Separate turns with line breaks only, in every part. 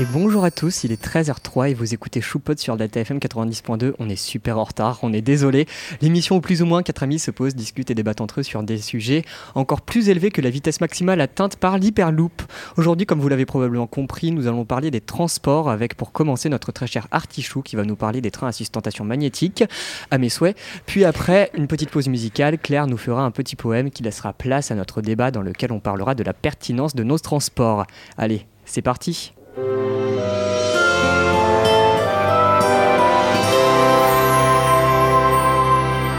Et bonjour à tous, il est 13h03 et vous écoutez Choupot sur Delta FM 90.2. On est super en retard, on est désolé. L'émission où plus ou moins quatre amis se posent, discutent et débattent entre eux sur des sujets encore plus élevés que la vitesse maximale atteinte par l'hyperloop. Aujourd'hui, comme vous l'avez probablement compris, nous allons parler des transports avec pour commencer notre très cher Artichou qui va nous parler des trains à sustentation magnétique, à mes souhaits. Puis après, une petite pause musicale, Claire nous fera un petit poème qui laissera place à notre débat dans lequel on parlera de la pertinence de nos transports. Allez, c'est parti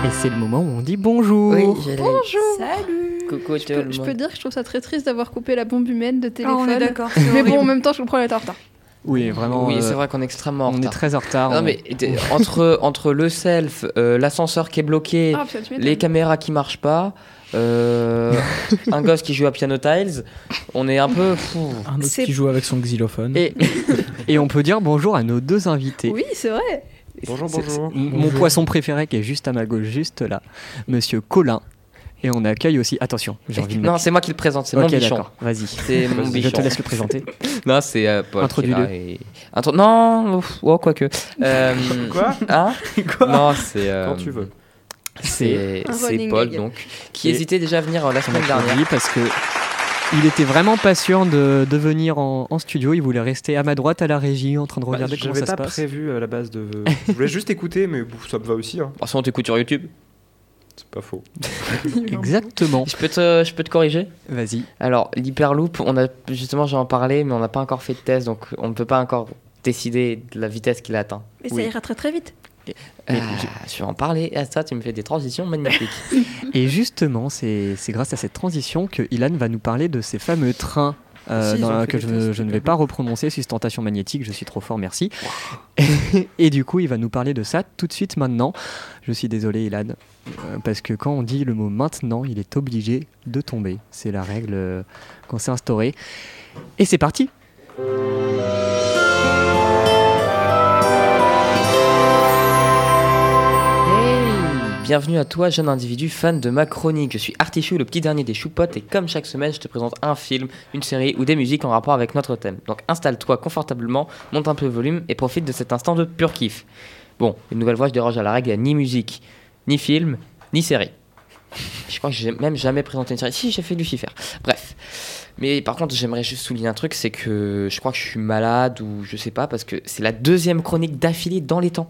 et c'est le moment où on dit bonjour.
Oui, j'allais-
Bonjour.
Salut
Coucou tout
Je
le
peux, je peux
monde.
dire que je trouve ça très triste d'avoir coupé la bombe humaine de
Ah, on
téléphone.
est d'accord, c'est
mais
horrible.
bon, en même temps, je comprends d'être en retard.
Oui, vraiment.
oui,
euh,
c'est vrai qu'on est extrêmement
On
en
est
retard.
très hein. en retard.
Non
on-
mais t'es- entre entre le self, euh, l'ascenseur qui est bloqué,
Ah, putain, tu m'étonnes.
les caméras qui marchent pas, euh, un gosse qui joue à Piano Tiles, on est un peu. pfff.
Un autre
C'est-
qui joue avec son xylophone.
Et
Et on peut dire bonjour à nos deux invités.
Oui, c'est vrai.
bonjour
C'est- c'est-
bonjour.
m- Mon
Bonjour.
poisson préféré qui est juste à ma gauche, juste là, Monsieur Colin. Et on accueille aussi. Attention, j'ai envie de.
Non, c'est moi qui le présente, c'est
Ok,
mon bichon.
d'accord, Vas-y.
C'est mon
Je te
bichon.
laisse le présenter.
Non, c'est euh, Paul. qui est là
Introduis-le.
et- Intro- Non, ouf, oh, quoique. Euh,
Quoi
hein Non, c'est. euh,
Quand tu veux.
C'est
Un
c'est
running
Paul
gag.
donc qui
Et-
hésitait déjà à venir euh, la
On
semaine dernière.
applaudit parce que il était vraiment pas sûr de, de venir en, en studio. Il voulait rester à ma droite à la régie en train de
Bah,
regarder comment
J'avais
ça se
pas
passe.
prévu à la base de. Je voulais juste écouter, mais bon, ça me va aussi. hein.
Bon, si on t'écoute sur YouTube.
C'est pas faux. hein.
Exactement.
Je peux te, je peux te corriger
Vas-y.
Alors, l'hyperloop, on a justement, j'en parlais, mais on n'a pas encore fait de test, donc on ne peut pas encore décider de la vitesse qu'il a atteint.
Mais
Oui.
ça ira très très vite.
Mais
Ah, je vais en parler. À ça, tu me fais des transitions magnifiques.
Et justement, c'est c'est grâce à cette transition que Ilan va nous parler de ces fameux trains. euh,
Si, ils
dans
ont
la-
fait
que
des
je,
tests,
je ne
les
vais
gars.
pas reprononcer, sustentation magnétique, je suis trop fort, merci. Et, du coup, il va nous parler de ça tout de suite maintenant. Je suis désolé, Ilan, euh, parce que quand on dit le mot maintenant, il est obligé de tomber. C'est la règle euh, qu'on s'est instaurée. Et c'est parti
Hey Bienvenue à toi, jeune individu fan de ma chronique. Je suis Artichou, le petit dernier des choupotes, et comme chaque semaine, je te présente un film, une série ou des musiques en rapport avec notre thème. Donc installe-toi confortablement, monte un peu le volume et profite de cet instant de pur kiff. Bon, une nouvelle fois, je déroge à la règle, il y a ni musique, ni film, ni série. Je crois que j'ai même jamais présenté une série. Si, j'ai fait Lucifer. Bref. Mais par contre, j'aimerais juste souligner un truc, c'est que je crois que je suis malade ou je sais pas, parce que c'est la deuxième chronique d'affilée dans les temps.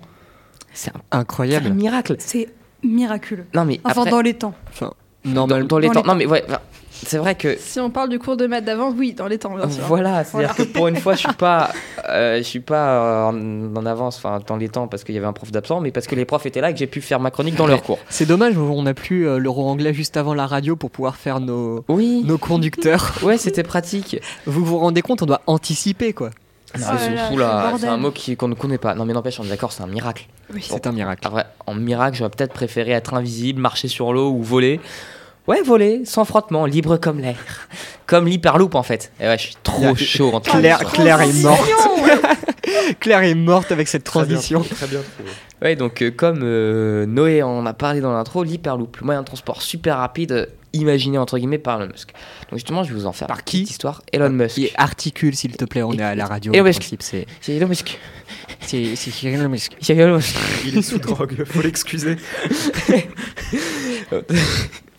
C'est un putain de
Ah,
Incroyable
miracle.
C'est miraculeux.
Non mais
Enfin,
après-
dans les temps.
dans,
Normal.
dans les
Dans
temps.
les
Non, mais ouais, enfin, c'est vrai que.
Si on parle du cours de maths d'avant, oui, dans les temps, bien sûr.
Voilà, c'est-à-dire que pour une fois, je suis pas, euh, je suis pas euh, en, en avance, enfin dans les temps, parce qu'il y avait un prof d'absent, mais parce que les profs étaient là et que j'ai pu faire ma chronique dans leur cours.
C'est dommage, on n'a plus euh, l'euro anglais juste avant la radio pour pouvoir faire nos,
Oui.
nos conducteurs.
Ouais, c'était pratique.
vous vous rendez compte, on doit anticiper quoi.
Non,
Ah
mais
là là,
c'est fou
quel
là,
bordel.
c'est un mot qui- qu'on ne connaît pas. Non mais n'empêche, on est d'accord, c'est un miracle.
Oui.
C'est un miracle.
Après, en miracle, j'aurais peut-être préféré être invisible, marcher sur l'eau ou voler. Ouais, voler, sans frottement, libre comme l'air. Comme l'hyperloop en fait. Et ouais, je suis trop chaud en train
Claire,
Ah,
Claire est
transition.
morte. Claire est morte avec cette
Très bien
transition.
trouvé, Très bien trouvé.
Ouais, donc euh, comme euh, Noé en a parlé dans l'intro, l'hyperloop, le moyen de transport super rapide euh, imaginé entre guillemets par Elon Musk. Donc justement, je vais vous en faire
Par
une
qui
petite histoire. Elon Musk.
Et articule s'il te plaît, on est à la radio.
Et
le
Eh ouais,
principe, c'est
C'est Elon Musk.
c'est c'est Cyril Le Musc.
C'est Elon Musk.
Il est sous drogue, faut l'excuser.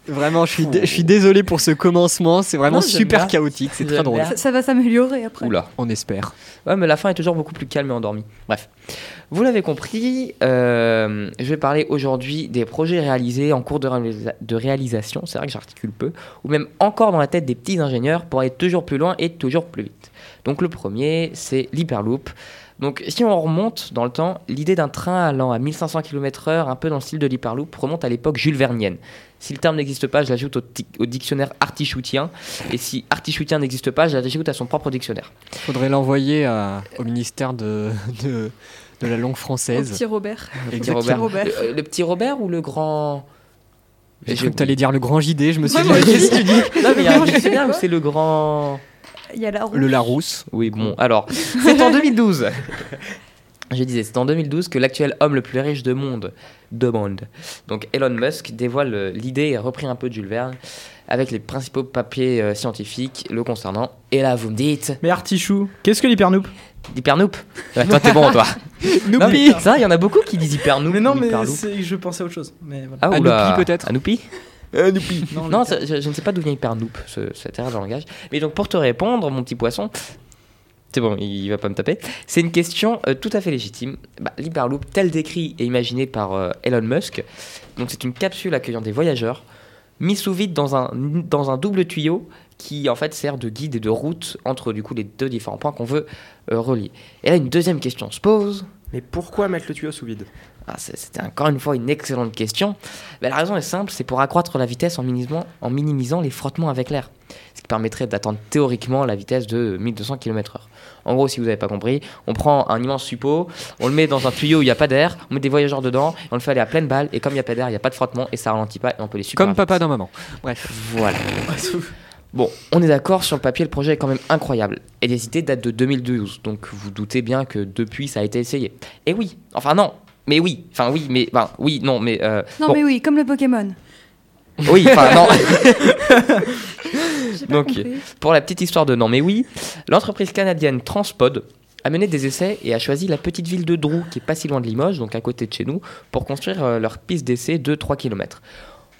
Vraiment, je suis dé- je suis désolé pour ce commencement. C'est vraiment
Oh. Non, j'aime
super
bien.
chaotique. C'est très
J'aime
drôle.
bien.
Ça, ça va s'améliorer après.
Oula.
On espère.
Ouais, mais la fin est toujours beaucoup plus calme et endormie. Bref. Vous l'avez compris, euh, je vais parler aujourd'hui des projets réalisés en cours de, réalisa- de réalisation, c'est vrai que j'articule peu, ou même encore dans la tête des petits ingénieurs pour aller toujours plus loin et toujours plus vite. Donc le premier, c'est l'Hyperloop. Donc si on remonte dans le temps, l'idée d'un train allant à 1500 km/h, un peu dans le style de l'Hyperloop, remonte à l'époque Jules Vernienne. Si le terme n'existe pas, je l'ajoute au, tic- au dictionnaire artichoutien, et si artichoutien n'existe pas, je l'ajoute à son propre dictionnaire.
Faudrait l'envoyer à- au ministère de, de, de la langue
Au
française.
petit Robert.
Petit
Exactement.
Oh, Robert.
Robert.
Le, euh, le petit Robert ou le grand
J'ai
J'ai
cru que t'allais dire le grand JD. Je me suis
Ouais,
dit,
moi
mais
aussi.
qu'est-ce que tu dis
oublié. Non, mais il y a un
Je sais
dictionnaire ou
pas.
c'est le grand.
Il y a la roue.
Le Larousse.
Oui, bon, alors, c'est en 2012. Je disais, c'est en 2012 que l'actuel homme le plus riche du monde, de monde, donc Elon Musk, dévoile euh, l'idée et repris un peu de Jules Verne avec les principaux papiers euh, scientifiques le concernant. Et là, vous me dites,
Mais Artichou, qu'est-ce que l'hyperloop
d'hypernoop. Ouais, toi, t'es bon, toi. Non, mais
Noupi.
ça, il y en a beaucoup qui disent hypernoop.
Mais non,
ou
mais
hyperloop.
c'est- je pensais à autre chose. Mais voilà.
Ah,
Anoupi,
oula.
peut-être
Anoupi
non,
Non,
le-
ça- je, je ne sais pas d'où vient hypernoop, ce, cette erreur de langage. Mais donc, pour te répondre, mon petit poisson, c'est bon, il va pas me taper. C'est une question euh, tout à fait légitime. Bah, L'hyperloop, tel décrit et imaginé par euh, Elon Musk, donc c'est une capsule accueillant des voyageurs, mis sous vide dans un, dans un double tuyau qui en fait sert de guide et de route entre du coup les deux différents points qu'on veut euh, relier. Et là, une deuxième question se pose.
Mais pourquoi mettre le tuyau sous vide
Ah, c'est- C'était encore une fois une excellente question. Mais la raison est simple, c'est pour accroître la vitesse en minimisant, en minimisant les frottements avec l'air. Ce qui permettrait d'atteindre théoriquement la vitesse de 1200 km/h. En gros, si vous n'avez pas compris, on prend un immense suppôt, on le met dans un tuyau où il n'y a pas d'air, on met des voyageurs dedans, et on le fait aller à pleine balle, et comme il n'y a pas d'air, il n'y a pas de frottement, et ça ralentit pas, et on peut les super
Comme
vite.
papa dans maman.
Voilà. Bon, on est d'accord, sur le papier, le projet est quand même incroyable. Et les idées datent de 2012, donc vous doutez bien que depuis, ça a été essayé. Et oui, enfin non, mais oui, enfin oui, mais... Enfin oui, non, mais... euh,
Non,
bon.
mais oui, comme le Pokémon.
Oui, enfin non.
J'ai pas
Donc,
compris.
Pour la petite histoire de non mais oui, l'entreprise canadienne Transpod a mené des essais et a choisi la petite ville de Drou, qui est pas si loin de Limoges, donc à côté de chez nous, pour construire euh, leur piste d'essai de 3 km.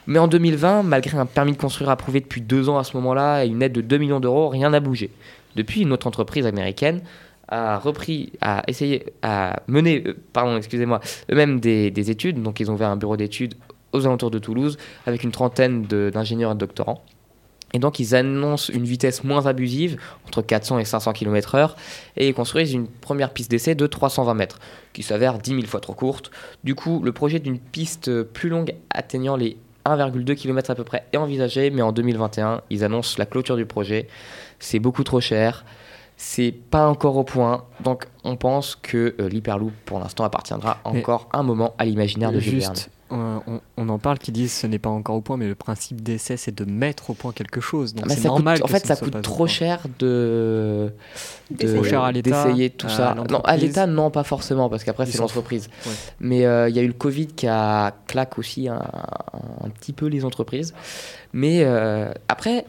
Mais en 2020, malgré un permis de construire approuvé depuis deux ans à ce moment-là et une aide de 2 millions d'euros, rien n'a bougé. Depuis, une autre entreprise américaine a repris, a essayé, a mené, euh, pardon, excusez-moi, eux-mêmes des, des études. Donc, ils ont ouvert un bureau d'études aux alentours de Toulouse avec une trentaine de- d'ingénieurs et de doctorants. Et donc, ils annoncent une vitesse moins abusive, entre 400 et 500 km/h, et ils construisent une première piste d'essai de 320 mètres, qui s'avère 10 000 fois trop courte. Du coup, le projet d'une piste euh, plus longue atteignant les 1,2 km à peu près est envisagé, mais en 2021, ils annoncent la clôture du projet. C'est beaucoup trop cher, c'est pas encore au point, donc on pense que euh, l'Hyperloop, pour l'instant, appartiendra
Mais-
encore un moment à l'imaginaire de Jules Verne.
Juste, on, on- on en parle qui disent ce n'est pas encore au point, mais le principe d'essai c'est de mettre au point quelque chose. Donc
Ah, mais
c'est
ça coûte-
normal.
en
que
fait,
ce ne
ça
soit pas
coûte
au
trop
point.
cher de, de-
Trop cher à l'État,
d'essayer tout
à
ça. Non, à
l'entreprise.
l'État, non, pas forcément, parce qu'après,
Ils
c'est
s'en foutent.
l'entreprise.
Ouais.
Mais euh, il y a eu le Covid qui a claque aussi un, un petit peu les entreprises. Mais euh, après,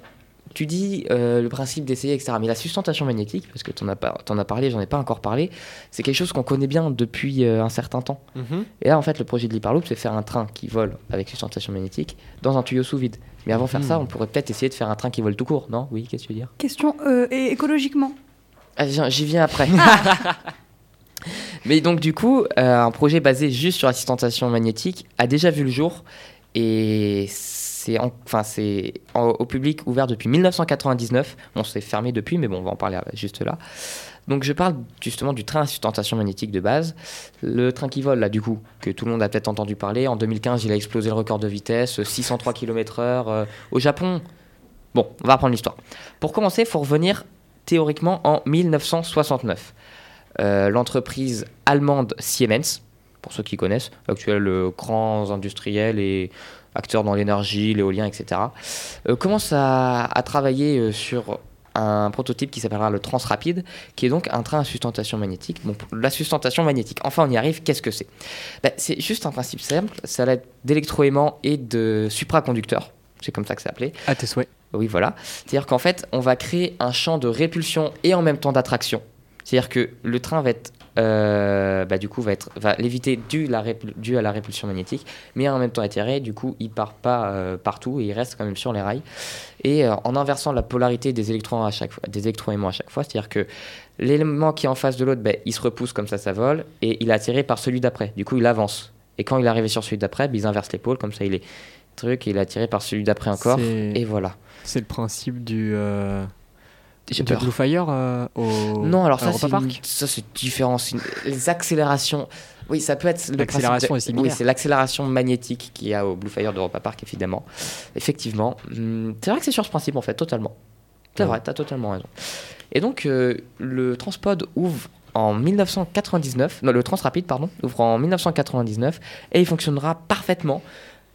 tu dis euh, le principe d'essayer, etc. Mais la sustentation magnétique, parce que tu en, as parlé, j'en ai pas encore parlé, c'est quelque chose qu'on connaît bien depuis euh, un certain temps.
Mhm.
Et là, en fait, le projet de l'Hyperloop, c'est faire un train qui vole avec sustentation magnétique dans un tuyau sous vide. Mais avant de faire ça,
Hmm.
on pourrait peut-être essayer de faire un train qui vole tout court, non Oui, qu'est-ce que tu veux dire
Question euh, et écologiquement.
Ah, viens, J'y viens après. Mais donc, du coup, euh, un projet basé juste sur la sustentation magnétique a déjà vu le jour et c'est en- enfin, c'est en- au public ouvert depuis 1999. On s'est fermé depuis, mais bon, on va en parler euh, juste là. Donc, je parle justement du train à sustentation magnétique de base. Le train qui vole, là, du coup, que tout le monde a peut-être entendu parler. En 2015, il a explosé le record de vitesse, euh, 603 km/h euh, au Japon. Bon, on va reprendre l'histoire. Pour commencer, il faut revenir théoriquement en 1969. Euh, L'entreprise allemande Siemens, pour ceux qui connaissent, actuel euh, grands industriels et acteurs dans l'énergie, l'éolien, etc., euh, commence à, à travailler euh, sur un prototype qui s'appellera le Transrapide, qui est donc un train à sustentation magnétique. Donc la sustentation magnétique, enfin on y arrive, qu'est-ce que c'est Ben, C'est juste un principe simple, ça va être d'électroaimant et de supraconducteur, c'est comme ça que c'est appelé,
À tes souhaits.
oui, voilà. C'est-à-dire qu'en fait, on va créer un champ de répulsion et en même temps d'attraction. C'est-à-dire que le train va être, euh, bah, du coup, va être, va l'éviter dû, la rép- dû à la répulsion magnétique, mais en même temps attiré. Du coup, il part pas euh, partout et il reste quand même sur les rails. Et euh, en inversant la polarité des électrons à chaque fois, des électroaimants à chaque fois, c'est-à-dire que l'élément qui est en face de l'autre, bah, il se repousse comme ça, ça vole, et il est attiré par celui d'après. Du coup, il avance. Et quand il est arrivé sur celui d'après, bah, ils inversent l'épaule, comme ça, il est truc, et il est attiré par celui d'après encore.
C'est-
Et voilà.
C'est le principe du, euh,
J'ai
du
peur.
Blue Fire euh, au.
Non, alors
à
ça,
Europa
c'est une-
Park.
ça c'est différent. c'est une- Les accélérations. Oui, ça peut être. le
L'accélération
principe de-
est
Oui,
similaire.
c'est l'accélération magnétique qu'il y a au Blue Fire d'Europa Park, évidemment. Effectivement. Hum, C'est vrai que c'est sur ce principe, en fait, totalement. C'est
Ouais.
vrai, t'as totalement raison. Et donc, euh, le Transpod ouvre en 1999. Non, le Transrapide, pardon, ouvre en 1999 et il fonctionnera parfaitement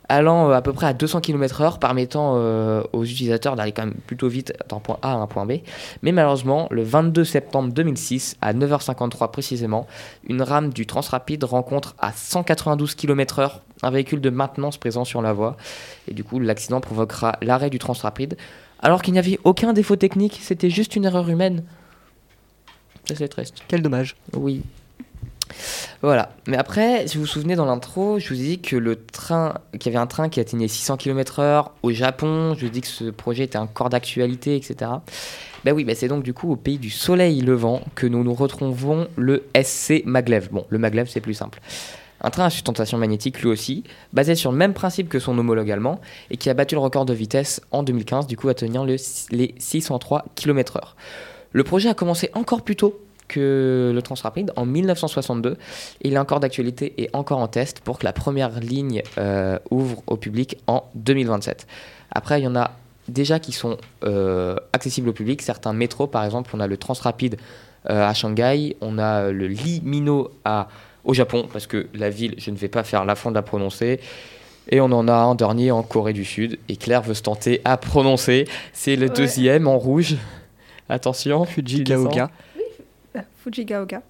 allant euh, à peu près à 200 km/h, permettant euh, aux utilisateurs d'aller quand même plutôt vite d'un point A à un point B. Mais malheureusement, le 22 septembre 2006, à 9h53 précisément, une rame du Transrapide rencontre à 192 km/h un véhicule de maintenance présent sur la voie. Et du coup, l'accident provoquera l'arrêt du Transrapide, alors qu'il n'y avait aucun défaut technique, c'était juste une erreur humaine. Ça, c'est triste.
Quel dommage.
Oui. Voilà. Mais après, si vous vous souvenez dans l'intro, je vous ai dit que le train, qu'il y avait un train qui atteignait 600 km/h au Japon. Je vous ai dit que ce projet était un corps d'actualité, etc. Ben oui, ben c'est donc du coup au pays du soleil levant que nous nous retrouvons le SC Maglev. Bon, le Maglev, c'est plus simple. Un train à sustentation magnétique, lui aussi, basé sur le même principe que son homologue allemand et qui a battu le record de vitesse en 2015, du coup atteignant le- les 603 km/h. Le projet a commencé encore plus tôt que le Transrapide en 1962. Il est encore d'actualité et encore en test pour que la première ligne euh, ouvre au public en 2027. Après, il y en a déjà qui sont euh, accessibles au public. Certains métros, par exemple, on a le Transrapide euh, à Shanghai, on a le Limino à, au Japon, parce que la ville, je ne vais pas faire l'affront de la prononcer. Et on en a un dernier en Corée du Sud. Et Claire veut se tenter à prononcer. C'est le
Ouais.
deuxième en rouge. Attention.
Fuji
qui descend.
Gaoga,
Ah, Fujigaoka.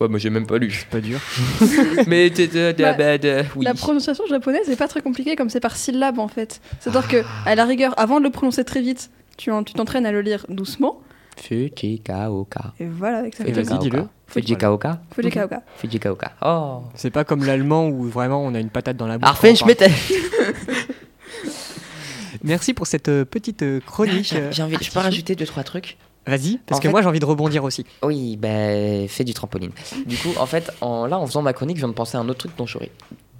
Ouais, moi j'ai même pas lu.
pas dur.
Mais t'es de, de-
Bah,
bah, de- oui.
La prononciation japonaise n'est pas très compliquée comme c'est par syllabe en fait. C'est-à-dire que,
Ah.
à la rigueur, avant de le prononcer très vite, tu en- tu t'entraînes à le lire doucement.
Fujikaoka.
Et voilà,
Et
exactement.
vas-y, dis-le.
Fujikaoka.
Fujigaoka.
Fujikaoka. Oh.
C'est pas comme l'allemand où vraiment on a une patate dans la bouche.
Arfen,
quand on parle. Merci pour cette euh, petite euh, chronique. euh,
Ah, J'ai envie, je peux rajouter deux trois trucs.
Vas-y, parce
En
que
fait-
moi j'ai envie de rebondir aussi.
Oui, ben fais du trampoline. Du coup, en fait, en, là, en faisant ma chronique, je viens de penser à un autre truc dont j'aurais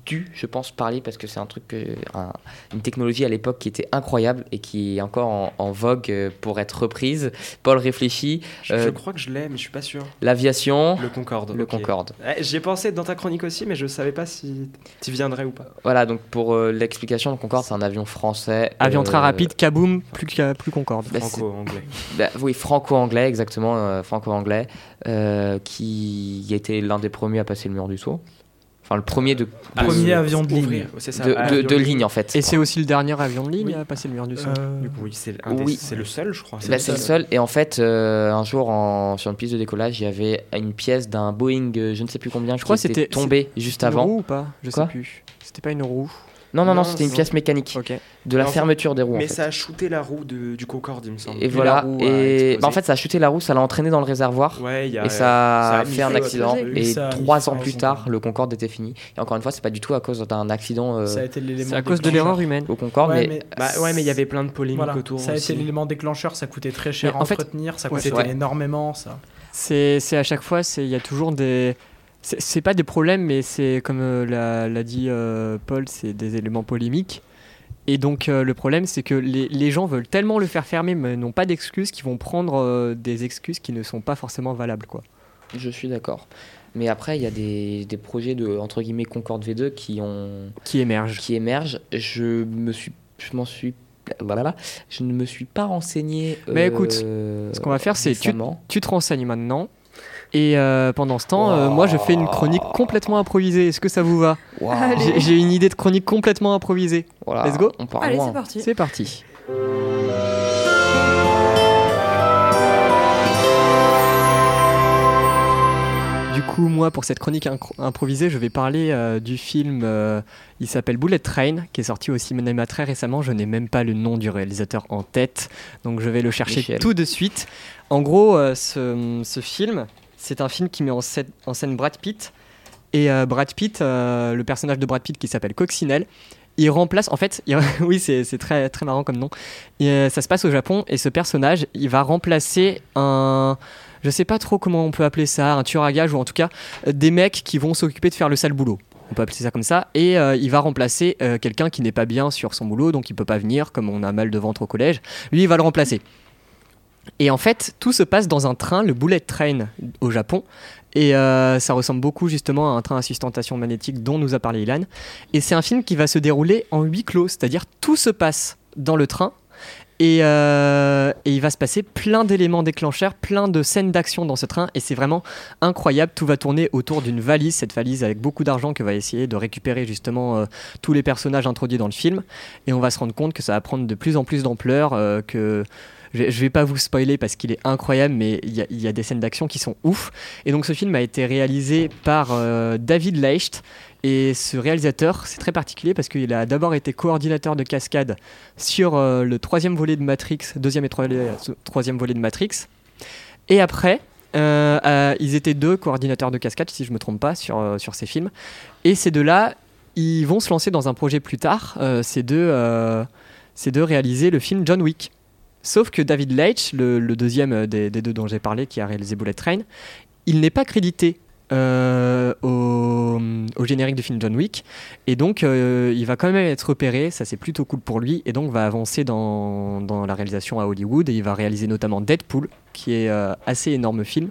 dû, je pense, parler parce que c'est un truc, que- un- une technologie à l'époque qui était incroyable et qui est encore en, en vogue euh, pour être reprise. Paul réfléchit.
Je,
Euh,
je crois que je l'ai, mais je suis pas sûr.
L'aviation,
Le Concorde.
le
ok.
Concorde.
Ouais, J'y ai pensé dans ta chronique aussi, mais je savais pas si tu viendrais ou pas.
Voilà, donc pour euh, l'explication, le Concorde, c'est un avion français.
Avion
euh,
train rapide, kaboom, plus, qu'à- plus Concorde.
Bah, c'est-
Franco-anglais.
bah, oui, franco-anglais, exactement, euh, franco-anglais, euh, qui était l'un des premiers à passer le mur du saut. Enfin, le premier de, de,
Premier avion de
Ah, Ouvrir,
ligne.
c'est ça,
de,
avion
de-
Ah,
de
ligne.
ligne, en fait.
Et c'est aussi le dernier avion de ligne
Oui.
à passer le mur du son.
Euh,
Du coup, oui, c'est un des-
Oui.
c'est le seul, je crois.
Bah, c'est le seul. Et en fait, euh, un jour, en- sur une piste de décollage, il y avait une pièce d'un Boeing, euh, je ne sais plus combien,
crois que
qui était
c'était-
tombée juste
une
avant.
roue ou pas Je
Quoi
sais plus. C'était pas une roue.
Non, non, non,
Non,
c'était une
c'est-
pièce mécanique
Ok.
de
Mais
la
en fait-
fermeture des roues. en
Mais
fait.
ça a shooté la roue de- du Concorde, il me semble.
Et
la
voilà.
roue a
Et bah, en
explosé.
fait, ça a chuté la roue, ça l'a entraîné dans le réservoir.
ouais, il y a,
et ça a
mis
fait un
feu à
accident.
tout le
Et
truc.
Ça a mis
trois
feu
ans
à
plus
son
tard,
corps.
le Concorde était fini. Et encore une fois, c'est pas du tout à cause d'un accident euh,
Ça a été l'élément.
C'est à cause de
déclencheur.
l'erreur humaine.
au Concorde,
Ouais,
mais,
mais-
Bah ouais, mais il y avait plein de polémiques
Voilà,
autour.
ça a
aussi.
été l'élément déclencheur, ça coûtait très cher
Mais
à
en fait-
entretenir, ça
Ouais,
coûtait
ouais.
énormément, ça.
C'est c'est à chaque fois, c'est- il y a toujours des. C'est c'est pas des problèmes, mais c'est comme euh, l'a l'a dit euh, Paul, c'est des éléments polémiques. Et donc euh, le problème, c'est que les, les gens veulent tellement le faire fermer, mais n'ont pas d'excuses, qu'ils vont prendre euh, des excuses qui ne sont pas forcément valables. Quoi.
je suis d'accord. Mais après, il y a des, des projets de entre guillemets Concorde V2 qui ont
Qui émergent.
qui émergent. Je me suis, je m'en suis, voilà, je ne me suis pas renseigné. euh,
Mais écoute,
ce
qu'on va faire, c'est tu- Tu te renseignes maintenant. Et euh, pendant ce temps, euh, moi, je fais une chronique complètement improvisée. Est-ce que ça vous va
Allez.
J'ai- J'ai une idée de chronique complètement improvisée. let's go.
On part
Allez,
loin.
c'est parti.
C'est parti. Du coup, moi, pour cette chronique incro- improvisée, je vais parler euh, du film. euh, il s'appelle Bullet Train, qui est sorti au cinéma très récemment. Je n'ai même pas le nom du réalisateur en tête, donc je vais le chercher
Michel.
tout de suite. En gros, euh, ce, ce film, c'est un film qui met en scène, en scène Brad Pitt. Et euh, Brad Pitt, euh, le personnage de Brad Pitt qui s'appelle Coccinelle, il remplace. En fait, il- oui, c'est c'est très, très marrant comme nom. Et, euh, ça se passe au Japon et ce personnage, il va remplacer un. Je sais pas trop comment on peut appeler ça, un tueur à gage ou en tout cas euh, des mecs qui vont s'occuper de faire le sale boulot. On peut appeler ça comme ça. Et euh, il va remplacer euh, quelqu'un qui n'est pas bien sur son boulot, donc il peut pas venir, comme on a mal de ventre au collège. Lui, il va le remplacer. Et en fait, tout se passe dans un train, le Bullet Train au Japon. Et euh, ça ressemble beaucoup justement à un train à sustentation magnétique dont nous a parlé Ilan. Et c'est un film qui va se dérouler en huis clos, c'est-à-dire tout se passe dans le train. Et, euh, et il va se passer plein d'éléments déclencheurs, plein de scènes d'action dans ce train. Et c'est vraiment incroyable. Tout va tourner autour d'une valise, cette valise avec beaucoup d'argent que va essayer de récupérer justement euh, tous les personnages introduits dans le film. Et on va se rendre compte que ça va prendre de plus en plus d'ampleur, euh, que je je vais pas vous spoiler parce qu'il est incroyable, mais il y, a- il y a des scènes d'action qui sont ouf. Et donc ce film a été réalisé par euh, David Leicht. Et ce réalisateur, c'est très particulier parce qu'il a d'abord été coordinateur de cascade sur euh, le troisième volet de Matrix, deuxième et troi- troisième volet de Matrix. Et après, Euh, euh, ils étaient deux coordinateurs de cascade, si je me trompe pas, sur, euh, sur ces films. Et ces deux-là, ils vont se lancer dans un projet plus tard, euh, ces deux, euh, ces deux réaliser le film John Wick. Sauf que David Leitch, le, le deuxième euh, des, des deux dont j'ai parlé, qui a réalisé Bullet Train, il n'est pas crédité euh, au, au générique du film John Wick. Et donc, euh, il va quand même être repéré, ça c'est plutôt cool pour lui, et donc va avancer dans, dans la réalisation à Hollywood. Et il va réaliser notamment Deadpool, qui est euh, assez énorme film,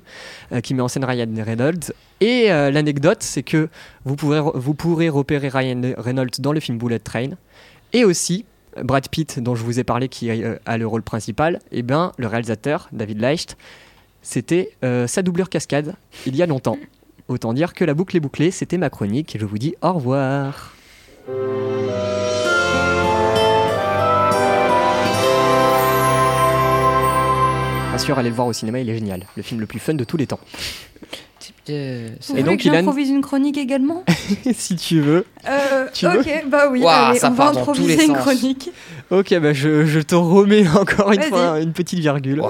euh, qui met en scène Ryan Reynolds. Et euh, l'anecdote, c'est que vous pourrez, vous pourrez repérer Ryan Reynolds dans le film Bullet Train. Et aussi, euh, Brad Pitt, dont je vous ai parlé, qui euh, a le rôle principal, et ben, le réalisateur, David Leicht, c'était euh, sa doublure cascade il y a longtemps. Autant dire que la boucle est bouclée, c'était ma chronique, et je vous dis au revoir. Bien sûr, allez le voir au cinéma, il est génial. Le film le plus fun de tous les temps.
Vous
Et
voulez
donc,
que
Ilan-
j'improvise une chronique également
si tu veux.
Euh,
Tu veux
Ok, bah oui,
Ouah,
allez,
ça
on va
part dans tous les
improviser une
sens.
chronique.
Ok, bah je, je te remets encore une
Vas-y.
fois hein, une petite virgule.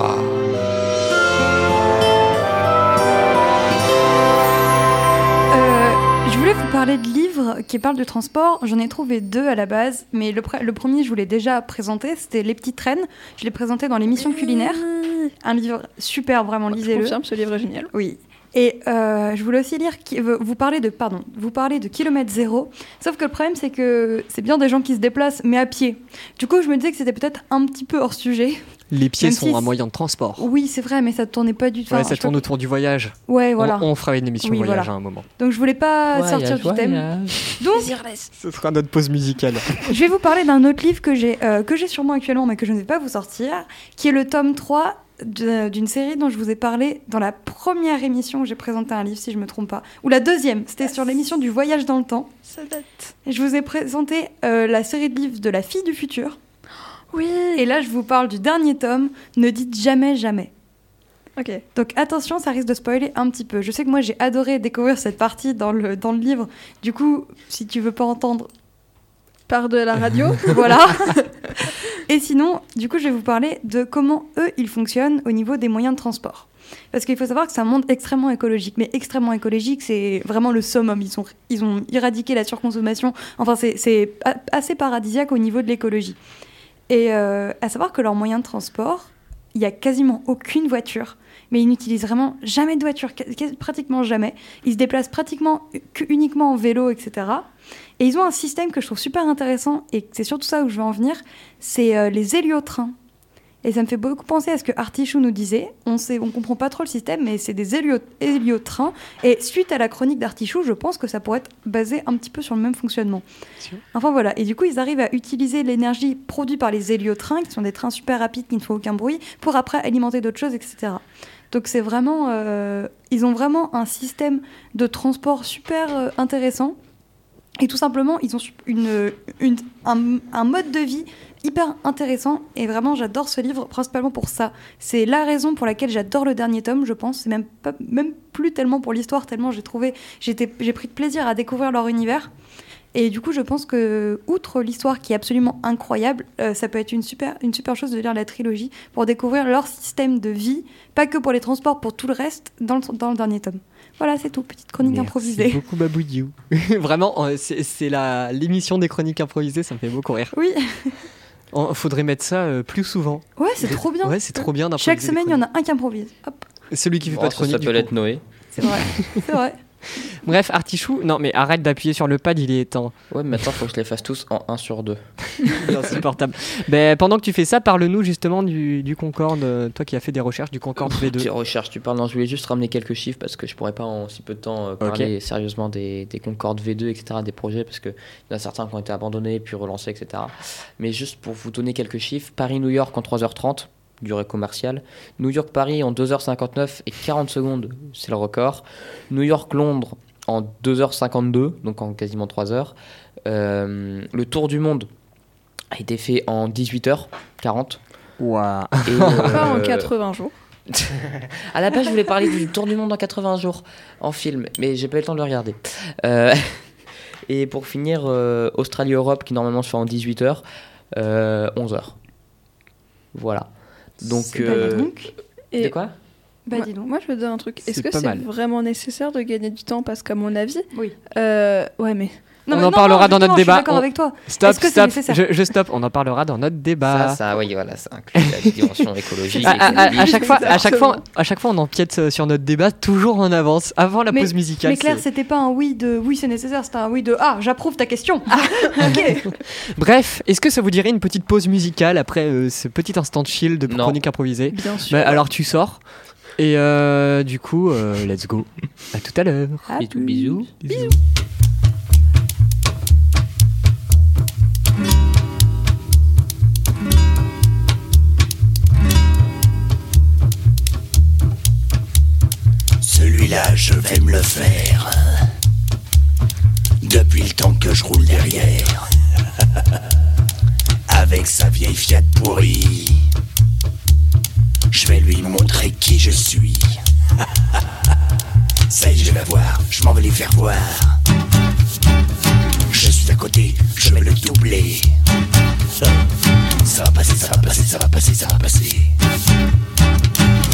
Euh, je voulais vous parler de livres qui parlent de transport. J'en ai trouvé deux à la base, mais le, pre- le premier, je vous l'ai déjà présenté, c'était Les Petites Traînes. Je l'ai présenté dans l'émission culinaire. Un livre super, vraiment,
Je
lisez-le.
Mmh. confirme, ce livre est génial.
Oui. Et euh, je voulais aussi lire, qui- euh, vous parlez de, pardon, vous parlez de kilomètre zéro. Sauf que le problème, c'est que c'est bien des gens qui se déplacent, mais à pied. Du coup, je me disais que c'était peut-être un petit peu hors sujet.
Les pieds
Même
sont
si
un
c'est-
moyen de transport.
Oui, c'est vrai, mais ça tournait pas du tout.
ouais, ça tourne autour du voyage.
Ouais,
On-
voilà.
On, fera une émission
Oui,
voyage
voilà.
à un moment.
Donc je voulais pas sortir du thème. Donc,
Ce sera notre pause musicale.
je vais vous parler d'un autre livre que j'ai euh, que j'ai sur moi actuellement, mais que je ne vais pas vous sortir, qui est le tome 3 de- d'une série dont je vous ai parlé dans la première émission où j'ai présenté un livre, si je me trompe pas. Ou la deuxième, c'était sur l'émission du voyage dans le temps.
Ça date.
Et Je vous ai présenté euh, la série de livres de La fille du futur.
Oui.
Et là, je vous parle du dernier tome, Ne dites jamais jamais.
Ok.
Donc attention, ça risque de spoiler un petit peu. Je sais que moi, j'ai adoré découvrir cette partie dans le, dans le livre. Du coup, si tu veux pas entendre,
Par de la radio.
voilà. Et sinon, du coup, je vais vous parler de comment eux, ils fonctionnent au niveau des moyens de transport. Parce qu'il faut savoir que c'est un monde extrêmement écologique. Mais extrêmement écologique, c'est vraiment le summum. Ils, sont, ils ont éradiqué la surconsommation. Enfin, c'est- c'est a- assez paradisiaque au niveau de l'écologie. Et euh, à savoir que leurs moyens de transport, il n'y a quasiment aucune voiture. Mais ils n'utilisent vraiment jamais de voiture, quas- quas- pratiquement jamais. Ils se déplacent pratiquement que- uniquement en vélo, etc. Et ils ont un système que je trouve super intéressant et c'est surtout ça où je veux en venir, c'est euh, les héliotrains. Et ça me fait beaucoup penser à ce que Artichou nous disait. On sait, on comprend pas trop le système, mais c'est des hélio- héliotrains. Et suite à la chronique d'Artichou, je pense que ça pourrait être basé un petit peu sur le même fonctionnement.
Sûr.
Enfin voilà. Et du coup, ils arrivent à utiliser l'énergie produite par les héliotrains, qui sont des trains super rapides qui ne font aucun bruit, pour après alimenter d'autres choses, etc. Donc c'est vraiment, euh, ils ont vraiment un système de transport super euh, intéressant. Et tout simplement, ils ont su- une, une- un, un mode de vie hyper intéressant. Et vraiment, j'adore ce livre principalement pour ça. C'est la raison pour laquelle j'adore le dernier tome, je pense. C'est même, pas, même plus tellement pour l'histoire, tellement j'ai trouvé, j'étais- j'ai pris de plaisir à découvrir leur univers. Et du coup, je pense que, outre l'histoire qui est absolument incroyable, euh, ça peut être une super, une super chose de lire la trilogie pour découvrir leur système de vie, pas que pour les transports, pour tout le reste, dans le, dans le dernier tome. Voilà, c'est tout. Petite chronique improvisée.
Merci beaucoup Baboudiou. Vraiment, euh, c'est c'est la- l'émission des chroniques improvisées, ça me fait beaucoup rire.
Oui,
On- faudrait mettre ça euh, plus souvent.
ouais, c'est trop bien.
Ouais, c'est trop bien d'improviser.
Chaque semaine, il y en a un qui improvise. Hop,
Celui qui fait
Bon,
pas de
Oh, ça
chronique. du
s'appelle
coup.
être Noé.
c'est vrai. c'est vrai.
Bref, Artichou, non mais arrête d'appuyer sur le pad, il est temps.
Ouais, mais maintenant, faut que je les fasse tous en 1 sur 2.
C'est insupportable. Ben, pendant que tu fais ça, parle-nous justement du, du Concorde, euh, toi qui as fait des recherches du Concorde
Tu
V2.
recherches, tu parles. Non, je voulais juste ramener quelques chiffres parce que je pourrais pas en si peu de temps euh, parler sérieusement des, des Concorde V2, etc., des projets parce qu'il y en a certains qui ont été abandonnés puis relancés, etc. Mais juste pour vous donner quelques chiffres, Paris-New York en 3h30, durée commerciale. New York-Paris en 2h59 et 40 secondes, c'est le record. New York-Londres en 2h52, donc en quasiment 3 heures. Euh, le tour du monde a été fait en 18h40.
Ouah.
Et,
Pas en
euh,
80 jours.
à la base, je voulais parler du Tour du monde en 80 jours en film, mais j'ai pas eu le temps de le regarder. Euh, et pour finir, euh, Australie-Europe, qui normalement se fait en 18h, 11h. Voilà. Donc,
Bah, dis
euh,
donc.
de
Et
quoi
Bah
moi,
dis donc.
moi, je veux dire un truc.
C'est
Est-ce que
pas
c'est
mal.
vraiment nécessaire de gagner du temps Parce qu'à mon avis.
Oui.
euh, ouais, mais.
On en parlera dans notre débat.
justement, Je suis d'accord
On-
avec toi.
Stop,
Est-ce que c'est
stop,
nécessaire
je, je stoppe, on en parlera dans notre débat.
Ça, ça, oui, voilà, ça inclut la dimension écologique.
À, à- à- à
économique,
chaque fois, à chaque fois,
Exactement.
à chaque fois, on empiète euh, sur notre débat toujours en avance, avant la
Mais-
pause musicale.
Mais Claire,
c'est-
c'était pas un oui de oui, c'est nécessaire, c'était un oui de ah, j'approuve ta question. Ah, ok.
Bref, est-ce que ça vous dirait une petite pause musicale après euh, ce petit instant de chill de
Non.
chronique improvisée
Bien sûr.
Bah, Alors tu sors et euh, du coup, euh, let's go. À tout à l'heure.
Ah,
Bisous, bisous.
Celui-là, je vais me le faire. Depuis le temps que je roule derrière. Avec sa vieille Fiat pourrie. Je vais lui montrer qui je suis. Ça y est, je vais voir, je m'en vais les faire voir. Je suis à côté, je vais le doubler. Ça va passer, ça va passer, ça va passer, ça va passer.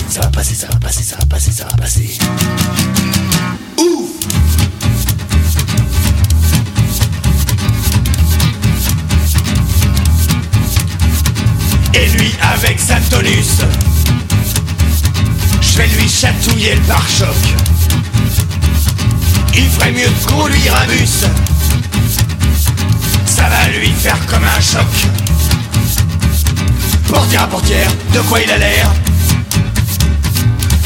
Ça va passer, ça va passer, ça va passer, ça va passer. Ouf Et lui avec sa tonus Je vais lui chatouiller le pare-choc Il ferait mieux de conduire un bus Ça va lui faire comme un choc Portière à portière, de quoi il a l'air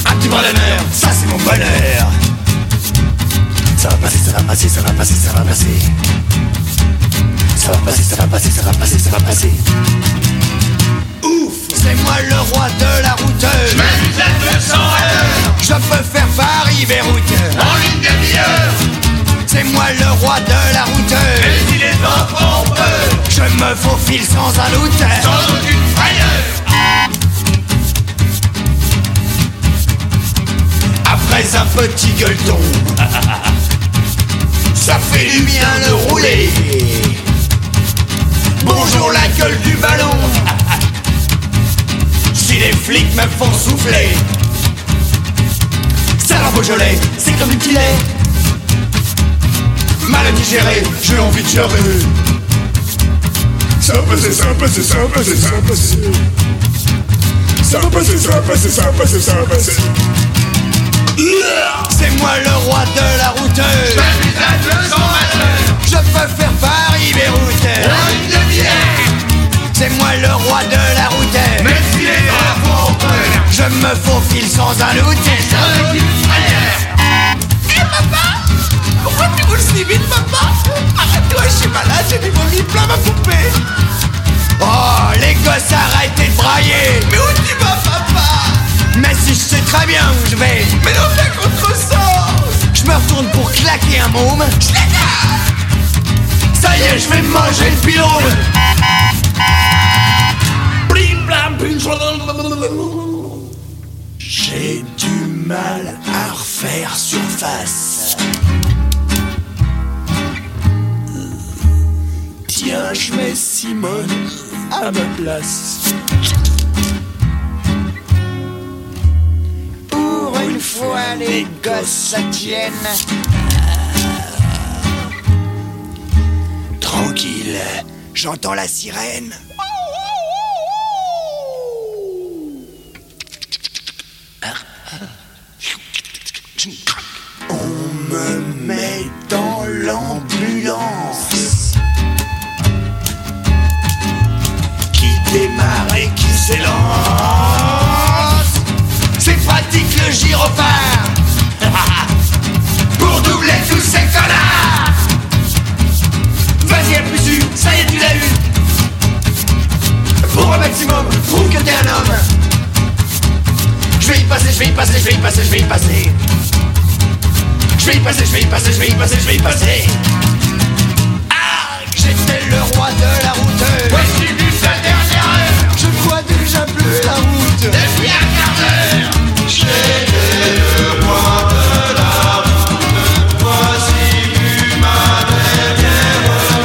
un petit bras d'honneur, ça c'est mon bonheur. Ça va passer, ça va passer, ça va passer, ça va passer. Ça va passer, ça va passer, ça va passer, ça va passer. Ouf, c'est moi le roi de la routeuse. Je m'amuse à 200 à l'heure. Je préfère Paris Verrouteur. En une demi-heure. C'est moi le roi de la routeuse. Mais il est pas pompeux. Je me faufile sans un doute. Sans aucune frayeur. après un petit gueuleton. Ça fait du bien de rouler. Bonjour la gueule du ballon. Si les flics me font souffler. Ça leur Beaujolais, c'est comme du petit lait. Mal digéré, j'ai envie de pleurer. Ça va passer, ça va passer, ça va passer, ça va passer. Ça va passer, ça va passer, ça va passer, ça va passer. C'est moi le roi de la routeuse. Je peux faire Paris Beyrouth. C'est moi le roi de la route. Je me faufile sans un doute. Eh papa, pourquoi tu roules si vite papa Arrête-toi, je suis malade, j'ai du vomi plein ma poupée. Oh, les gosses, arrêtez de brailler Mais où tu vas, papa Mais si je sais très bien où je vais Mais non, c'est contre sens Je me retourne pour claquer un môme Je l'éclate. Ça y est, je vais manger le pylône Blim, blam, blim, blablabla. J'ai du mal à refaire surface Tiens, je mets Simone à ma place. Pour une fois, les gosses, ça tienne. Tranquille, j'entends la sirène. On me met dans l'ambulance. qui démarre et qui s'élance. C'est pratique le gyrophare pour doubler tous ces connards. Vas-y, appuie dessus, ça y est, tu l'as eu. Pour un maximum, prouve que t'es un homme. Je vais y passer, je vais y passer, je vais y passer, je vais y passer. Je vais y passer, je vais y passer, je vais y passer, je vais y passer. Ah, j'étais le roi de la route. Voici du sa dernière heure. Je vois déjà plus la route. Depuis un quart d'heure. J'étais le roi de la route. Voici du ma dernière heure.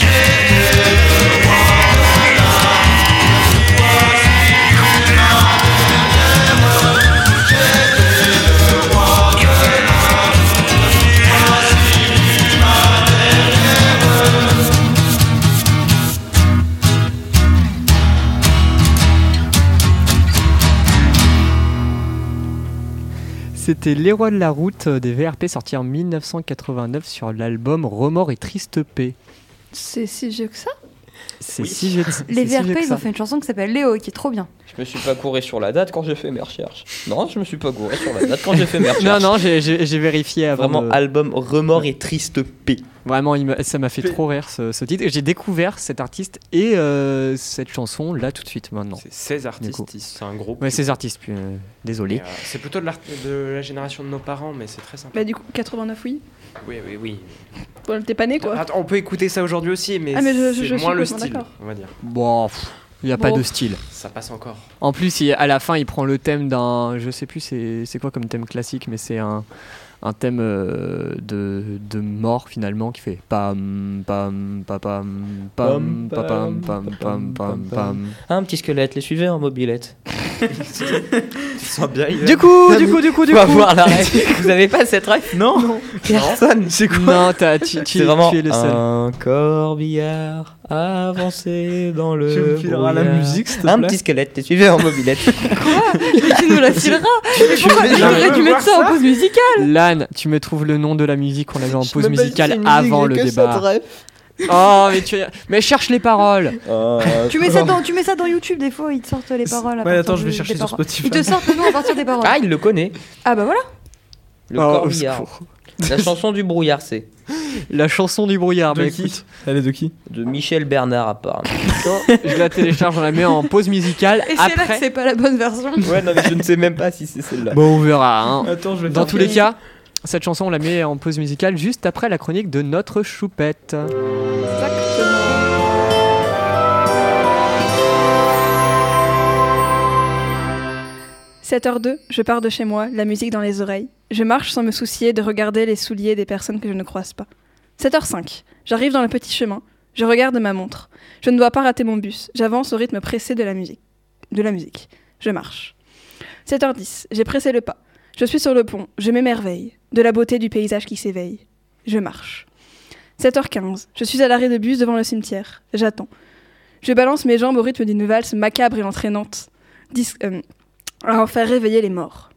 J'étais le roi de la route. Voici du ma dernière heure. J'étais
C'était Les Rois de la Route euh, des VRP sorti en 1989 sur l'album Remords et Triste Paix.
C'est si vieux que ça
C'est si vieux que ça-
Les
c'est si vieux
VRP,
que
ils
ça.
ont fait une chanson qui s'appelle Léo, qui est trop bien.
Je me suis pas couré sur la date quand j'ai fait mes recherches. Non, je me suis pas couré sur la date quand j'ai fait mes
Non,
recherches.
non, j'ai- j'ai j'ai vérifié avant.
Vraiment,
de-
album remords et triste paix.
Vraiment, il m'a- ça m'a fait
Fait-
trop rire ce, ce titre. Et J'ai découvert cet artiste et euh, cette chanson là tout de suite maintenant.
C'est 16
coup.
artistes, ils- c'est un groupe.
Ouais, ces artistes, puis, euh,
Mais,
désolé.
euh, C'est plutôt de, l'art- de la génération de nos parents, mais c'est très sympa.
Bah du coup, 89, oui.
Oui, oui, oui.
Bon, t'es pas né
Ah,
quoi.
Attends, on peut écouter ça aujourd'hui aussi, mais,
Ah, mais je- je-
c'est
je suis
moins le
complètement
style,
d'accord.
on va dire.
Bon, pff, il n'y a pas
Bon.
de style.
Ça passe encore.
En plus, il- à la fin, il prend le thème d'un. Je sais plus c'est c'est quoi comme thème classique, mais c'est un, un thème euh, de, de mort finalement qui fait pam pam pa, pam pam pa, pam pam pam pam pam.
Un petit squelette, les suivez en mobilette.
Tu sens bien, il
Du
Oh,
coup, du coup, du coup, du
Faut
coup.
avoir la ref. Vous avez pas cette ref Non, Personne C'est
Non, t'as- tu, tu-
C'est vraiment
tu es le seul.
un corbillard avancé dans le.
Tu me fileras la
brouillard.
musique, s'il te
Un
plaît
petit squelette, les suivez en mobilette.
tu nous la fileras Mais pourquoi
fais-
tu
non,
aurais
mais
dû mettre ça en pause musicale
Lan, tu me trouves le nom de la musique qu'on avait en pause musicale avant le débat.
ref.
Oh, mais tu mais cherche les paroles.
tu mets, ça dans, tu mets ça dans YouTube, des fois, ils te sortent les paroles. à
Ouais,
partir
attends, je vais
de-
chercher
des
sur
paroles.
Spotify.
Ils te sortent le nom à partir des paroles.
Ah, il le connaît.
Ah bah voilà
Le
Oh, au
corbillard.
secours.
La chanson du brouillard, c'est
La chanson du brouillard,
De
mais
qui
écoute,
Elle est de qui
de Michel Bernard apparemment.
je la télécharge, on la met en pause musicale.
Et c'est là que
Après,
c'est pas la bonne version.
Ouais, non, mais je ne sais même pas si c'est celle-là.
bon, on verra. hein.
Attends, Euh, je vais
Dans
faire
tous les cas, cette chanson, on la met en pause musicale juste après la chronique de notre choupette.
Exactement. h 02 je pars de chez moi, la musique dans les oreilles. Je marche sans me soucier de regarder les souliers des personnes que je ne croise pas. 7h05, j'arrive dans le petit chemin, je regarde ma montre. Je ne dois pas rater mon bus, j'avance au rythme pressé de la musique. De la musique. Je marche. 7h10, j'ai pressé le pas. Je suis sur le pont, je m'émerveille de la beauté du paysage qui s'éveille. Je marche. 7h15. Je suis à l'arrêt de bus devant le cimetière. J'attends. Je balance mes jambes au rythme d'une valse macabre et entraînante, dis- euh, à en faire réveiller les morts.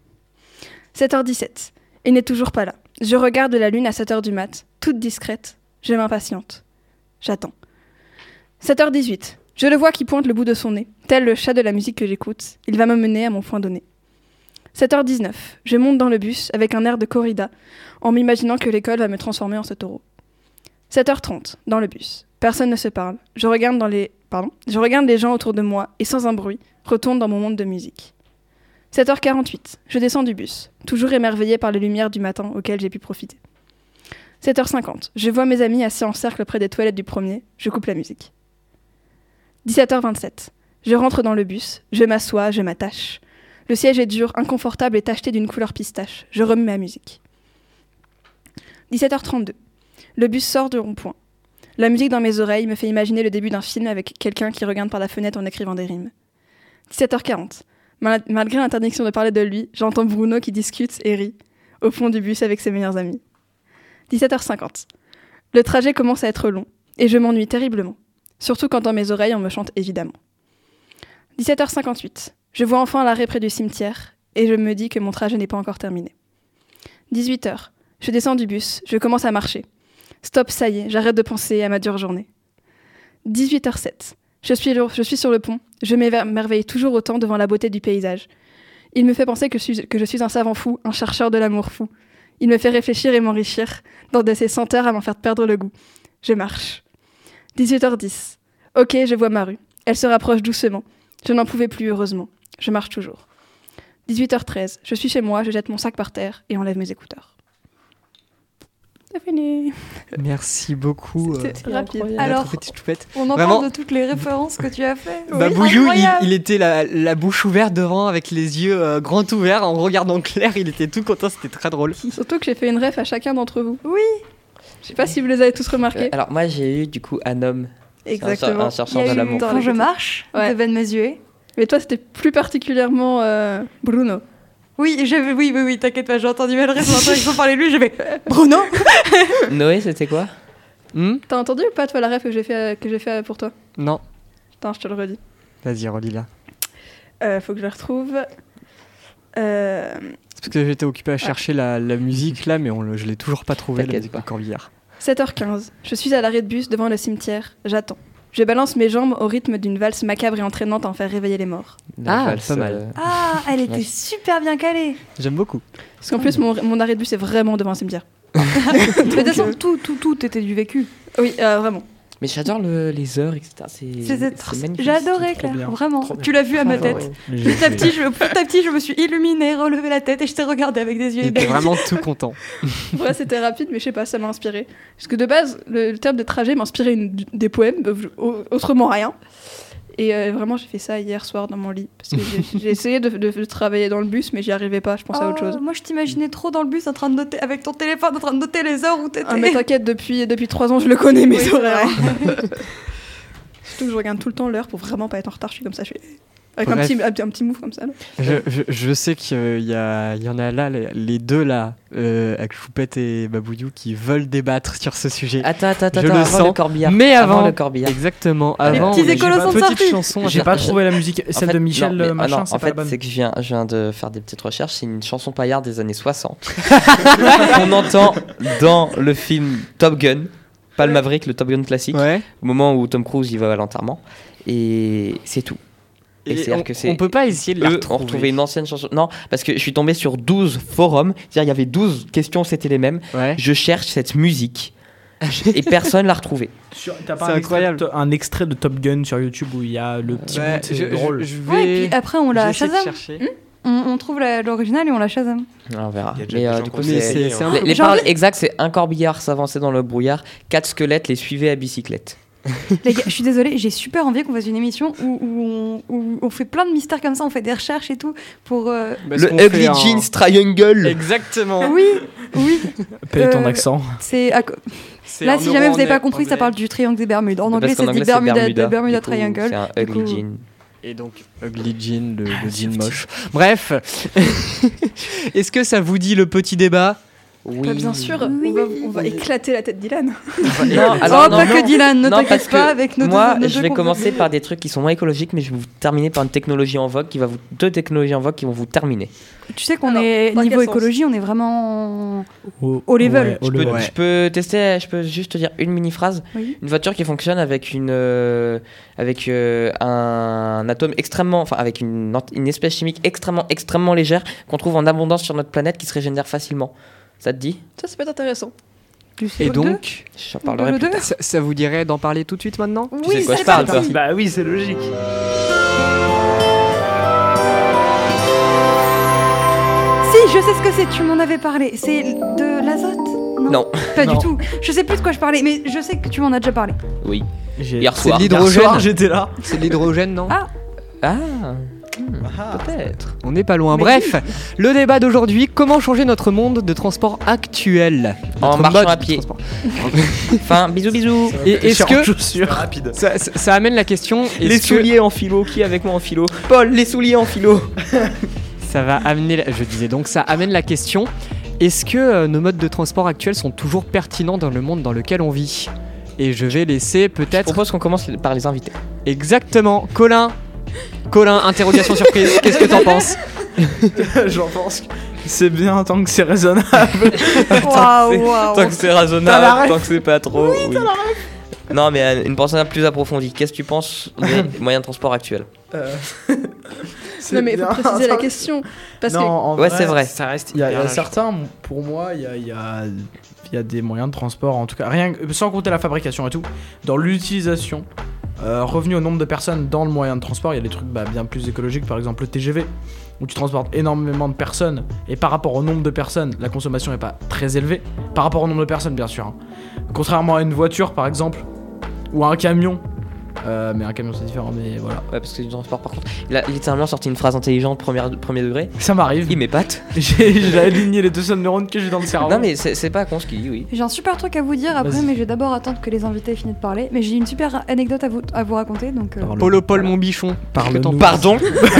7h17. Il n'est toujours pas là. Je regarde la lune à 7h du mat, toute discrète. Je m'impatiente. J'attends. 7h18. Je le vois qui pointe le bout de son nez, tel le chat de la musique que j'écoute. Il va me mener à mon point donné. 7h19. Je monte dans le bus avec un air de corrida, en m'imaginant que l'école va me transformer en ce taureau. 7h30, dans le bus. Personne ne se parle. Je regarde dans les pardon, je regarde les gens autour de moi et sans un bruit, retourne dans mon monde de musique. 7h48, je descends du bus, toujours émerveillée par les lumières du matin auxquelles j'ai pu profiter. 7h50, je vois mes amis assis en cercle près des toilettes du premier, je coupe la musique. 17h27, je rentre dans le bus, je m'assois, je m'attache. Le siège est dur, inconfortable et tacheté d'une couleur pistache. Je remets ma musique. 17h32, le bus sort du rond-point. La musique dans mes oreilles me fait imaginer le début d'un film avec quelqu'un qui regarde par la fenêtre en écrivant des rimes. 17h40. Mal- Malgré l'interdiction de parler de lui, j'entends Bruno qui discute et rit au fond du bus avec ses meilleurs amis. 17h50. Le trajet commence à être long et je m'ennuie terriblement, surtout quand dans mes oreilles on me chante évidemment. 17h58. Je vois enfin l'arrêt près du cimetière et je me dis que mon trajet n'est pas encore terminé. 18h. Je descends du bus, je commence à marcher. Stop, ça y est, j'arrête de penser à ma dure journée. 18h07. Je suis, le- je suis sur le pont. Je m'émerveille toujours autant devant la beauté du paysage. Il me fait penser que je, suis, que je suis un savant fou, un chercheur de l'amour fou. Il me fait réfléchir et m'enrichir, dans de ses senteurs à m'en faire perdre le goût. Je marche. 18h10. Ok, je vois ma rue. Elle se rapproche doucement. Je n'en pouvais plus, heureusement. Je marche toujours. 18h13. Je suis chez moi, je jette mon sac par terre et enlève mes écouteurs. C'est fini.
Merci beaucoup. euh,
C'était rapide.
notre
Alors,
petite choupette.
on en
Vraiment.
parle de toutes les références que tu as fait.
bah,
Oui,
Bouyou, il,
incroyable.
il était la, la bouche ouverte devant, avec les yeux euh, grands ouverts, en regardant clair. Il était tout content, c'était très drôle.
Surtout que j'ai fait une ref à chacun d'entre vous. Oui. Je sais pas si vous les avez tous
Euh,
remarqués.
alors, moi, j'ai eu du coup un homme.
Exactement.
Un
Il y
chercheur
a
de
eu
l'amour.
Quand je marche
Ouais.
de Ben Mesué.
Mais toi, c'était plus particulièrement euh, Bruno.
Oui, j'avais, oui, oui, oui, t'inquiète pas, j'ai entendu mal reste, j'entends qu'ils ont parlé de lui, j'ai fait Bruno
Noé, c'était quoi
Hmm
T'as entendu ou pas, toi, la ref que j'ai fait, que j'ai fait pour toi
non,
Attends, je te le redis.
vas-y, relis-la.
Euh, faut que je la retrouve. Euh,
C'est Parce que j'étais occupé à chercher la, la musique là, mais on, le- je l'ai toujours pas trouvé, la
T'inquiète
musique
pas.
de Corvillard.
7h15, je suis à l'arrêt de bus devant le cimetière, j'attends. Je balance mes jambes au rythme d'une valse macabre et entraînante à en faire réveiller les morts.
La
Ah,
valse,
pas mal.
euh,
Ah, elle était
Ouais.
super bien calée.
J'aime beaucoup.
Parce qu'en plus, mon, mon arrêt de bus est vraiment devant un cimetière.
Mais De toute façon, tout, tout, tout était du vécu.
Oui, euh, vraiment.
Mais j'adore le- les heures, etc. C'est
C'était
c'est magnifique.
J'adorais
trop
Claire,
bien,
vraiment.
trop bien.
Tu l'as vu à ma
Ah,
tête.
ouais.
Petit à petit, je, petit à petit, je me suis illuminée, relevé la tête et je t'ai regardé avec des yeux
Il était
ébahis.
vraiment tout content.
Ouais, c'était rapide, mais je sais pas, ça m'a inspiré. Parce que de base, le, le terme de trajet m'inspirait une- des poèmes, euh, au- autrement rien. Et euh, vraiment, j'ai fait ça hier soir dans mon lit. Parce que j'ai- j'ai essayé de, de- de travailler dans le bus, mais j'y arrivais pas, je pensais à autre
Oh,
chose.
Moi, je t'imaginais trop dans le bus en train de noter avec ton téléphone, en train de noter les heures où t'étais.
Ah, mais t'inquiète, depuis, depuis trois ans, je le connais, mes
Oui, c'est
horaires. Surtout que je regarde tout le temps l'heure pour vraiment pas être en retard, je suis comme ça, je suis. Avec un
Bref.
petit, un, petit- un petit move comme ça. là.
Je, je- je sais qu'il y, a- il y en a là, les, les deux là, euh, avec Choupette et Babouyou, qui veulent débattre sur ce sujet.
Attends, attends, attends,
Je le
avant le
sens.
corbillard.
Mais avant-
Ah, le corbillard.
Exactement.
Les
Avant,
petits
on a-
écolos
j'ai pas-
sont sortis.
petite chanson. à
J'ai
faire.
pas trouvé la musique,
En
celle
fait,
de Michel
non, mais-
euh,
ah non,
Machin,
en
c'est pas
fait,
la bonne.
c'est que je viens, je viens de faire des petites recherches. C'est une chanson paillard des années 60 qu'on entend dans le film Top Gun, pas le Maverick, le Top Gun classique,
Ouais.
au moment où Tom Cruise il va à l'enterrement. Et c'est tout. Et
Et
c'est-à-dire
on,
que c'est-
on peut pas essayer de la
Eux ont
retrouver.
retrouvé une ancienne chanson. Non, parce que je suis tombé sur 12 forums. C'est-à-dire, il y avait 12 questions, c'était les mêmes.
Ouais.
Je cherche cette musique et personne l'a retrouvée.
Sur- T'as
C'est
pas un extrait,
incroyable.
de- un extrait de Top Gun sur YouTube où il y a le petit
Ouais,
bout, c'est
je- je-
drôle.
je vais-
Ouais, et puis après,
je
on
vais
la
essayer de
Shazam.
chercher.
On, on trouve la- l'original et on la Shazam.
On verra.
Il y a déjà
Mais
des
euh,
gens
du coup,
qui ont
Mais
c'est.
c'est
Ah,
c'est un
Les,
peu-
les paroles exactes, c'est un corbillard s'avançait dans le brouillard, quatre squelettes les suivaient à bicyclette.
Les gars, je suis désolée, j'ai super envie qu'on fasse une émission où, où on, où on fait plein de mystères comme ça, on fait des recherches et tout pour. euh,
Parce qu'on
le
fait
Ugly
un-
Jeans Triangle
Exactement.
Oui, oui.
Paye ton
Euh,
accent.
C'est à co-
C'est
là
en
si jamais
euro,
vous n'avez
en
pas compris, ça
anglais.
parle du triangle des Bermudes. En anglais,
Parce qu'en
c'est du
c'est
Bermuda, Bermuda,
Bermuda. Du coup,
Triangle.
C'est un
Du
Ugly
coup-
Jean.
Et donc, Ugly Jean, le, le jean moche. Bref, est-ce que ça vous dit le petit débat
Oui.
Bah, bien sûr,
Oui.
on va, on va éclater la tête d'Ilan.
Non,
oh,
alors, non,
pas
non.
que Dylan, ne
Non, parce
t'inquiète
que
pas avec nos
Moi,
deux, nos
je
deux
vais
confrères.
commencer par des trucs qui sont moins écologiques, mais je vais vous terminer par une technologie en vogue qui va vous. Deux technologies en vogue qui vont vous terminer.
Tu sais qu'on
Alors,
est
dans
niveau
quel sens
écologie, on est vraiment.
Au,
au level.
ouais, au
Je peux,
level.
je peux tester, je peux juste te dire une mini phrase.
Oui.
Une voiture qui fonctionne avec une euh, avec euh, un atome extrêmement, enfin avec une, ant- une espèce chimique extrêmement extrêmement légère qu'on trouve en abondance sur notre planète qui se régénère facilement. Ça te dit
Ça, ça peut être intéressant.
Du
Et
CO2.
donc,
Je
De
parlerai plus
l'odeur
tard.
ça, ça vous dirait d'en parler tout de suite maintenant
Tu sais
Oui,
de quoi je
c'est
parle,
parti.
Bah oui, c'est logique.
Si, je sais ce que c'est, tu m'en avais parlé. C'est de l'azote
Non.
Pas
Non.
du tout. Je sais plus de quoi je parlais, mais je sais que tu m'en as déjà parlé.
Oui.
J'ai-
Hier
C'est de
soir.
Hier soir,
l'hydrogène
j'étais là.
C'est de l'hydrogène, non
Ah.
Ah. hmm, Peut-être.
On n'est pas loin. Bref, le débat d'aujourd'hui comment changer notre monde de transport actuel
En
Notre
marchant
mode
à
de
pied.
transport.
Enfin, bisous bisous.
Et est-ce
Sur- en
que
chaussures.
Rapide.
ça, ça- ça amène la question
Les
est-ce que
souliers en philo, qui est avec moi en philo Paul, les souliers en philo.
Ça va amener, la- je disais donc, ça amène la question est-ce que euh, nos modes de transport actuels sont toujours pertinents dans le monde dans lequel on vit Et je vais laisser
Je
peut-être
propose qu'on commence par les invités.
exactement Colin. Colin, interrogation surprise. Qu'est-ce que t'en penses
J'en pense que c'est bien tant que c'est raisonnable.
Waouh, waouh.
Tant que c'est
T'as
raisonnable, tant que c'est pas trop. Oui, Non, mais euh, une pensée plus approfondie. Qu'est-ce que tu penses des moyens de transport actuels
Euh, C'est
Non, mais il
bien.
faut préciser la question. Parce
non, en
Ouais, c'est vrai.
Ça reste. Il y a, il y a certains, pour moi, il y a, il y a- il y a des moyens de transport, en tout cas, rien que- sans compter la fabrication et tout, dans l'utilisation. euh, revenu au nombre de personnes dans le moyen de transport, il y a des trucs bah, bien plus écologiques, par exemple le TGV, où tu transportes énormément de personnes, et par rapport au nombre de personnes, la consommation n'est pas très élevée, par rapport au nombre de personnes, bien sûr. hein. Contrairement à une voiture, par exemple, ou à un camion, Euh, mais un camion c'est différent, mais voilà.
Ouais, parce que du transport, par contre. Il a littéralement sorti une phrase intelligente, première, premier degré.
Ça m'arrive,
Il m'épate.
j'ai j'ai aligné les 200 neurones que j'ai dans le cerveau.
Non, mais c'est c'est pas con ce qu'il dit, oui.
J'ai un super truc à vous dire après,
Vas-y.
mais je vais d'abord attendre que les invités aient fini de parler. Mais j'ai une super anecdote à vous, à vous raconter, donc. euh,
Parle.
Polo Paul, mon bichon. Qu'est-ce que t'en
Parle-nous.
penses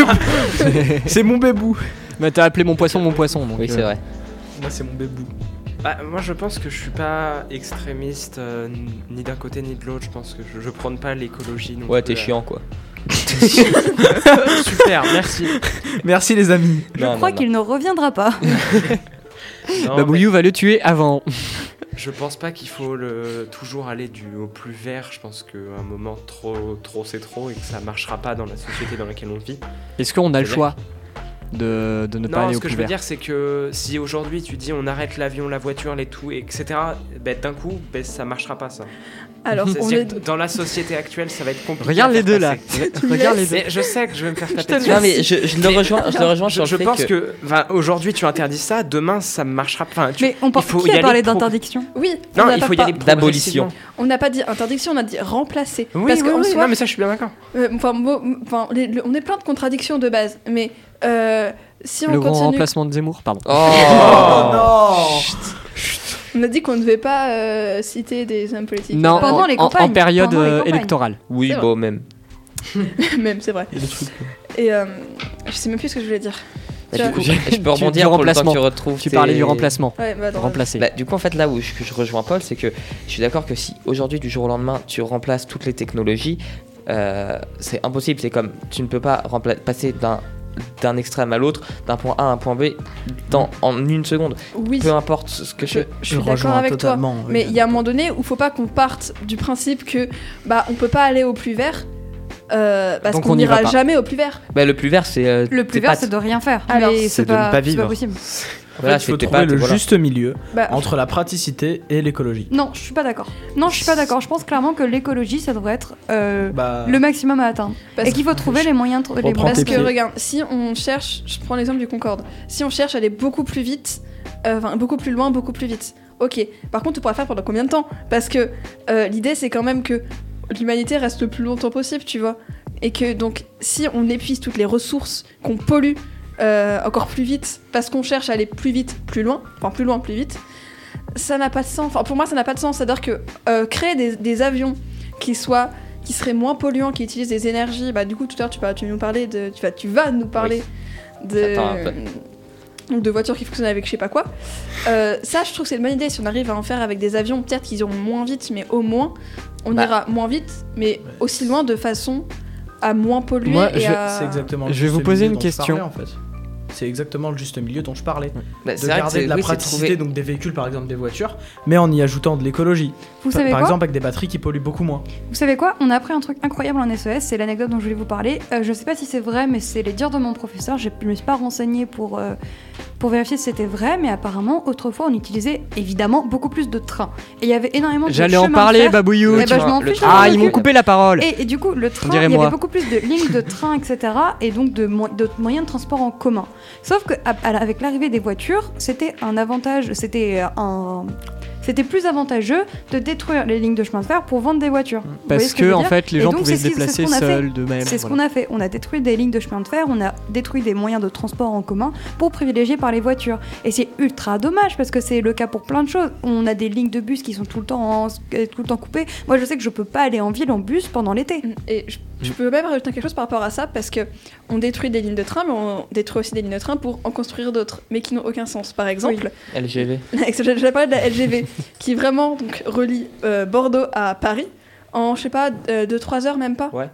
Pardon
c'est mon bébou.
Bah, T'as appelé mon poisson mon poisson. donc,
Oui,
euh,
c'est vrai.
Moi, c'est mon bébou.
Bah, moi je pense que je suis pas extrémiste euh, ni d'un côté ni de l'autre, je pense que je, je prône pas l'écologie. non
Ouais,
plus,
t'es
euh.
chiant, quoi.
Super, merci.
Merci les amis.
Je crois qu'il ne reviendra pas.
Bah,
Non,
Babouyou Bah, va le tuer avant.
mais Je pense pas qu'il faut le... toujours aller du au plus vert. Je pense qu'à un moment, trop, trop c'est trop et que ça marchera pas dans la société dans laquelle on vit.
Est-ce qu'on a le
C'est
choix de, de ne pas
non,
aller
ce
au
que
plus
je veux
vert
dire, c'est que si aujourd'hui tu dis on arrête l'avion, la voiture, les tout, etc., ben, d'un coup, ben, ça marchera pas ça.
Alors, on
C'est-à-dire
est...
que dans la société actuelle, ça va être compliqué.
Regarde
à
les
faire
deux là.
passer.
Regarde les deux.
Mais je sais que je vais me faire taper
te
dessus.
Non, mais je, je le
Mais-
rejoins, je le rejoins sur
je,
le fait que...
pense que, enfin, aujourd'hui tu interdis ça, demain ça marchera pas. Enfin, tu-
Mais on
il
parle
faut
qui
y
a
aller
parlé
pro-
d'interdiction
Oui, on
Non,
n'a
il
pas
faut y
par-
aller
d'abolition.
progressivement.
on n'a pas dit interdiction, on a dit remplacer.
Oui,
Parce
oui,
qu'en
oui.
soi,
non, mais ça je suis bien d'accord.
euh, enfin, moi, enfin, les- le- on est plein de contradictions de base, mais euh, si on
Le grand
continue,
remplacement de Zemmour, pardon.
Oh
non
on a dit qu'on ne devait pas euh, citer des hommes politiques.
Non, en,
Pendant les
en- en
campagnes,
période
pendant les
euh,
campagnes.
électorale.
Oui,
C'est vrai.
bon, même.
Même, c'est vrai. Et euh, je sais même plus ce que je voulais dire.
Bah,
Tu
du
vois.
coup, je peux
du
rebondir pour le temps que
remplacement.
tu retrouves
Tu
tes-
parlais du remplacement.
Ouais, bah, attends,
Remplacer.
Bah, du coup, en fait, là où je, que je rejoins Paul, c'est que je suis d'accord que si aujourd'hui, du jour au lendemain, tu remplaces toutes les technologies, euh, c'est impossible. C'est comme tu ne peux pas rempla- passer d'un d'un extrême à l'autre, d'un point A à un point B, dans, en une seconde.
oui,
Peu importe ce que
je,
je...
je suis d'accord avec toi.
totalement.
Mais il y a un moment donné où faut pas qu'on parte du principe que bah on peut pas aller au plus vert euh, parce
Donc
qu'on
on y va
n'ira
pas.
jamais au plus vert.
Bah, le plus vert, c'est... euh,
Le plus
tes
vert,
pattes.
c'est de rien faire.
Alors,
Ah, mais
c'est
c'est
de ne
pas,
pas
c'est
vivre.
possible.
En
Voilà,
fait, il faut
c'était
trouver
pas-
le
voilà. Ah.
juste milieu
Bah,
entre la praticité et l'écologie.
Non, je suis pas d'accord. Non, je suis pas d'accord. Je pense clairement que l'écologie, ça devrait être euh,
Bah,
le maximum à atteindre.
Parce
et qu'il faut trouver les moyens de les
prend
moyens-
parce
tes
que
pieds.
regarde, si on cherche, je prends l'exemple du Concorde, si on cherche à aller beaucoup plus vite, euh, enfin beaucoup plus loin, beaucoup plus vite. Ok. Par contre, on pourra faire pendant combien de temps Parce que euh, l'idée c'est quand même que l'humanité reste le plus longtemps possible, tu vois. Et que donc si on épuise toutes les ressources qu'on pollue euh, encore plus vite parce qu'on cherche à aller plus vite, plus loin, enfin plus loin, plus vite, ça n'a pas de sens. Enfin pour moi ça n'a pas de sens. C'est-à-dire que euh, créer des, des avions qui soient qui seraient moins polluants, qui utilisent des énergies, bah du coup tout à l'heure tu, vas- tu nous parlais de, tu vas, tu vas nous parler de
Attends un
de voitures qui fonctionnent avec je sais pas quoi. Euh, ça je trouve que c'est une bonne idée si on arrive à en faire avec des avions peut-être qu'ils iront moins vite mais au moins on
Bah.
ira moins vite mais aussi loin de façon à moins polluer
Moi,
et euh,
je-
à-
c'est exactement. le
Je vais
juste
vous poser une
milieu dont je
question.
parlais, en fait. C'est exactement le juste milieu dont je parlais.
Bah,
De
c'est vrai que
garder
c'est-
de la
oui, c'est
praticité,
trouver-
donc des véhicules, par exemple des voitures, mais en y ajoutant de l'écologie.
Vous
Par
savez quoi
exemple, avec des batteries qui polluent beaucoup moins.
Vous savez quoi On a appris un truc incroyable en SES, c'est l'anecdote dont je voulais vous parler. Euh, je sais pas si c'est vrai, mais c'est les dires de mon professeur. J'ai- Je ne me suis pas renseignée pour, euh, pour vérifier si c'était vrai, mais apparemment, autrefois, on utilisait évidemment beaucoup plus de trains. Et il y avait énormément de
J'allais en
chemins de
parler,
fer.
Babouyou.
Eh
tu
ben, je
vois.
m'en
Le
fiche,
train.
Ah,
j'en ai
ils m'ont
aucune.
coupé la parole.
Et, et du coup, le train,
dirait
il y
moi.
avait beaucoup plus de lignes de train, etc. et donc de, mo- de moyens de transport en commun. Sauf que à- à la- avec l'arrivée des voitures, c'était un avantage, c'était euh, un. C'était plus avantageux de détruire les lignes de chemin de fer pour vendre des voitures. Vous voyez
Parce
ce je
que,
veux
en
dire
fait, les
Et
gens
donc,
pouvaient
c'est
se
ce qui- c'est ce
déplacer
qu'on a fait.
seuls de même.
C'est ce qu'on
voilà.
a fait. On a détruit des lignes de chemin de fer, on a détruit des moyens de transport en commun pour privilégier par les voitures. Et c'est ultra dommage parce que c'est le cas pour plein de choses. On a des lignes de bus qui sont tout le temps, en- euh, tout le temps coupées. Moi, je sais que je peux pas aller en ville en bus pendant l'été.
Mm, Et je,
Mm.
je peux même rajouter quelque chose par rapport à ça parce que on détruit des lignes de train, mais on détruit aussi des lignes de train pour en construire d'autres, mais qui n'ont aucun sens. Par exemple,
LGV.
je vais parler de la LGV qui vraiment donc relie euh, Bordeaux à Paris en je sais pas 2-3 heures même pas.
Ouais.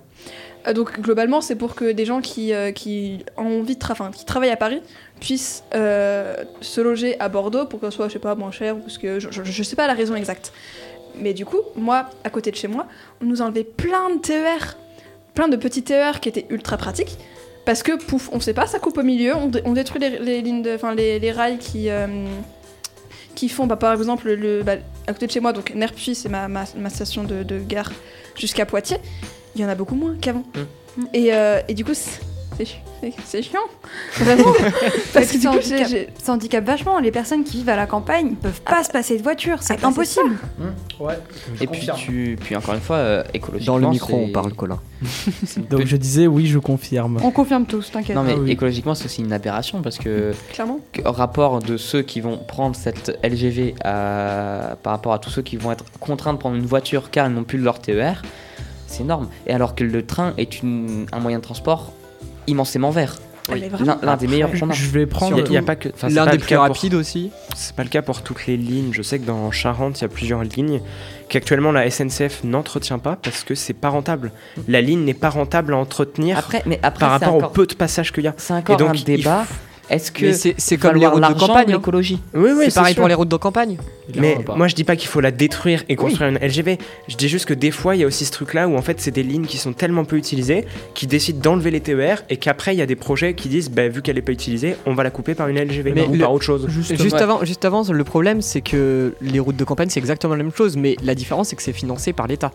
Euh, donc globalement, c'est pour que des gens qui euh, qui ont envie de tra- enfin, qui travaillent à Paris puissent euh, se loger à Bordeaux pour que ce soit je sais pas moins cher ou parce que je, je- je sais pas la raison exacte. Mais du coup, moi à côté de chez moi, on nous enlevait plein de TER, plein de petits TER qui étaient ultra pratiques. Parce que pouf, on sait pas, ça coupe au milieu, on, dé- on détruit les, les lignes, de- enfin les, les rails qui, euh, qui font, bah, par exemple, le, bah, à côté de chez moi, donc Nerpuy, c'est ma, ma- ma station de, de gare jusqu'à Poitiers, il y en a beaucoup moins qu'avant. Et, euh, et du coup, c'est c'est chi- c'est- c'est chiant, vraiment. Parce que du coup, j'ai- j'ai-
Ça handicape vachement. Les personnes qui vivent à la campagne ne peuvent pas se passer de voiture.
ah
C'est
bah,
impossible.
Hum,
Ouais.
Et puis, tu... puis encore une fois, euh, écologiquement...
Dans le micro, on
c'est-
parle, Colin.
Donc je disais oui, je confirme.
On confirme tous, t'inquiète.
Non mais
Ah oui.
écologiquement c'est aussi une aberration parce que
clairement.
au rapport de ceux qui vont prendre cette LGV à- euh, par rapport à tous ceux qui vont être contraints de prendre une voiture car ils n'ont plus leur E TER, c'est énorme. Et alors que le train est une- un moyen de transport immensément vert.
Elle est Ah, vraiment-
L'un l'un des meilleurs qu'on a.
Je vais prendre.
Surtout,
Il y a pas que. enfin, c'est
L'un
pas
des
le
plus
cas pour-
rapides aussi.
C'est pas le cas pour toutes les lignes. Je sais que dans Charente, il y a plusieurs lignes qu'actuellement la SNCF n'entretient pas parce que c'est pas rentable. La ligne n'est pas rentable à entretenir
Après, mais après,
par
c'est
rapport au
encore,
peu de passages qu'il y a.
c'est encore
Et donc,
un
il
débat. Est-ce que
Mais c'est c'est
va
comme les
valoir
routes de
l'argent ou
campagne. hein.
l'écologie
Oui, oui,
c'est pareil pour les routes de campagne.
Mais moi, je dis pas qu'il faut la détruire et construire une LGV. Je dis juste que des fois, il y a aussi ce truc-là où en fait, c'est des lignes qui sont tellement peu utilisées qui décident d'enlever les TER et qu'après, il y a des projets qui disent, bah, vu qu'elle est pas utilisée, on va la couper par une LGV
Mais
ou
le-
par autre chose.
Juste,
ouais.
avant, juste avant, le problème c'est que les routes de campagne c'est exactement la même chose, mais la différence c'est que c'est financé par l'État.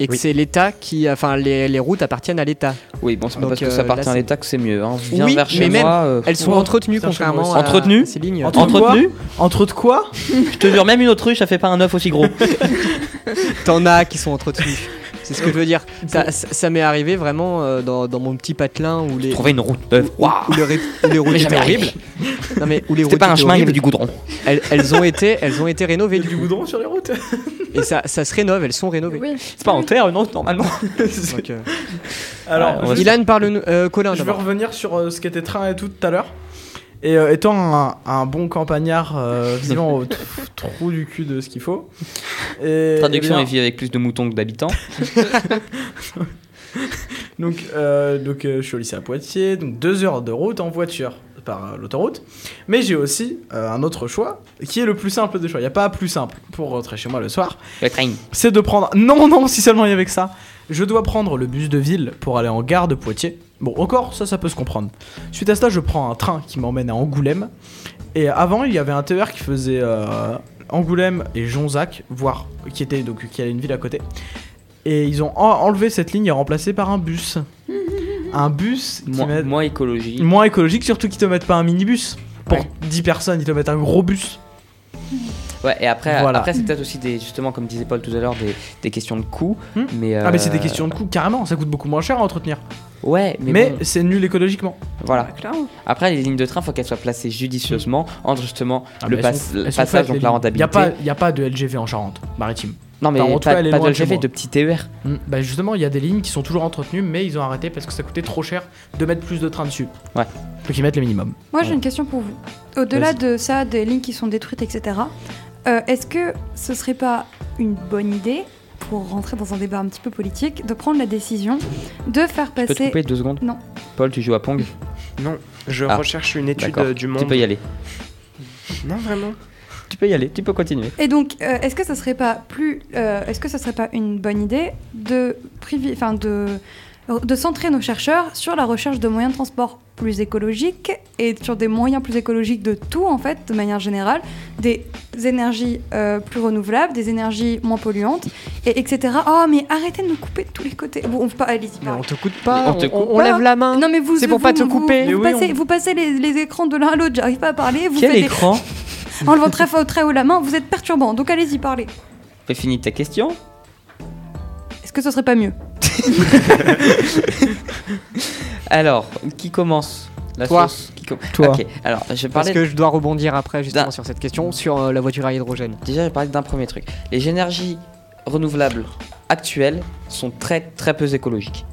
Et que
Oui.
c'est l'État qui. Enfin, les, les routes appartiennent à l'État.
Oui, bon, c'est pas
Donc,
parce que
euh,
ça
là,
appartient à
c'est-
l'État que c'est mieux. Hein. Viens
Oui,
vers chez
mais
moi. euh,
Elles sont
Ouais.
entretenues
C'est un chemin
contrairement
aussi.
à,
Entretenues
à ces lignes.
Entre-
Entretenu
Entre de quoi
Je te jure, même une autruche, ça fait pas un œuf aussi gros.
T'en as qui sont entretenues. C'est ce que je veux dire. Ça, ça- ça m'est arrivé vraiment euh, dans, dans mon petit patelin où les,
Trouver une route neuve.
où- où le ré- où les routes
Mais
étaient
jamais
horribles. Non, mais où les
C'était
routes
pas un
étaient
chemin, il y avait
horribles,
du goudron.
Elles, elles ont été, elles ont été rénovées du coup.
goudron sur les routes
Et ça, ça se rénove, elles sont rénovées.
Oui.
C'est pas en terre, une autre, normalement.
Donc, euh,
Alors,
Ouais, on va
je-
Ilan parle euh, Colin.
je veux
d'abord.
revenir sur euh, ce qu'était train et tout tout à l'heure. Et euh, étant un, un bon campagnard euh, vivant au tr- trou du cul de ce qu'il faut. et-
Traduction,
eh bien,
il vit avec plus de moutons que d'habitants.
Donc, euh, donc euh, je suis au lycée à Poitiers, donc deux heures de route en voiture par euh, l'autoroute. Mais j'ai aussi euh, un autre choix qui est le plus simple des choix. Il n'y a pas plus simple pour rentrer chez moi le soir.
Le train.
c'est de prendre. Non, non, si seulement il y avait que ça. Je dois prendre le bus de ville pour aller en gare de Poitiers. Bon, encore, ça, ça peut se comprendre. Suite à cela, je prends un train qui m'emmène à Angoulême. Et avant, il y avait un TER qui faisait euh, Angoulême et Jonzac, voire qui était donc qui allait une ville à côté. Et ils ont en- enlevé cette ligne et remplacé par un bus. Un bus qui
Moi,
met-
moi, écologie.
moins écologique, surtout qu'ils te mettent pas un minibus. Pour
Ouais.
10 personnes, ils te mettent un gros bus.
Ouais, et après,
Voilà.
après c'est peut-être aussi des, justement, comme disait Paul tout à l'heure, des, des questions de coûts.
Hmm.
Mais,
Ah, mais c'est des
euh,
questions de coût, carrément. Ça coûte beaucoup moins cher à entretenir.
Ouais, mais,
mais
bon,
c'est nul écologiquement.
voilà.
Bah, clairement.
Après, les lignes de train, faut qu'elles soient placées judicieusement entre justement
Ah,
le,
mais
pas-
elles sont-
le
elles sont
passage,
faites,
donc
les
la
lignes.
rentabilité.
Y a pas, y a pas de LGV en Charente-Maritime.
Non, mais
Enfin, en tout cas,
pas,
elle est
pas de
loin de chez
LGV,
moi.
de petit E TER.
Bah justement, il y a des lignes qui sont toujours entretenues, mais ils ont arrêté parce que ça coûtait trop cher de mettre plus de trains dessus.
Ouais.
Faut qu'ils mettent les minimums.
Moi, j'ai une question pour vous. Au-delà
Vas-y.
de ça, des lignes qui sont détruites, etc., euh, est-ce que ce serait pas une bonne idée, pour rentrer dans un débat un petit peu politique, de prendre la décision de faire
Je peux te
passer.
couper deux secondes
Non.
Paul, tu joues à Pong
Je
Ah.
recherche une étude
D'accord.
euh, du
Tu
monde.
peux y aller.
Non, vraiment.
Tu peux y aller, tu peux continuer.
Et donc, euh, est-ce que ça serait pas plus, euh, est-ce que ça serait pas une bonne idée de privi- enfin de de centrer nos chercheurs sur la recherche de moyens de transport plus écologiques et sur des moyens plus écologiques de tout en fait, de manière générale, des énergies euh, plus renouvelables, des énergies moins polluantes, et etc. Oh mais arrêtez de nous couper de tous les côtés. Bon, on peut pas allez-y.
Mais on te coûte
Mais
pas,
on
on,
te coupe
on
pas.
lève la main.
Non mais vous,
C'est pour
vous-
pas te
vous-
couper.
Vous,
Mais
vous
oui,
passez, vous passez les, les écrans de l'un à l'autre, j'arrive pas à parler. Vous
Quel
faites
écran
des... en levant très, fort- très haut la main, vous êtes perturbant. Donc allez-y parler.
Fais fini ta question.
Est-ce que ce serait pas mieux
Alors, qui commence La
Toi.
sauce qui com-
Toi.
Ok, alors je
Parce
parlais.
que je dois rebondir après justement
D'un-
sur cette question, sur euh, la voiture à hydrogène.
Déjà, je parlais d'un premier truc. Les énergies renouvelables actuelles sont très très peu écologiques.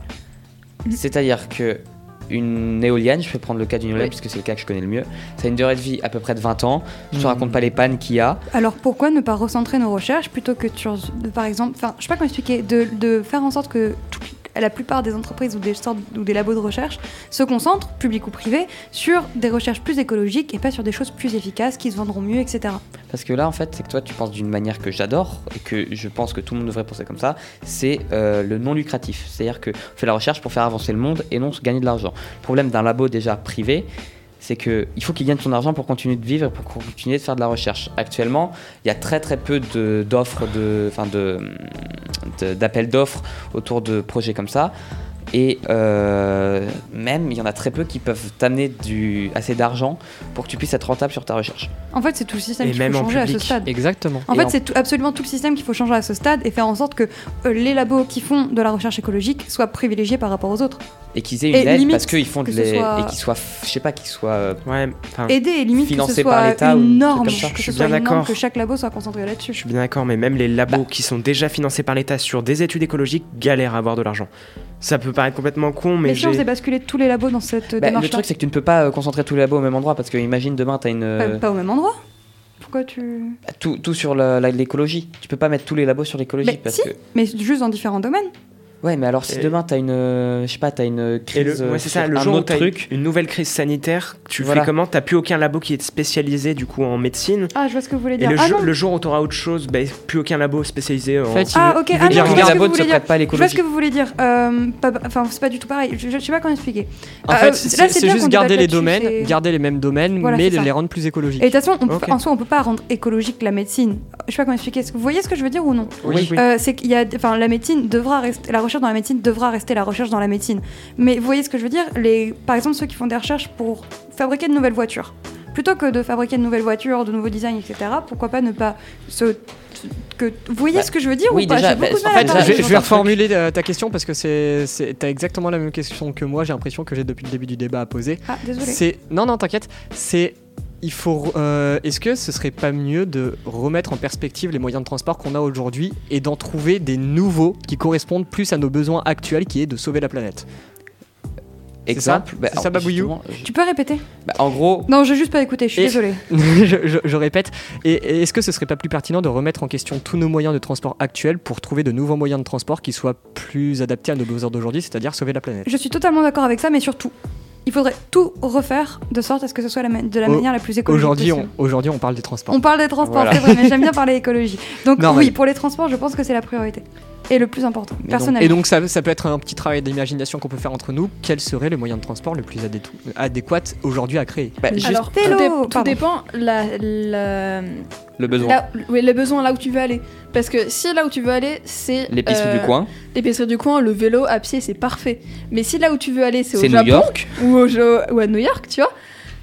C'est-à-dire que une éolienne, je peux prendre le cas d'une éolienne
Oui.
puisque c'est le cas que je connais le mieux, ça a une durée de vie à peu près de 20 ans. Je
Mhm.
te raconte pas les pannes qu'il y a.
Alors pourquoi ne pas recentrer nos recherches plutôt que sur, de, par exemple, enfin, je sais pas comment expliquer, de, de faire en sorte que tout- la plupart des entreprises ou des, sortes- ou des labos de recherche se concentrent, public ou privé, sur des recherches plus écologiques et pas sur des choses plus efficaces qui se vendront mieux, etc.
Parce que là, en fait, c'est que toi, tu penses d'une manière que j'adore et que je pense que tout le monde devrait penser comme ça. C'est euh, le non lucratif. C'est-à-dire que on fait la recherche pour faire avancer le monde et non se gagner de l'argent. Le problème d'un labo déjà privé, c'est que il faut qu'il gagne son argent pour continuer de vivre et pour continuer de faire de la recherche. Actuellement, il y a très très peu de- d'offres, de, enfin de, de- d'appels d'offres autour de projets comme ça. Et euh, même, il y en a très peu qui peuvent t'amener du, assez d'argent pour que tu puisses être rentable sur ta recherche.
En fait, c'est tout le système
Et
qu'il
même
faut
en
changer à ce
public.
stade.
Exactement.
En
Et
fait,
en-
c'est tout- absolument tout le système qu'il faut changer à ce stade et faire en sorte que euh, les labos qui font de la recherche écologique soient privilégiés par rapport aux autres.
et qu'ils aient une
Et
aide
limite
parce qu'ils font de
que ce
les-
soit-
et qu'ils soient f- je sais pas qu'ils soient euh,
Ouais, enfin,
Aider et limite que ce
Financé par
soit
l'État ou
une
des trucs
norme,
comme ça.
que
Je
ce
suis
soit
bien
une norme,
d'accord.
que chaque labo soit concentré là-dessus.
je suis bien d'accord, mais même les labos qui sont déjà financés par l'État sur des études écologiques galèrent à avoir de l'argent. Ça peut paraître complètement con, mais,
Mais si on
j'ai-
faisait basculer tous les labos dans cette
bah,
démarche
le truc c'est que tu ne peux pas euh, concentrer tous les labos au même endroit parce que imagine demain t'as une
pas,
euh,
pas au même endroit. Pourquoi tu
bah, tout, tout sur la- la- l'écologie tu peux pas mettre tous les labos sur l'écologie
Mais
parce
si.
que
Mais juste dans différents domaines.
ouais mais alors si
Et-
demain t'as une euh, je sais pas t'as une
Et
crise
le, ouais,
euh,
c'est
sur
ça, le
un
jour où
autre
t'as une-
truc
une nouvelle crise sanitaire, tu
Voilà.
fais comment T'as plus aucun labo qui est spécialisé du coup en médecine.
Ah, je vois ce que vous voulez
Et
dire.
le,
Ah
jour-
non.
le jour où t'auras autre chose, bah, plus aucun labo spécialisé en.
En fait,
Ah,
il-
ok.
il veut
Ah,
dire que
non, je vois
les
ce que
labos
vous
ne se
voulez
prêtent pas à
Je vois ce
l'écologie
que vous voulez dire. Euh, pas- Enfin, c'est pas du tout pareil. Je, je sais pas comment expliquer.
En
Ah, euh,
fait,
là,
c'est
c'est
c'est
bien qu'on
juste
débatte
garder les
là-dessus,
domaines,
c'est-
garder les mêmes domaines,
Voilà,
mais
c'est ça.
les rendre plus écologiques.
Et de toute façon, on peut-
Ok.
en soi, on peut pas rendre écologique la médecine. Je sais pas comment expliquer. Vous voyez ce que je veux dire ou non
Oui, oui.
Euh, c'est qu'il y a, enfin, la médecine devra rester, la recherche dans la médecine devra rester la recherche dans la médecine. Mais vous voyez ce que je veux dire Les, par exemple, ceux qui font des recherches pour fabriquer de nouvelles voitures, plutôt que de fabriquer de nouvelles voitures, de nouveaux designs, etc. Pourquoi pas ne pas se que vous voyez
Bah,
ce que je veux dire
oui,
ou pas
déjà,
J'ai beaucoup
bah,
de
en
mal
fait,
à
Ah, Je-
parler
je,
dans
vais
un truc.
reformuler euh, ta question parce que c'est, c'est- t'as exactement la même question que moi. J'ai l'impression que j'ai depuis le début du débat à poser.
Ah, désolé.
C'est non, non, t'inquiète. C'est il faut. euh, Est-ce que ce serait pas mieux de remettre en perspective les moyens de transport qu'on a aujourd'hui et d'en trouver des nouveaux qui correspondent plus à nos besoins actuels, qui est de sauver la planète C'est ça
exemple bah,
C'est ça,
alors,
Babouillou
justement, je-
Tu peux répéter
bah, en gros
Non, j'ai juste pas écouté. Je suis
Et-
désolée.
je, je- je répète. Et, et est-ce que ce serait pas plus pertinent de remettre en question tous nos moyens de transport actuels pour trouver de nouveaux moyens de transport qui soient plus adaptés à nos besoins d'aujourd'hui, c'est-à-dire sauver la planète
Je suis totalement d'accord avec ça, mais surtout, il faudrait tout refaire de sorte à ce que ce soit la ma- de la
Au-
manière la plus écologique
Aujourd'hui,
possible.
on, aujourd'hui, on parle des transports.
On parle des transports,
Voilà.
c'est vrai, mais j'aime bien parler écologie. Donc
Non,
oui,
mais-
pour les transports, je pense que c'est la priorité. Et le plus important,
donc-
Et
personnellement.
donc ça, ça peut être un petit travail d'imagination qu'on peut faire entre nous. Quel serait le moyen de transport le plus adétou- adéquat aujourd'hui à créer
bah, juste
Alors, tout,
Vélo,
dé- tout
pardon.
dépend la, la-
le besoin
là- oui, le besoin là où tu veux aller. Parce que si là où tu veux aller, c'est.
l'épicerie
euh,
du coin
L'épicerie du coin, le vélo, à pied, c'est parfait. Mais si là où tu veux aller, c'est au
c'est New
Japon
York
ou, au Jo- ou à New York, tu vois,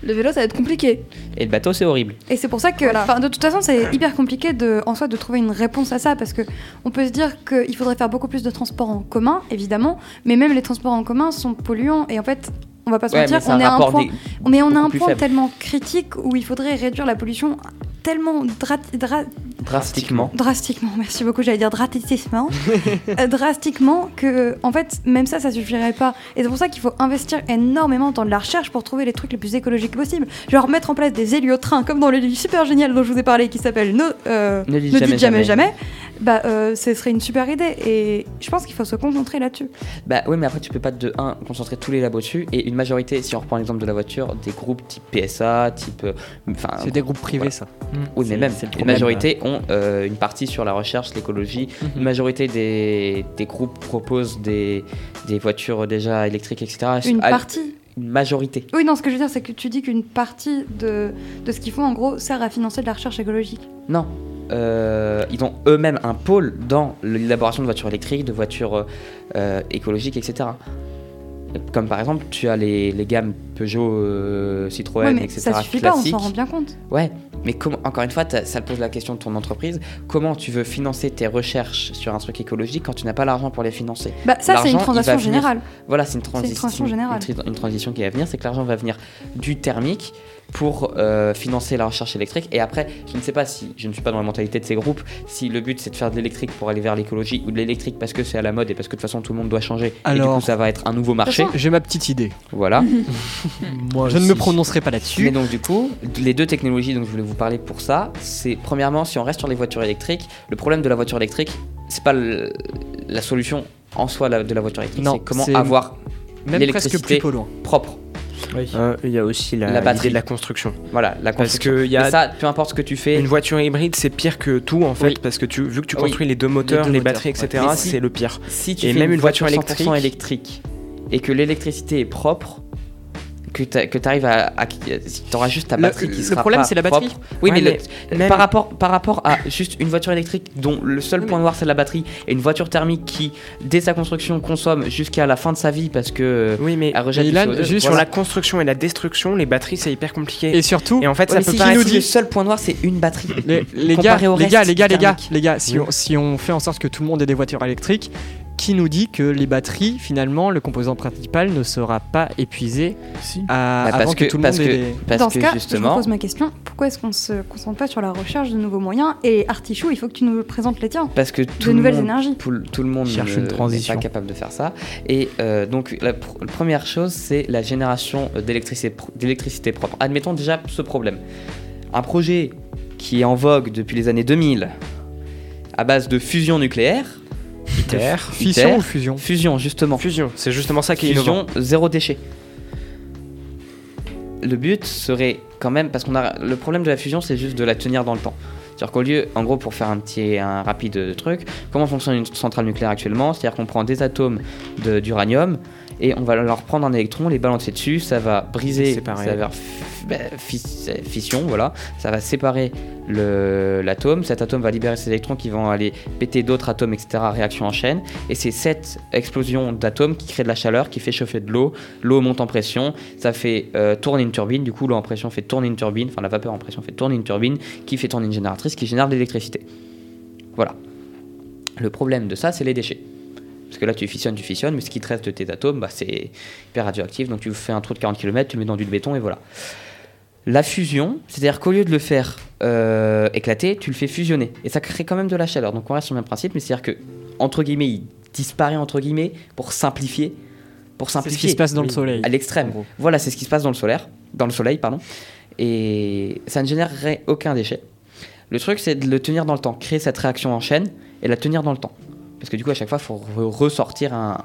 le vélo, ça va être compliqué.
et le bateau c'est horrible
Et c'est pour ça que, enfin, de toute façon, c'est hyper compliqué de, en soi de trouver une réponse à ça parce que on peut se dire qu'il faudrait faire beaucoup plus de transports en commun, évidemment, mais même les transports en commun sont polluants et en fait, on va pas se
ouais mais
mentir,
c'est
on
un
est à un
rapport
point,
des-
mais on a un
beaucoup plus
point
faible.
tellement critique où il faudrait réduire la pollution tellement dra- dra-
drastiquement
drastiquement, merci beaucoup, j'allais dire drastiquement, Euh, drastiquement que en fait même ça ça suffirait pas. Et c'est pour ça qu'il faut investir énormément dans de la recherche pour trouver les trucs les plus écologiques possibles. Genre mettre en place des héliotrains comme dans le livre super génial dont je vous ai parlé qui s'appelle Ne, euh,
Ne dis
Ne
jamais,
dites jamais
jamais.
jamais. Bah euh, ce serait une super idée et je pense qu'il faut se concentrer là-dessus.
Bah oui, mais après, tu peux pas de 1 concentrer tous les labos dessus et une majorité, si on reprend l'exemple de la voiture, des groupes type PSA, type. euh, Enfin,
C'est des groupes privés,
Voilà.
ça.
oui,
C'est-
mais même,
c'est le
une
problème, Mhm.
majorité ont euh, une partie sur la recherche, l'écologie. Une majorité des, des groupes proposent des, des voitures déjà électriques, etc.
Une
À-
partie.
Une majorité.
Oui non ce que je veux dire c'est que tu dis qu'une partie de, de ce qu'ils font en gros sert à financer de la recherche écologique.
Non. Euh, ils ont eux-mêmes un pôle dans l'élaboration de voitures électriques, de voitures euh, euh, écologiques, etc. Comme par exemple, tu as les, les gammes Peugeot, euh, Citroën,
Ouais, mais
etc.
ça suffit pas, on
classiques.
s'en rend bien compte.
Ouais, mais comment- encore une fois, t'as- ça pose la question de ton entreprise. Comment tu veux financer tes recherches sur un truc écologique quand tu n'as pas l'argent pour les financer
Bah ça c'est
L'argent, il
une
va
transaction
venir.
générale.
Voilà, c'est une,
une
transition
transition générale.
une tri- une transition qui va venir, c'est que l'argent va venir du thermique pour euh, financer la recherche électrique. Et après, je ne sais pas si, je ne suis pas dans la mentalité de ces groupes, si le but c'est de faire de l'électrique pour aller vers l'écologie ou de l'électrique parce que c'est à la mode et parce que de toute façon tout le monde doit changer. et
Alors-
du coup, ça va être un nouveau marché.
J'ai ma petite idée.
Voilà.
Hmm.
Moi
Je ne
aussi.
me prononcerai pas
Mais
là-dessus.
donc du coup, les deux technologies dont je voulais vous parler pour ça, c'est premièrement si on reste sur les voitures électriques, le problème de la voiture électrique, c'est pas le- la solution en soi la- de la voiture électrique,
Non,
c'est comment
c'est-
avoir
Même presque
l'électricité
plus polluant.
propre.
Oui.
Euh, Il y a aussi la,
La batterie.
l'idée de la construction.
Voilà, la
Parce
construction.
que il y
Mais
a
ça, peu importe ce que tu fais,
une voiture hybride, c'est pire que tout en fait,
Oui.
parce que tu, vu que tu
Oui.
construis les deux moteurs,
deux
les,
moteurs,
batteries,
ouais.
etc.,
Mais si-
c'est le pire.
si tu
et
fais
même
une
une voiture
voiture 100% électrique et que l'électricité est propre, que tu que t'arrives à, à euh, t'auras juste ta
Le-
batterie qui
le
sera
problème,
pas
c'est la batterie
propre. Oui,
Ouais,
mais,
mais
le-
Même-
Par, rapport, par rapport à juste une voiture électrique dont le seul point noir c'est la batterie et une voiture thermique qui, dès sa construction, consomme jusqu'à la fin de sa vie parce que euh,
Oui, mais
elle rejette
Mais
du
là,
CO2.
juste
sur
Voilà.
la construction et la destruction, les batteries, c'est hyper compliqué.
Et surtout,
Et, en fait,
Ouais, mais
ça peut
si
pas
nous
être.
dit le seul point noir c'est une batterie.
les, les gars,
Comparé au
les
reste
gars, les gars, les gars,
thermique.
les gars, si
Oui.
on, si on fait en sorte que tout le monde ait des voitures électriques, qui nous dit que les batteries, finalement, le composant principal ne sera pas épuisé
Si.
à,
Bah,
avant
parce
que,
que,
tout le
parce
monde
que,
ait des-
parce
Dans
que
ce cas, je me
justement,
pose ma question pourquoi est-ce qu'on se concentre pas sur la recherche de nouveaux moyens Et Artichaut, il faut que tu nous présentes les tiens.
parce que tout le
nouvelles
monde,
énergies.
Tout, tout le monde
Cherche
ne-
une transition.
n'est pas capable de faire ça. Et euh, donc la pr- la première chose, c'est la génération euh, d'électricité pro- d'électricité propre. Admettons déjà ce problème. Un projet qui est en vogue depuis les années 2000 à base de fusion nucléaire,
ITER.
Fission ou fusion
fusion justement,
Fusion, c'est justement ça qui est innovant.
fusion zéro déchet. Le but serait quand même, parce qu'on a le problème de la fusion, c'est juste de la tenir dans le temps. C'est-à-dire qu'au lieu, en gros, pour faire un petit, un rapide euh, truc, comment fonctionne une centrale nucléaire actuellement C'est-à-dire qu'on prend des atomes de- d'uranium et on va leur prendre un électron, les balancer dessus, ça va briser,
Séparer.
ça va faire f- bah, fiss- euh, fission, voilà, ça va séparer le- l'atome, cet atome va libérer ses électrons qui vont aller péter d'autres atomes, etc. Réaction en chaîne, et c'est cette explosion d'atomes qui crée de la chaleur, qui fait chauffer de l'eau, l'eau monte en pression, ça fait euh, tourner une turbine, du coup l'eau en pression fait tourner une turbine, enfin la vapeur en pression fait tourner une turbine, qui fait tourner une génératrice, qui génère de l'électricité. Voilà. Le problème de ça, c'est les déchets. Parce que là, tu fissionnes, tu fissionnes, mais ce qui te reste de tes atomes, bah, c'est hyper radioactif. Donc tu fais un trou de 40 km, tu le mets dans du béton et voilà. La fusion, c'est-à-dire qu'au lieu de le faire euh, éclater, tu le fais fusionner. Et ça crée quand même de la chaleur. Donc on reste sur le même principe, mais c'est-à-dire que, entre guillemets, il disparaît, entre guillemets, pour simplifier. Pour
C'est
simplifier.
ce qui se passe dans le
Oui.
soleil.
À
en
l'extrême.
gros.
Voilà, c'est ce qui se passe dans le solaire, dans le soleil, pardon. Et ça ne générerait aucun déchet. Le truc, c'est de le tenir dans le temps, créer cette réaction en chaîne et la tenir dans le temps. Parce que du coup, à chaque fois, il faut re- ressortir un, un-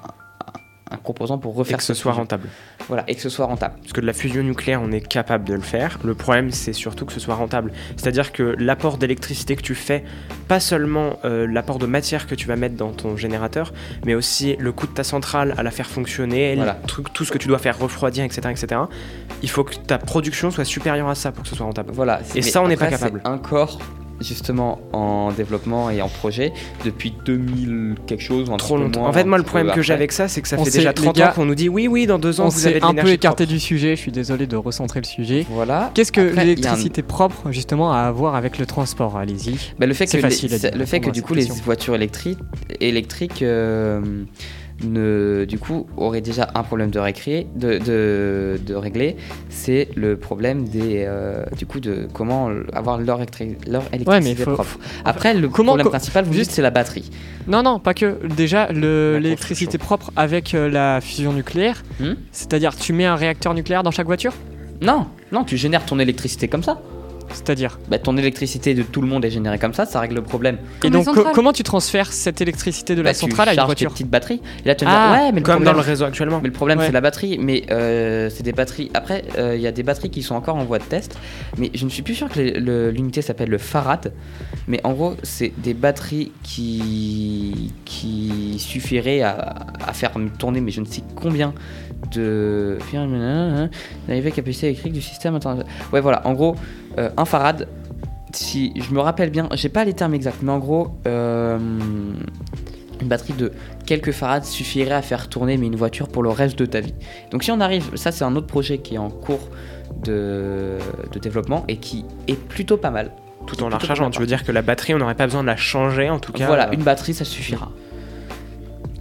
un composant pour
Et
refaire
que ce
cette
soit
fusion.
rentable.
Voilà, et que ce soit rentable.
Parce que de la fusion nucléaire, on est capable de le faire. Le problème, c'est surtout que ce soit rentable. C'est-à-dire que l'apport d'électricité que tu fais, pas seulement euh, l'apport de matière que tu vas mettre dans ton générateur, mais aussi le coût de ta centrale à la faire fonctionner,
Voilà.
le truc, tout ce que tu dois faire refroidir, etc., etc. Il faut que ta production soit supérieure à ça pour que ce soit rentable.
Voilà.
Et
mais
ça, on n'est pas
après,
capable.
c'est Un corps, justement, en développement et en projet depuis 2000 quelque chose. ou un
Trop
petit peu
longtemps.
moins,
en fait, moi,
un
le
petit peu
problème que j'ai
après.
avec ça, c'est que ça
On
fait
sait,
déjà
les
30
gars,
ans qu'on nous dit oui, oui, dans deux ans,
On
vous avez
s'est
de
un peu
l'énergie propre.
écarté du sujet, je suis désolé de recentrer le sujet.
Voilà.
Qu'est-ce que
Après, il y a un-
l'électricité propre, justement, a à voir avec le transport Allez-y.
Bah, le fait
C'est
que
facile à
les,
dire,
ça- le fait que
répondre à
du
cette
coup les
question.
voitures électriques électriques euh, ne du coup auraient déjà un problème de récré- de, de, de régler c'est le problème des euh, du coup de comment avoir leur, électri- leur électricité
mais faut-
propre après le
Comment
problème
co-
principal vous
juste-
dites c'est la batterie
Non, non, pas que. Déjà, le-
La
l'électricité propre avec euh, la fusion nucléaire,
Hmm
c'est-à-dire tu mets un réacteur nucléaire dans chaque voiture
non non tu génères ton électricité comme ça
C'est-à-dire.
bah, ton électricité de tout le monde est générée comme ça ça règle le problème
Et
Comme les
donc, co-
centrales.
comment tu transfères cette électricité de la
Bah,
centrale à
tu
une
charges tes
voiture
petites batteries et là tu vas me
Ah,
dire, ouais mais le
Comme dans
problème,
le réseau actuellement.
Mais le problème,
Ouais.
c'est la batterie. Mais euh, c'est des batteries. Après, euh, il y a des batteries qui sont encore en voie de test. Mais je ne suis plus sûr que les- le- l'unité s'appelle le Farad. Mais en gros, c'est des batteries qui, qui suffiraient à, à faire tourner, mais je ne sais combien de. D'arriver capacité électrique du système. international. Ouais, voilà. En gros, euh, un Farad. Si je me rappelle bien, j'ai pas les termes exacts, mais en gros, euh, une batterie de quelques farads suffirait à faire tourner mais une voiture pour le reste de ta vie. Donc si on arrive, ça c'est un autre projet qui est en cours de, de développement et qui est plutôt pas mal.
Tout en la rechargeant. Tu veux dire que la batterie, on n'aurait pas besoin de la changer en tout cas.
voilà,
euh,
une batterie ça suffira.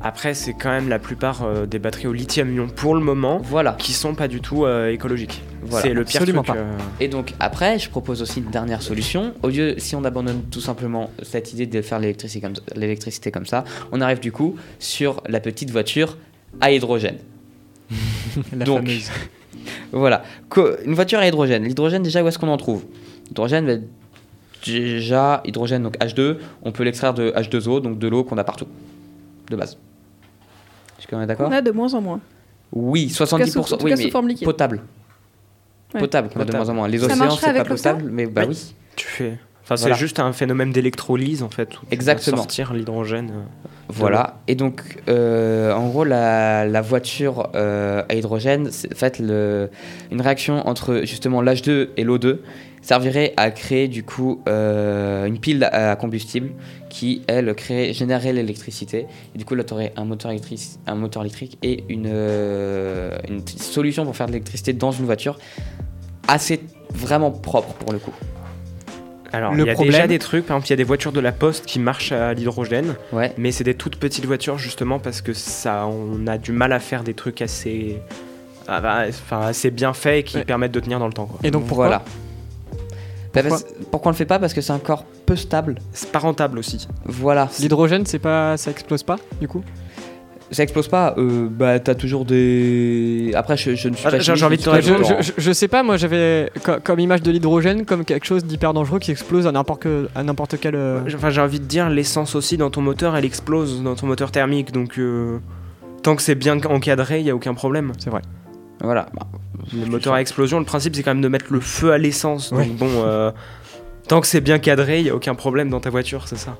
Après, c'est quand même la plupart euh, des batteries au lithium-ion pour le moment
Voilà,
qui sont pas du tout euh, écologiques.
voilà.
c'est le pire
absolument
truc.
pas.
euh,
Et donc après, je propose aussi une dernière solution. Au lieu, si on abandonne tout simplement cette idée de faire l'électricité comme, l'électricité comme ça, on arrive du coup sur la petite voiture à hydrogène.
La
Donc,
fameuse.
Voilà. Co- une voiture à hydrogène. L'hydrogène, déjà, où est-ce qu'on en trouve L'hydrogène, bah, déjà, hydrogène, donc H2, on peut l'extraire de H2O, donc de l'eau qu'on a partout, de base. Est-ce qu'on est d'accord
On a de moins en moins.
Oui,
En tout cas,
70%.
sous, en tout
oui,
cas,
mais
sous forme liquide.
potable.
Ouais.
Potable, qu'on a de
Potable.
moins en moins. Les
Ça
océans,
marcherait
c'est pas
avec l'océan
potable, mais bah
Oui.
oui.
Tu fais. Enfin, c'est
Voilà.
juste un phénomène d'électrolyse en fait. où tu vas
Exactement.
Sortir l'hydrogène. euh.
Voilà. Et donc, euh, en gros, la, la voiture euh, à hydrogène, c'est en fait le- une réaction entre justement l'H2 et l'O2 servirait à créer du coup euh, une pile à combustible qui, elle, crée, générait l'électricité. Et du coup, là, tu aurais un moteur, électrique, un moteur électrique et une, euh, une t- solution pour faire de l'électricité dans une voiture assez vraiment propre pour le coup.
euh, Alors,
Le
il y a
problème-
déjà des trucs, par exemple, il y a des voitures de la Poste qui marchent à l'hydrogène,
Ouais.
mais c'est des toutes petites voitures justement parce que ça, on a du mal à faire des trucs assez, ah bah, enfin, assez bien faits et qui
Ouais.
permettent de tenir dans le temps. quoi.
Et donc pourquoi
Voilà. Bah,
Pourquoi
parce- pourquoi on le fait pas Parce que c'est un corps peu stable.
C'est pas rentable aussi.
Voilà.
L'hydrogène, c'est pas, ça explose pas du coup
Ça explose pas. euh, bah, t'as toujours des. Après, je, je ne suis
Ah,
pas.
j'ai-
chimiste,
j'ai envie de
je
te
suis pas
je,
répondre.
doctorant.
je- je sais pas, moi j'avais co- comme image de l'hydrogène comme quelque chose d'hyper dangereux qui explose à n'importe que- à n'importe quel. euh,
Enfin, j'ai envie de dire, l'essence aussi dans ton moteur, elle explose dans ton moteur thermique, donc euh, tant que c'est bien encadré, il y a aucun problème.
C'est vrai.
Voilà. Bah,
Le moteur à explosion, le principe c'est quand même de mettre le feu à l'essence.
Ouais.
Donc bon, euh, tant que c'est bien cadré, il y a aucun problème dans ta voiture, c'est ça.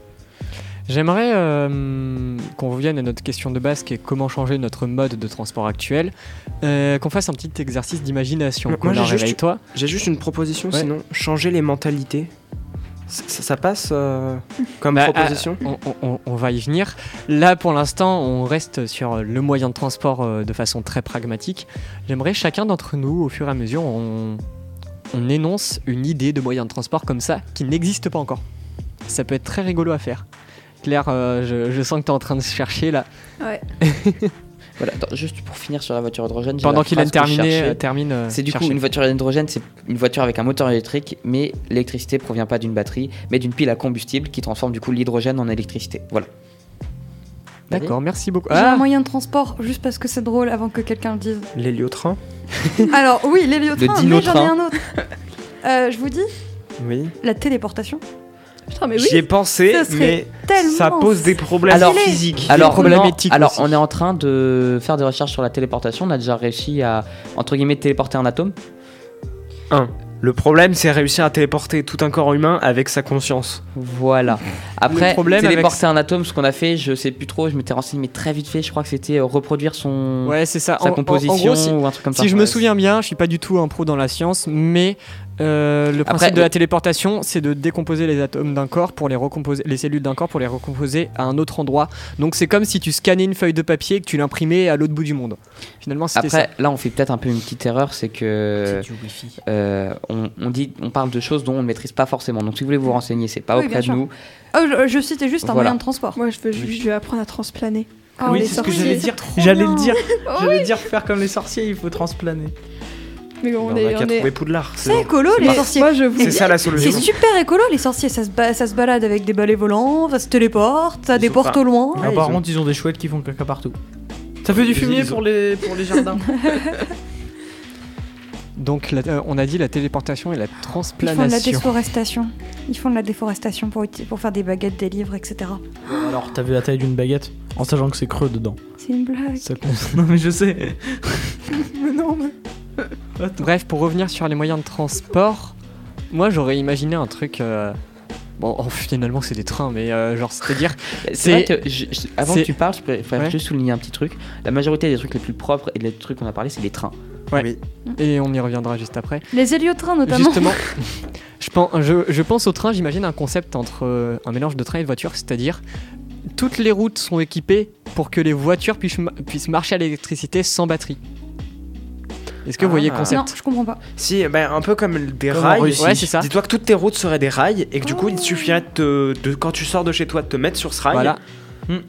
J'aimerais euh, qu'on revienne à notre question de base qui est comment changer notre mode de transport actuel. Euh, qu'on fasse un petit exercice d'imagination.
Moi,
Qu'on
j'ai juste-
réveille-toi.
J'ai juste une proposition,
Ouais.
sinon changer les mentalités. C- Ça, ça passe euh, comme
Bah,
proposition.
On, on- on va y venir. Là, pour l'instant, on reste sur le moyen de transport euh, de façon très pragmatique. J'aimerais chacun d'entre nous, au fur et à mesure, on, on énonce une idée de moyen de transport comme ça qui n'existe pas encore. Ça peut être très rigolo à faire. Claire, euh, je, je sens que tu es en train de chercher là.
voilà. Attends, juste pour finir sur la voiture hydrogène. j'ai
Pendant
la
qu'il a
phrase que je
terminé,
cherchais.
euh, termine. euh,
C'est du coup
chercher.
une voiture à hydrogène, c'est une voiture avec un moteur électrique, mais l'électricité provient pas d'une batterie, mais d'une pile à combustible qui transforme du coup l'hydrogène en électricité. Voilà.
D'accord, merci beaucoup.
J'ai
Ah,
un moyen de transport juste parce que c'est drôle avant que quelqu'un le dise.
L'héliotrain
Alors oui, l'héliotrain,
Le
mais j'en ai
dinotrain.
un autre. Euh, je vous dis,
Oui.
la téléportation.
Putain, mais
J'y ai
oui.
pensé,
ça serait
mais
Tellement.
ça pose des problèmes
Alors-
physiques.
Alors,
problèmes
non,
éthiques
alors
aussi.
on est en train de faire des recherches sur la téléportation. On a déjà réussi à entre guillemets téléporter un atome.
Le problème, c'est réussir à téléporter tout un corps humain avec sa conscience.
Voilà. Après,
problème avec-
téléporter un atome, ce qu'on a fait, je sais plus trop. Je m'étais renseigné, mais très vite fait, je crois que c'était euh, reproduire son
ouais, c'est ça. En-
sa
en- en
composition
gros, si-
ou un truc comme ça.
Si je me
Ouais.
souviens bien, je suis pas du tout un pro dans la science, mais euh, le principe
Après,
de
le-
la téléportation, c'est de décomposer les atomes d'un corps pour les recomposer, les cellules d'un corps pour les recomposer à un autre endroit. Donc c'est comme si tu scannais une feuille de papier et que tu l'imprimais à l'autre bout du monde. Finalement, c'était
Après,
ça.
là, on fait peut-être un peu une petite erreur, c'est que euh, on, on dit, on parle de choses dont on ne maîtrise pas forcément. Donc, si vous voulez vous renseigner, c'est pas
Oui,
auprès
bien
de
sûr.
nous.
Oh, je, je citais juste un
Voilà.
moyen de transport.
Moi, je veux juste je veux apprendre à transplaner.
Ah,
oui,
les
c'est ce que
sorciers.
j'allais dire.
trop
J'allais
bien.
le dire.
Oh
J'allais dire faire comme les sorciers, il faut transplaner.
Mais bon, on,
Ben,
est.
on a qu'à
on est-
trouver Poudlard. c'est
C'est
bon.
écolo les
Mais
sorciers.
moi, je vous
C'est
dis-
ça la
C'est
solution.
super écolo les sorciers, ça se, ba- ça se balade avec des balais volants, ça se téléporte, ça a
Ils
des
sont
portes
pas-
au loin.
Ouais,
Ah,
ils
par
ont-
contre, ils ont des chouettes qui font caca partout. Ça fait du
Ils-
fumier
ils ont-
pour les, pour les jardins.
Donc la- euh, on a dit la téléportation et la
Ils font de la
transplanation.
déforestation. Ils font de la déforestation pour, uti- pour faire des baguettes, des livres, etc.
Alors, t'as vu la taille d'une baguette En sachant que c'est creux dedans.
C'est une blague.
Ça compte. non, mais je sais.
Bref, pour revenir sur les moyens de transport, moi j'aurais imaginé un truc. euh, Bon, oh, finalement, c'est des trains, mais euh, genre, c'est-à-dire,
C'est vrai que je- je- avant
c'est-
que tu parles, je préfère
Ouais.
juste souligner un petit truc. La majorité des trucs les plus propres et des trucs qu'on a parlé, c'est les trains.
et on y reviendra juste après.
Les héliotrains notamment.
Justement, je pense, je, je pense au train, j'imagine un concept entre euh, un mélange de train et de voiture, c'est-à-dire toutes les routes sont équipées pour que les voitures puissent, ma- puissent marcher à l'électricité sans batterie. Est-ce que vous voyez le
Ah.
concept
Non, je comprends pas.
Si, ben, un peu comme des
Comme en
rails.
Russie.
Ouais, c'est ça.
Dis-toi que toutes tes routes seraient des rails et que du coup, il suffirait de, te- de- quand tu sors de chez toi de te mettre sur
Ah,
ce rail
Voilà.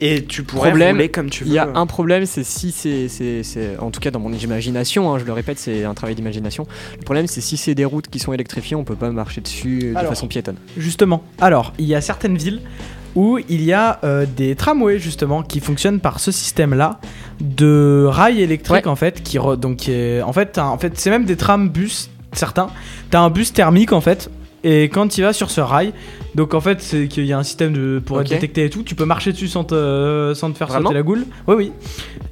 et tu pourrais
Problème,
rouler comme tu veux.
Il y a un problème, c'est si c'est, c'est- c'est- En tout cas, dans mon imagination, hein, je le répète, c'est un travail d'imagination. Le problème, c'est si c'est des routes qui sont électrifiées, on peut pas marcher dessus euh, de
Alors.
façon piétonne.
Justement. Alors, il y a certaines villes où il y a euh, des tramways justement qui fonctionnent par ce système-là de rails électriques en fait qui re- donc qui est- en fait t'as- en fait c'est même des trams bus certains. T'as un bus thermique en fait. Et quand il va sur ce rail, donc en fait c'est qu'il y a un système de, pour
Ok.
être détecté et tout, tu peux marcher dessus sans te, sans te faire
Vraiment
sauter la goule. Oui oui.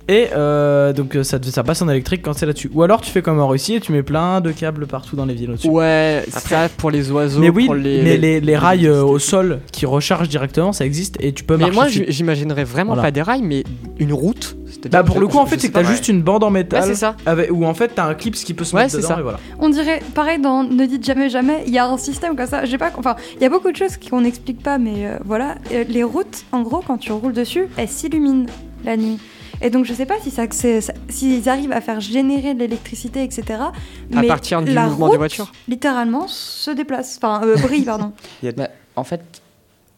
Et euh, donc ça, te- ça passe en électrique quand c'est là-dessus. Ou alors tu fais comme en Russie et tu mets plein de câbles partout dans les villes au-dessus.
Ouais, ça pour les oiseaux,
Mais oui,
pour les.
mais les, les rails euh, au sol qui rechargent directement, ça existe et tu peux
Mais
marcher
moi,
dessus.
j- j'imaginerais vraiment
Voilà.
pas des rails, mais une route. c'est-à-dire-
Bah pour le coup, en
je-
fait,
je
c'est
sais
que t'as
pas.
juste une bande en
Ouais,
métal
c'est ça.
avec- où en fait t'as un clip qui peut se
Ouais,
mettre
c'est
dedans
ça.
et voilà.
On dirait, pareil dans Ne dites jamais jamais, il y a un système comme ça. J'ai pas, enfin, il y a beaucoup de choses qu'on n'explique pas, mais euh, voilà. Euh, les routes, en gros, quand tu roules dessus, elles s'illuminent la nuit. Et donc je sais pas si ça, c'est- ça- s'ils arrivent à faire générer de l'électricité, etc.
À
mais
partir du
la
mouvement
route,
des voitures.
Littéralement se déplace, enfin euh, brille pardon.
Bah, en fait,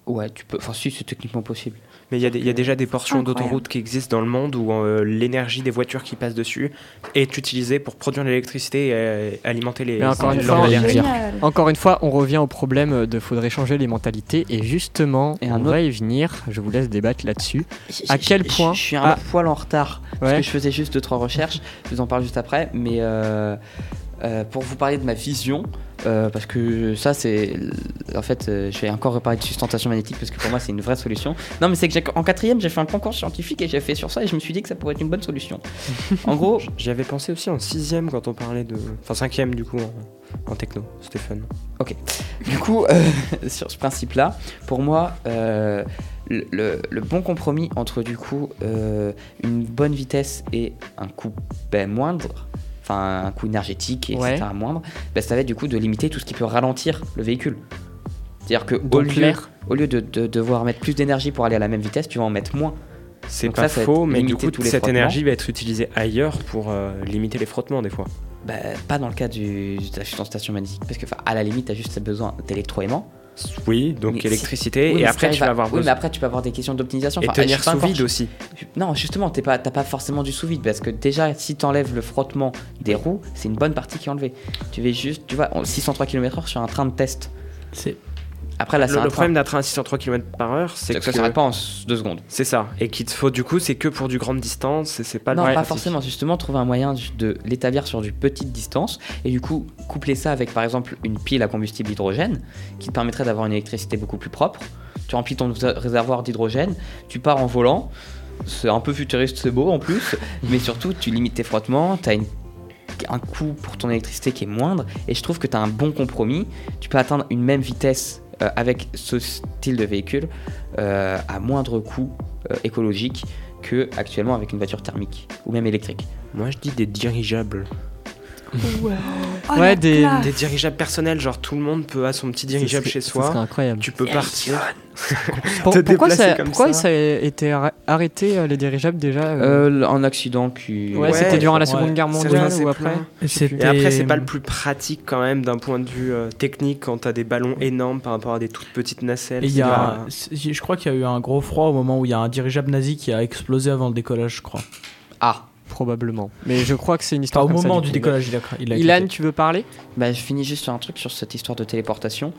ouais, tu peux. Enfin, si, c'est techniquement possible.
Mais il y, a des- il y a déjà des portions
Incroyable.
d'autoroute qui existent dans le monde où euh, l'énergie des voitures qui passent dessus est utilisée pour produire de l'électricité et euh, alimenter les.
Mais encore une
leurs
fois, on-
énergies.
Génial.
Encore une fois, on revient au problème de faudrait changer les mentalités et justement,
Et
on
un autre-
va y venir. Je vous laisse débattre là-dessus. À
Je- je-
quel
je-
point-
Je suis un
Ah.
poil en retard parce
Ouais.
que je faisais juste deux trois recherches. Je vous en parle juste après, mais euh, euh, pour vous parler de ma vision, euh, parce que ça c'est, en fait, euh, je vais encore reparler de sustentation magnétique parce que pour moi c'est une vraie solution. Non, mais c'est que j'ai- en quatrième j'ai fait un concours scientifique et j'ai fait sur ça et je me suis dit que ça pourrait être une bonne solution. en gros,
J'avais pensé aussi en sixième quand on parlait de. Enfin, cinquième du coup en, en techno, Stéphane.
Du coup, euh, sur ce principe-là, pour moi, euh, le, le- le bon compromis entre du coup euh, une bonne vitesse et un coût ben, moindre, enfin un coût énergétique, etc.
Ouais.
moindre, ben, ça va être du coup de limiter tout ce qui peut ralentir le véhicule. C'est-à-dire que au
Donc,
lieu,
l'air.
au lieu de, de devoir mettre plus d'énergie pour aller à la même vitesse, tu vas en mettre moins.
C'est
Donc
pas
ça, ça va
faux,
être
mais du
limiter
coup,
tous les
cette
frottements.
énergie va être utilisée ailleurs pour euh, limiter les frottements des fois.
Ben, pas dans le cas du, de la station magnétique, parce que enfin, à la limite, tu as juste besoin d'électroaimant.
Oui, donc
Mais si-
électricité,
Oui,
et
mais si
après tu
t'arrives à-
vas avoir
Oui, mais
besoin.
après tu peux avoir des questions d'optimisation.
Et
Enfin, je
tenir
suis pas
sous
encore
vide aussi.
Non, justement, t'es pas- t'as pas, forcément du sous-vide parce que déjà, si t'enlèves le frottement des roues, c'est une bonne partie qui est enlevée. Tu vas juste, tu vois, en 603 km/h sur un train de test.
C'est-
Après, là,
Le,
c'est un
le
train.
problème d'un train à 603 km par heure, c'est
C'est
que.
que ça s'arrête pas en s- deux secondes.
C'est ça. Et qu'il te faut du coup, c'est que pour du grande distance, et c'est pas
non,
le
pas
pratique.
forcément. Justement, trouver un moyen ju- de l'établir sur du petite distance et du coup coupler ça avec par exemple une pile à combustible hydrogène qui te permettrait d'avoir une électricité beaucoup plus propre. Tu remplis ton réser- réservoir d'hydrogène, tu pars en volant. C'est un peu futuriste, c'est beau en plus, mais surtout tu limites tes frottements, tu as un coût pour ton électricité qui est moindre et je trouve que tu as un bon compromis. Tu peux atteindre une même vitesse euh, avec ce style de véhicule euh, à moindre coût euh, écologique que actuellement avec une voiture thermique ou même électrique.
Moi, je dis des dirigeables.
Oh,
Ouais,
la
des-
classe.
Des dirigeables personnels, genre tout le monde peut à son petit dirigeable
Ce serait-
chez
Ce serait
soi.
incroyable.
Tu peux partir.
Pour-
te
pourquoi
déplacer
ça,
comme
pourquoi
ça.
ça a été arr- arrêté euh, les dirigeables déjà euh,
un accident qui.
Ouais,
ouais,
c'était durant la
ouais.
Seconde Guerre
Ça,
mondiale
c'est
ou
plein.
après
Et après, c'est pas le plus pratique quand même d'un point de vue euh, technique quand t'as des ballons énormes par rapport à des toutes petites nacelles.
Et il y
c'est
a,
hein.
pas-
c'est- je crois qu'il y a eu un gros froid au moment où il y a un dirigeable nazi qui a explosé avant le décollage, je crois.
Ah,
Probablement. Mais je crois que c'est une
Enfin,
histoire
au
comme ça,
moment
du
du
coup.
décollage, il a, cra- il a
Ilan,
éclaté.
tu veux parler
bah je finis juste sur un truc sur cette histoire de téléportation.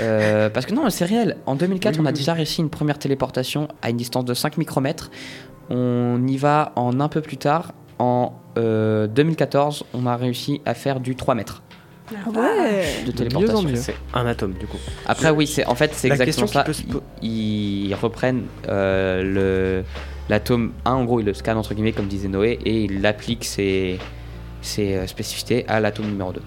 Euh, parce que non, c'est réel. En 2004,
Oui,
on a
oui.
déjà réussi une première téléportation à une distance de 5 micromètres. On y va en un peu plus tard. En euh, 2014, on a réussi à faire du 3 mètres
Ah ouais
De mieux
de
en
téléportation.
mieux.
C'est un atome du coup.
Après, oui, c'est en fait, c'est
La
exactement
question qui
ça.
peut se po-
Ils, ils reprennent euh, le l'atome 1, en gros, ils le scannent entre guillemets, comme disait Noé, et ils l'appliquent ses, ses euh, spécificités à l'atome numéro 2.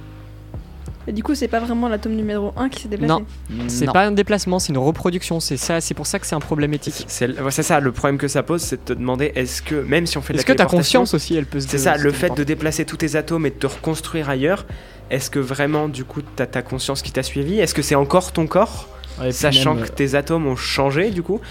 Et du coup, c'est pas vraiment l'atome numéro 1 qui s'est déplacé.
Non. C'est pas un déplacement, c'est une reproduction. C'est ça, c'est pour ça que c'est un problème éthique.
C'est ouais, c'est ça, le problème que ça pose, c'est de te demander est-ce que, même si on fait de la
Est-ce que ta
téléportation,
conscience aussi, elle peut se
C'est ça, le fait de déplacer tous tes atomes et de te reconstruire ailleurs, est-ce que vraiment, du coup, t'as ta conscience qui t'a suivi Est-ce que c'est encore ton corps
Ouais, et puis
Sachant
même, euh,
euh,
que tes atomes ont changé, du coup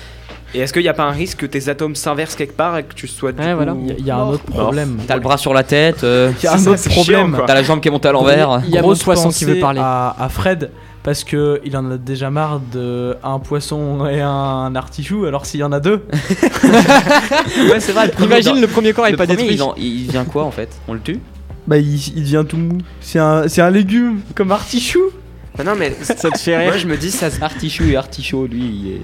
Et est-ce qu'il n'y a pas un risque que tes atomes s'inversent quelque part et que tu sois. du
Ouais,
coup-
voilà.
il y a- il y, a un autre
bah,
problème.
T'as le bras sur la tête, euh,
Il y a un
C'est ça,
autre
c'est chiant,
problème.
quoi.
t'as la jambe qui est montée à l'envers.
Il y a
Grosse
mon poisson qui veut
pensée
parler.
À, à Fred, parce que il en a déjà marre de un poisson et un artichaut, alors s'il y en a deux.
ouais, c'est vrai.
Imagine le premier corps est
le
pas
premier,
détruit.
il, en- il vient quoi en fait On le tue
Bah, il, devient tout mou. C'est un, c'est un légume, comme artichaut.
Ah non, mais
Ça te fait rire.
moi, je me dis, ça se-
Artichaut et artichaut, lui, il est-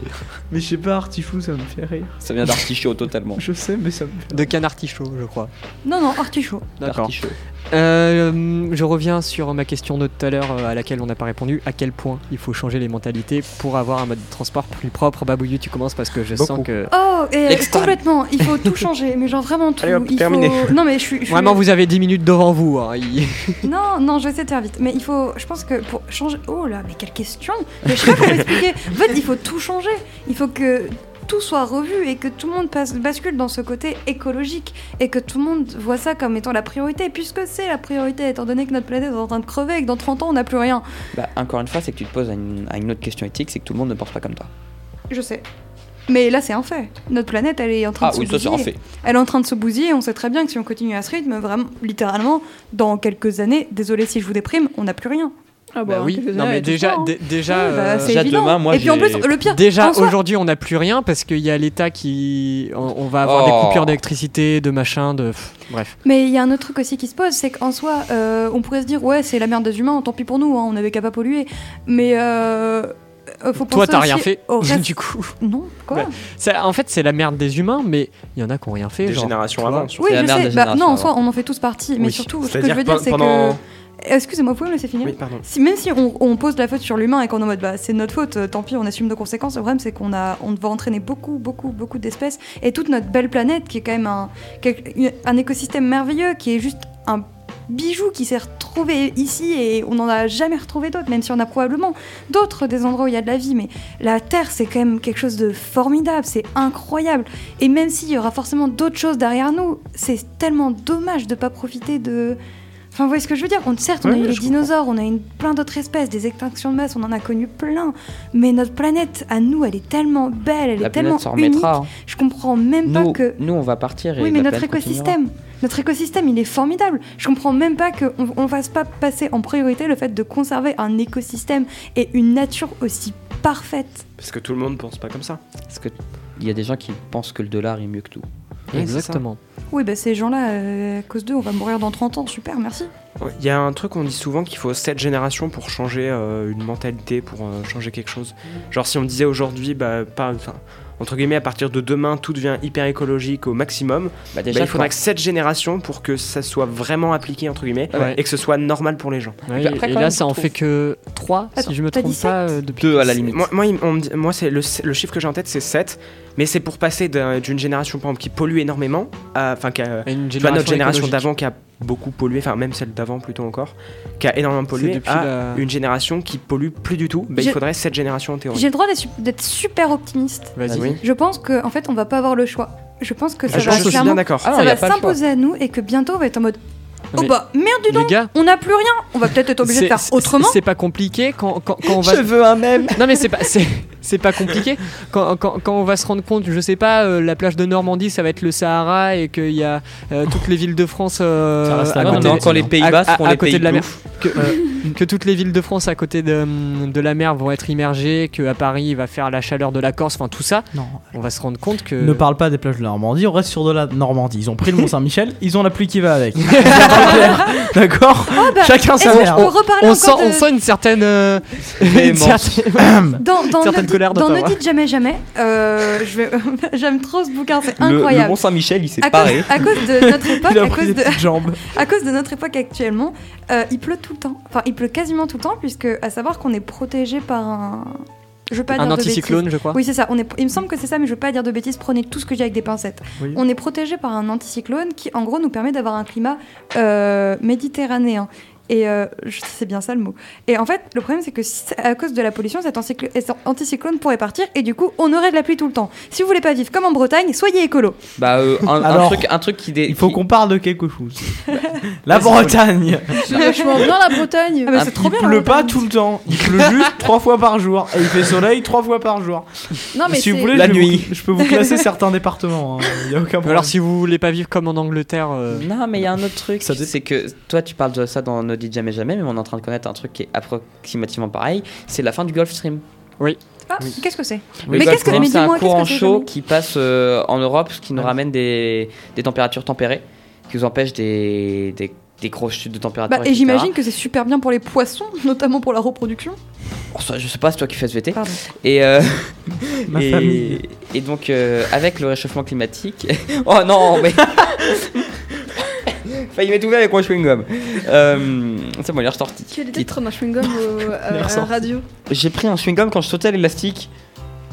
Mais je sais pas, artichaut, ça me fait rire.
ça vient d'artichaut totalement.
Je sais, mais ça me fait
De canartichaut, je crois.
Non, non, artichaut.
D'accord.
Artichaut.
Euh, je reviens sur ma question de tout à l'heure euh, à laquelle on n'a pas répondu. À quel point il faut changer les mentalités pour avoir un mode de transport plus propre Babouillou, tu commences parce que je
Beaucoup.
sens que.
Oh, et
Extrême.
complètement, il faut tout changer, mais genre vraiment tout.
Allez, hop,
il
terminé.
faut- Non, mais je suis. je suis-
Vraiment, vous avez 10 minutes devant vous. hein. Il-
Non, non, je vais essayer de faire vite. Mais il faut, je pense que pour changer. Oh là, mais quelle question Mais je sais pas comment expliquer. En fait, il faut tout changer. Il faut que tout soit revu et que tout le monde passe, bascule dans ce côté écologique et que tout le monde voit ça comme étant la priorité, puisque c'est la priorité, étant donné que notre planète est en train de crever et que dans 30 ans, on n'a plus rien.
Bah, encore une fois, c'est que tu te poses à une, à une autre question éthique, c'est que tout le monde ne pense pas comme toi.
Je sais. Mais là, c'est un fait. Notre planète, elle est en train
Ah
de se
oui, ça c'est un
bousiller.
fait.
Elle est en train de se bousiller. On sait très bien que si on continue à ce rythme, vraiment, littéralement, dans quelques années, désolé si je vous déprime, on n'a plus rien. Oh,
Ah
Bah oui, non mais déjà, dé- déjà,
Oui, bah,
euh,
c'est
déjà
évident.
demain, moi,
Et puis en
j'ai-
plus, le pire,
déjà
en soi,
aujourd'hui on n'a plus rien parce qu'il y a l'État qui, on, on va avoir
Oh.
des coupures d'électricité, de machin, de pff, bref.
Mais il y a un autre truc aussi qui se pose, c'est qu'en soi, euh, on pourrait se dire, ouais, c'est la merde des humains, tant pis pour nous, hein, on n'avait qu'à pas polluer. Mais euh, euh, faut
Toi
penser
t'as rien
aussi
fait,
au reste-
du coup.
Non, quoi
Ouais. Ça- en fait c'est la merde des humains, mais il y en a qui ont rien fait.
Des
genre,
générations
tu vois.
avant. surtout.
Oui,
C'est la
je
merde des
sais. Bah,
générations
non, en
avant.
soi, on en fait tous partie. Mais
Oui.
surtout, ce que je
C'est-à-dire
veux dire,
pe-
c'est
pendant.
que. Excusez-moi, vous pouvez me laisser finir
Oui, pardon.
Si- même si on, on pose la faute sur l'humain et qu'on est en mode bah, c'est de notre faute, euh, tant pis, on assume nos conséquences, le problème c'est qu'on a, on va entraîner beaucoup, beaucoup, beaucoup d'espèces et toute notre belle planète qui est quand même un, quel- une- un écosystème merveilleux qui est juste un bijou qui s'est retrouvé ici et on n'en a jamais retrouvé d'autres, même si on a probablement d'autres des endroits où il y a de la vie, mais la Terre c'est quand même quelque chose de formidable, c'est incroyable et même s'il y aura forcément d'autres choses derrière nous, c'est tellement dommage de pas profiter de... Enfin, vous voyez ce que je veux dire on, Certes, on a
Ouais,
eu
ouais,
les
je comprends.
dinosaures, on a eu plein d'autres espèces, des extinctions de masse, on en a connu plein. Mais notre planète, à nous, elle est tellement belle, elle est
La
tellement
planète s'en
unique.
remettra. hein.
Je comprends même pas
Nous,
que...
nous, on va partir. Et
Oui, mais
la
notre
planète continuera.
écosystème, notre écosystème, il est formidable. Je comprends même pas qu'on on fasse pas passer en priorité le fait de conserver un écosystème et une nature aussi parfaite.
Parce que tout le monde pense pas comme ça.
Parce que il y a des gens qui pensent que le dollar est mieux que tout.
Exactement.
Oui, bah ces gens-là, euh, à cause d'eux, on va mourir dans 30 ans. Super, merci.
Ouais, Il y a un truc qu'on dit souvent qu'il faut sept générations pour changer euh, une mentalité, pour euh, changer quelque chose. Genre si on disait aujourd'hui, bah, pas, enfin, entre guillemets, à partir de demain, tout devient hyper écologique au maximum,
Bah
bah,
déjà,
il faudra
quand-
que sept générations pour que ça soit vraiment appliqué, entre guillemets,
Ouais.
et que ce soit normal pour les gens.
Ouais,
puis après,
et
quand
là
même,
ça en
je
fait que 3
Attends,
si je me
Ah, t'as dit
trompe pas
sept
euh, depuis.
Deux, à la limite.
Moi, moi, il- on me dit- moi, c'est le, le chiffre que j'ai en tête, c'est 7, mais c'est pour passer d'un- d'une génération, par exemple, qui pollue énormément, à- enfin, qui a-
Et Une
tu vois,
génération
notre génération
écologique.
d'avant qui a beaucoup pollué, enfin même celle d'avant plutôt encore, qui a énormément
C'est
pollué,
depuis
à
la-
Ah, une génération qui pollue plus du tout, bah, il
J'ai-
faudrait cette génération en théorie.
J'ai le droit d'être su- d'être super optimiste.
Vas-y.
Ah oui.
Je pense qu'en en fait, on va pas avoir le choix. Je pense que
Ah,
ça
je,
va
je suis bien
clairement.
d'accord.
Ah non,
ça
y a
va
pas le choix.
s'imposer à nous et que bientôt on va être en mode
Non,
Oh
mais
bah merde, dis
Les
donc
gars,
On n'a plus rien On va peut-être être obligé de
c'est-
faire
c'est-
autrement
C'est pas compliqué quand, quand, quand on va.
veux un même.
Non mais c'est pas c'est, c'est pas compliqué quand, quand, quand on va se rendre compte je sais pas euh, la plage de Normandie ça va être le Sahara et qu'il y a euh, toutes les villes de France euh,
Ça reste la
à
Même
côté,
temps,
Ah, encore les
à-
Pays-Bas
à-
font
à
les
côté
pays
de la mer
bleus.
que, euh, que toutes les villes de France à côté de, hum, de la mer vont être immergées que à Paris il va faire la chaleur de la Corse enfin tout ça
Non.
on va se rendre compte que
Ne parle pas des plages de la Normandie, on reste sur de la Normandie. Ils ont pris le Mont-Saint-Michel, ils ont la pluie qui va avec. Ah, D'accord
Oh bah,
Chacun
Est-ce
sa
que je
merde.
peux
Ah,
reparler
on
encore
sent on
de-
sent une certaine euh, une
Véhémence.
certaine-
dans, dans,
certaine
ne,
colère
dites, dans Ne
d'Ottawa.
dites jamais jamais. Euh, je vais- J'aime trop ce bouquin, c'est
Le, le
incroyable.
Mont Saint-Michel, il s'est
à,
paré.
cause, à cause de notre époque,
Il a
à
pris
cause
des
de,
petites jambes.
à cause de notre époque actuellement, euh, il pleut tout le temps. Enfin, il pleut quasiment tout le temps, puisque à savoir qu'on est protégé par un. Je veux pas
un
dire de bêtises.
anticyclone je crois
Oui, c'est ça. On est... Il me semble que c'est ça, mais je veux pas dire de bêtises. Prenez tout ce que j'ai avec des pincettes.
Oui.
On est protégé par un anticyclone qui, en gros, nous permet d'avoir un climat euh, méditerranéen. Et euh, je- c'est bien ça le mot. Et en fait, le problème, c'est que si- à cause de la pollution, cet anticyclo- cet anticyclone pourrait partir et du coup, on aurait de la pluie tout le temps. Si vous voulez pas vivre comme en Bretagne, soyez écolo.
Bah, euh, un, un
Alors,
truc, un truc qui. dé-
Il faut
qui-
qu'on parle de quelque chose. la Bretagne
Vachement bien la Bretagne.
Ah bah,
Un
c'est trop
Il
bien.
pleut
hein,
pas
quand
tout le temps, il pleut juste trois fois par jour. Et il fait soleil trois fois par jour.
Non mais
si vous
c'est-
voulez,
La
je, vais
nuit.
vous- je peux vous classer certains départements. hein. Il y a aucun problème.
alors si vous voulez pas vivre comme en Angleterre euh,
Non, mais il y a un autre truc.
Ça dépend.
C'est que toi, tu parles de ça dans No Dit Jamais Jamais, mais on est en train de connaître un truc qui est approximativement pareil. C'est la fin du Gulf Stream.
même. Ah, Qu'est-ce que c'est
Le
Mais
Gulf
qu'est-ce que-
Stream,
mais
c'est un
dis-moi, qu'est-ce
courant
que c'est,
chaud
Jean-Luc
qui passe euh, en Europe, ce qui nous
Ouais.
ramène des, des températures tempérées, qui nous empêche des, des, des grosses chutes de température.
Bah,
etc.
Et j'imagine que c'est super bien pour les poissons, notamment pour la reproduction.
Bon, ça, je sais pas, c'est toi qui fais SVT.
Pardon.
Et, euh,
Ma
et,
famille.
et donc, euh, avec le réchauffement climatique. oh non, mais. Failli m'étouffer avec mon chewing-gum. Euh, c'est bon, il est ressorti.
Quel était le titre d'un chewing-gum au- euh, à la
ressorti.
radio
J'ai pris un chewing-gum quand je sautais à l'élastique.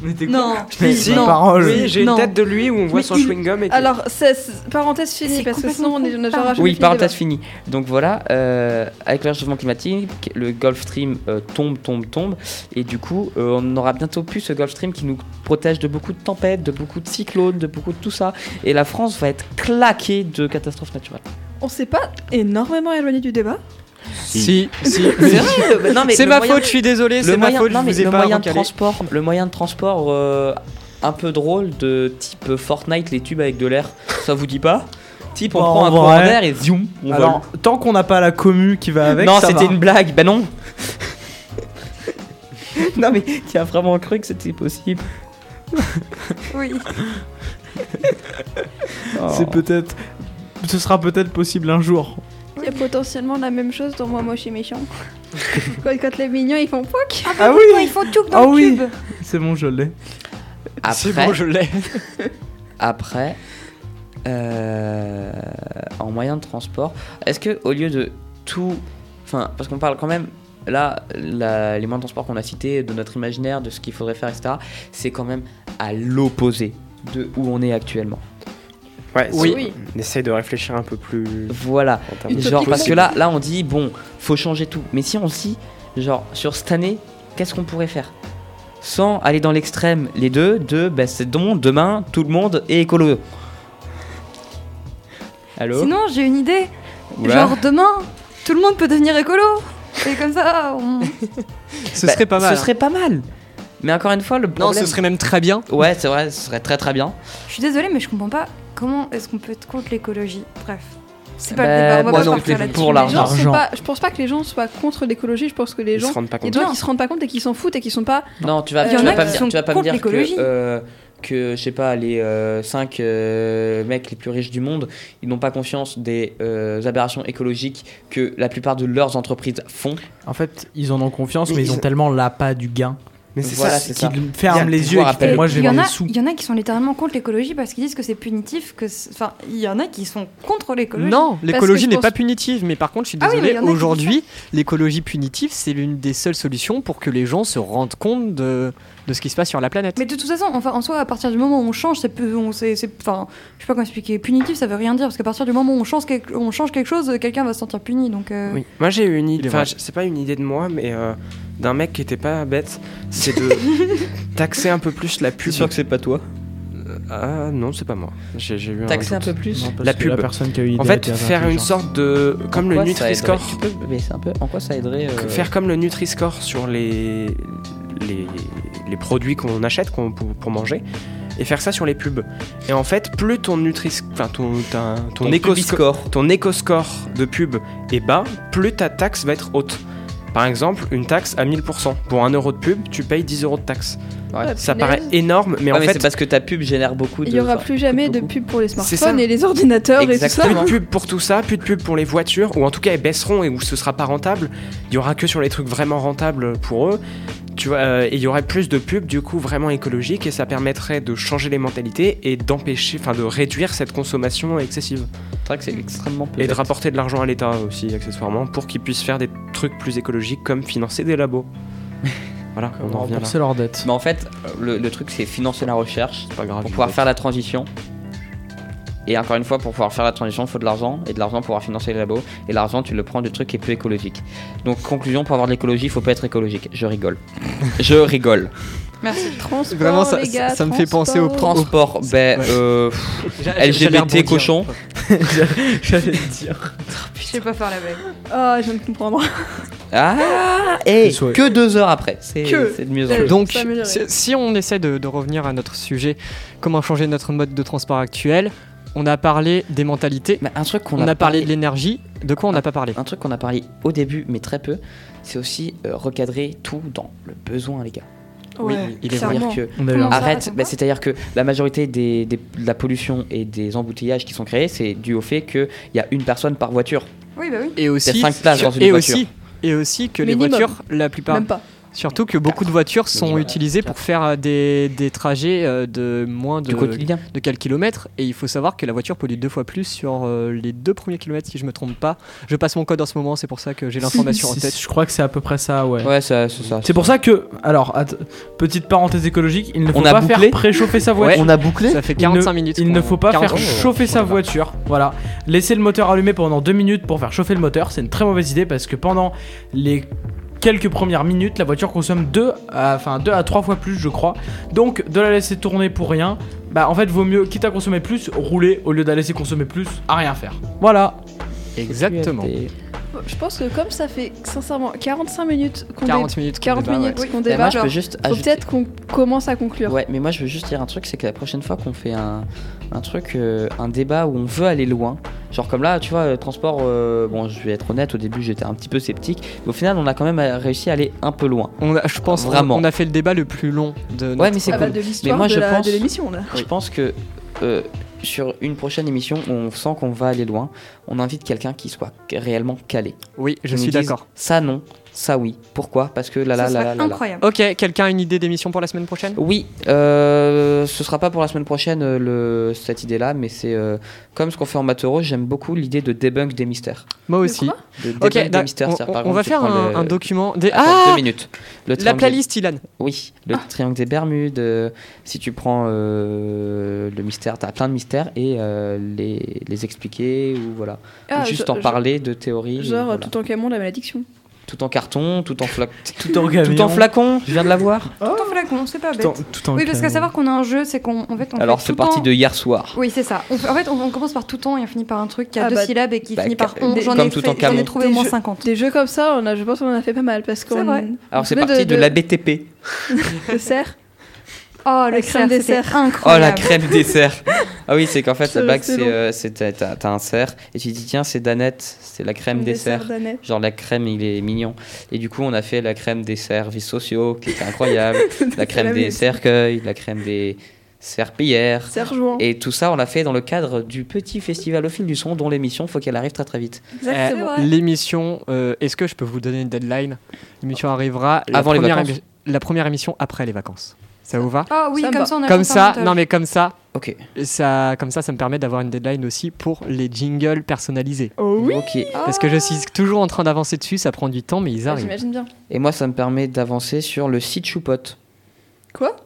Mais t'es con.
Non,
Mais
si,
c'est
non.
parole.
Oui, j'ai une
Non.
tête de lui où on voit
Mais
son
il-
chewing-gum et tout.
Alors, c'est- c'est- parenthèse
C'est
finie, parce que
complètement
sinon on est
con.
on n'aura jamais
oui,
fini le débat.
parenthèse finie. Donc voilà, euh, avec le réchauffement climatique, le Gulf Stream euh, tombe, tombe, tombe. Et du coup, euh, on aura bientôt plus ce Gulf Stream qui nous protège de beaucoup de tempêtes, de beaucoup de cyclones, de beaucoup de tout ça. Et la France va être claquée de catastrophes naturelles.
On s'est pas énormément éloigné du débat.
si si
C'est vrai, euh, non, mais
c'est
le
ma
moyen-
faute je suis désolé
Le
c'est ma
moyen,
faute
non,
je
mais
vous ai
le
pas
moyen de
recalé.
transport, le moyen de transport euh, un peu drôle de type Fortnite, les tubes avec de l'air. Ça vous dit pas Type, on
Bah,
prend
en
un courant
vrai.
d'air et zoom, on vole.
Alors, tant qu'on n'a pas la commu qui va avec,
non,
ça
c'était
va.
une blague, bah non Non mais tu as vraiment cru que c'était possible
Oui.
C'est peut-être. Ce sera peut-être possible un jour.
Il y a potentiellement la même chose dans Moi, Moche et Méchant. quand, quand les mignons, ils font pouac.
Ah,
Ah
oui,
oui.
quand ils font tout dans
Ah
le
oui.
cube.
C'est bon, je l'ai.
Après,
C'est bon, je l'ai.
après euh, en moyen de transport, est-ce que au lieu de tout, enfin parce qu'on parle quand même là la- les moyens de transport qu'on a cités de notre imaginaire, de ce qu'il faudrait faire, etc. C'est quand même à l'opposé de où on est actuellement.
Ouais,
Oui.
c'est- On essaye de réfléchir un peu plus.
Voilà.
en termes de-
Genre, parce que là, là, on dit, bon, faut changer tout. Mais si on se dit, genre, sur cette année, qu'est-ce qu'on pourrait faire Sans aller dans l'extrême, les deux, de, bah, c'est bon, demain, tout le monde est écolo. Allô
Sinon, j'ai une idée.
Oula.
Genre demain, tout le monde peut devenir écolo. Et comme ça, on...
Ce
Bah,
serait pas mal. hein.
Ce serait pas mal. Mais encore une fois, le
Non,
problème...
ce serait même très bien.
Ouais, c'est vrai, ce serait très très bien.
je suis désolée, mais je comprends pas comment est-ce qu'on peut être contre l'écologie. Bref, c'est pas
Bah,
le débat. On va
moi
pas
non
partir
plus,
là-dessus.
pour
Les
l'argent.
gens sont
Argent.
pas- je pense pas que les gens soient contre l'écologie, je pense que les
Ils
gens.
se rendent pas
Il y a
compte.
des gens
Non.
qui se rendent pas compte et qui s'en foutent et qui sont pas.
Non, tu vas,
Euh,
tu
y en
vas
a
pas
qui
me dire,
sont
tu vas pas me
contre
dire
l'écologie.
que, euh, que, je sais pas, les 5 mecs les plus riches du monde, ils n'ont pas conscience des euh, aberrations écologiques que la plupart de leurs entreprises font.
En fait, ils en ont confiance, mais,
Mais
ils
ils-
ont tellement l'appât du gain
Mais c'est
Voilà,
ça.
c'est
qu'ils
ça.
ferment
Il y a le
les yeux
pouvoir
et qu'ils font,
appel.
moi
Il
j'ai
y, en
des
a,
sous.
il y en a qui sont littéralement contre l'écologie parce qu'ils disent que c'est punitif, que c'est- enfin il y en a qui sont contre l'écologie.
Non,
je
l'écologie n'est
pense-
pas punitive, mais par contre, je suis
Ah oui,
désolé,
mais il y en a qui disent
aujourd'hui, l'écologie punitive, c'est l'une des seules solutions pour que les gens se rendent compte de, de ce qui se passe sur la planète.
Mais de toute façon, enfin, en soi, à partir du moment où on change, c'est peu- on- c'est, c'est- enfin, je sais pas comment expliquer. Punitif, ça veut rien dire parce qu'à partir du moment où on change quelque, on change quelque chose, quelqu'un va se sentir puni. Donc euh,
Oui. Moi j'ai eu une
Il est
idée, enfin
vrai.
je- c'est pas une idée de moi, mais euh, d'un mec qui était pas bête, c'est de taxer un peu plus la pub.
que c'est pas toi
Ah non, c'est pas moi. J'ai j'ai eu un.
Taxer un
doute.
peu plus
Non, parce
La
que
pub.
personne qui a eu l'idée
En
a
fait,
été
faire une
intelligente.
sorte de. Comme le
Quoi, ça aiderait-
Nutri-Score.
Tu peux baisser un peu En quoi ça aiderait euh,
Que- Faire comme le Nutri-Score sur les, les, les produits qu'on achète qu'on- pour, pour manger et faire ça sur les pubs. Et en fait, plus ton nutri enfin ton, ta- ton,
ton
éco
Publiscore
ton éco-score de pub est bas, plus ta taxe va être haute. Par exemple, une taxe à 1000%. Pour 1 euro de pub, tu payes 10 euros de taxe.
Ah,
Ouais.
Ça paraît énorme, mais
Ouais,
en
Ah, mais
fait,
c'est parce que ta pub génère beaucoup de.
Il y aura
enfin,
plus jamais de
beaucoup.
pub pour les
C'est
smartphones
ça.
et les ordinateurs et tout
Exactement.
ça.
plus de pub pour tout ça, plus de pub pour les voitures, ou en tout cas elles baisseront et où ce sera pas rentable. Il y aura que sur les trucs vraiment rentables pour eux. Tu vois, euh, et il y aurait plus de pubs du coup vraiment écologiques et ça permettrait de changer les mentalités et d'empêcher, enfin de réduire cette consommation excessive.
C'est vrai que c'est extrêmement peu.
Et de rapporter de l'argent à l'État aussi accessoirement pour qu'ils puissent faire des trucs plus écologiques comme financer des labos. voilà, on en revient là.
rembourser leurs dettes.
Mais en fait, le, le truc, c'est financer la recherche
C'est pas grave.
pour
je
pouvoir
vais-
faire la transition. Et encore une fois, pour pouvoir faire la transition, il faut de l'argent. Et de l'argent pour pouvoir financer les labos. Et l'argent, tu le prends du truc qui est plus écologique. Donc, conclusion, pour avoir de l'écologie, il faut pas être écologique. Je rigole. Je rigole.
Transport,
Vraiment, ça-
les gars,
ça- ça me fait penser au
transport.
Transport, ben,
Ouais.
euh, pff, LGBT cochon.
J'allais dire.
je sais pas faire la veille.
Ah, je viens de comprendre.
Ah, et
Le souhait.
que deux heures après. C'est
Que-
c'est de mieux en mieux.
Donc,
Ça m'améliorerait.
si- si on essaie de, de revenir à notre sujet, comment changer notre mode de transport actuel, on a parlé des mentalités,
Mais un truc qu'on
on, a, parlé Ah. de l'énergie, de quoi on n'a pas parlé
un truc qu'on a parlé au début, mais très peu, c'est aussi euh, recadrer tout dans le besoin, les gars.
Ouais,
il est vrai
clairement.
C'est-à-dire que
On a eu
Comment
un-
ça,
Arrête,
raconte
bah,
pas
c'est-à-dire que la majorité des, des- de la pollution et des embouteillages qui sont créés, c'est dû au fait qu'il y a une personne par voiture.
Oui, bah oui.
Et aussi,
cinq places dans une
et
voiture.
aussi, et aussi que
Minimum.
les voitures, la plupart,
Même pas.
surtout que beaucoup de voitures sont
Minimum.
utilisées pour faire euh, des, des trajets euh, de moins de,
Du quotidien.
de quelques kilomètres. Et il faut savoir que la voiture pollue deux fois plus sur euh, les deux premiers kilomètres, si je me trompe pas. Je passe mon code en ce moment, c'est pour ça que j'ai
Ah,
l'information en
C'est-
tête.
Je crois que c'est à peu près ça, ouais.
Ouais, ça- c'est ça.
C'est pour ça que, alors, att- petite parenthèse écologique, il ne faut
On a
pas
bouclé.
faire préchauffer sa voiture.
Ouais.
On a bouclé
Ça fait
Il ne-
45 minutes.
Il ne
qu'on-
faut pas
40
faire chauffer sa voiture. Voilà. Laisser le moteur allumé pendant deux minutes pour faire chauffer le moteur, c'est une très mauvaise idée parce que pendant les quelques premières minutes, la voiture consomme 2 à, enfin deux à 3 fois plus, je crois. Donc, de la laisser tourner pour rien, bah en fait, vaut mieux, quitte à consommer plus, rouler au lieu de la laisser consommer plus, à rien faire. Voilà.
Exactement.
Et
Je pense que comme ça fait sincèrement 45 minutes qu'on débat,
40 minutes. qu'on
40
débat, ouais.
minutes qu'on
Ah Mais
débat,
Bah, moi, je
genre,
peux juste
faut
ajouter-
peut-être qu'on commence à conclure.
Ouais, mais moi je veux juste dire un truc, c'est que la prochaine fois qu'on fait un, un truc, euh, un débat où on veut aller loin, genre comme là, tu vois, euh, transport, euh, bon, je vais être honnête, au début j'étais un petit peu sceptique, mais au final on a quand même euh, réussi à aller un peu loin.
On a- je pense
Vraiment.
vraiment. On a fait le débat le plus long de. Notre...
Ouais, mais c'est
Ah bah,
cool.
de l'histoire
moi,
de
je
la-
pense-
de l'émission là.
Je pense que euh, sur une prochaine émission où on sent qu'on va aller loin, on invite quelqu'un qui soit réellement calé.
Oui, je
Qui nous
suis
dise,
d'accord.
Ça non, ça oui. Pourquoi Parce que là là là
Ça
là
sera
là là.
incroyable.
Ok, quelqu'un a une idée d'émission pour la semaine prochaine
Oui, euh, ce sera pas pour la semaine prochaine euh, le, cette idée-là, mais c'est euh, comme ce qu'on fait en Matoro, j'aime beaucoup l'idée de debunk des mystères.
Moi aussi.
De debunk
Ok,
des
d'ac-
mystères,
on,
c'est-à-dire,
on-
par
on
exemple,
va
tu
faire
prends
un,
le-
un document. Des...
Attends,
Ah
deux minutes. Le
La
triangle-
playlist, Ilan.
Oui, le triangle des Bermudes. euh, si tu prends euh, le mystère, t'as plein de mystères et euh, les, les expliquer ou voilà.
Ah,
Ou juste
je-
en
je-
parler de théorie.
Genre
voilà.
tout en camon la malédiction.
Tout en carton, tout en, fla-
Tout en
tout en flacon. Je viens de l'avoir.
Tout en flacon, c'est pas bête.
Tout en- tout en
Oui, parce qu'à
camion.
savoir qu'on a un jeu, c'est qu'on en fait on
euh, Alors c'est
fait tout le
parti
temps-
de hier soir.
Oui, c'est ça. On fait- En fait, on, on commence par tout temps et on finit par un truc qui a
Ah
deux
bah,
syllabes et qui
bah,
finit par
ca-
on. J'en
comme
ai,
tout
fait-
en
j'en ai
camion.
trouvé au
Des
moins
jeux-
50.
Des jeux comme ça, on a, je pense qu'on en a fait pas mal parce qu'on
vrai.
Alors c'est
venait
parti de,
de
la BTP.
de cerf.
Oh, le
La crème
crème
dessert.
dessert,
Oh la
incroyable.
crème dessert Ah oui, c'est qu'en fait, la
C'est-
blague,
c'est
c'est
long.
euh, c'est- t'as- t'as t'as un cerf, et tu dis tiens, c'est Danette, c'est la crème dessert.
d'Annette.
Genre la crème, il est mignon. Et du coup, on a fait la crème des services sociaux, qui était incroyable, la crème
la
des
même.
cercueils, la crème des serpillères.
Serge Jouan.
Et tout ça, on l'a fait dans le cadre du petit festival au fil du son, dont l'émission, faut qu'elle arrive très très vite.
Exactement.
vrai.
Euh, L'émission, euh, est-ce que je peux vous donner une deadline L'émission arrivera la
Avant les
première
vacances.
émi- la première émission après les vacances. Ça vous va
Ah oui,
Ça me
comme
va.
ça on a
Comme
le temps
ça,
de montage.
non mais comme ça,
Ok.
ça, comme ça, ça me permet d'avoir une deadline aussi pour les jingles personnalisés.
Oh oui.
Ok.
Parce que je suis
Oh.
toujours en train d'avancer dessus, ça prend du temps, mais ils
Ah,
arrivent.
J'imagine bien.
Et moi, ça me permet d'avancer sur le site Choupote.
Quoi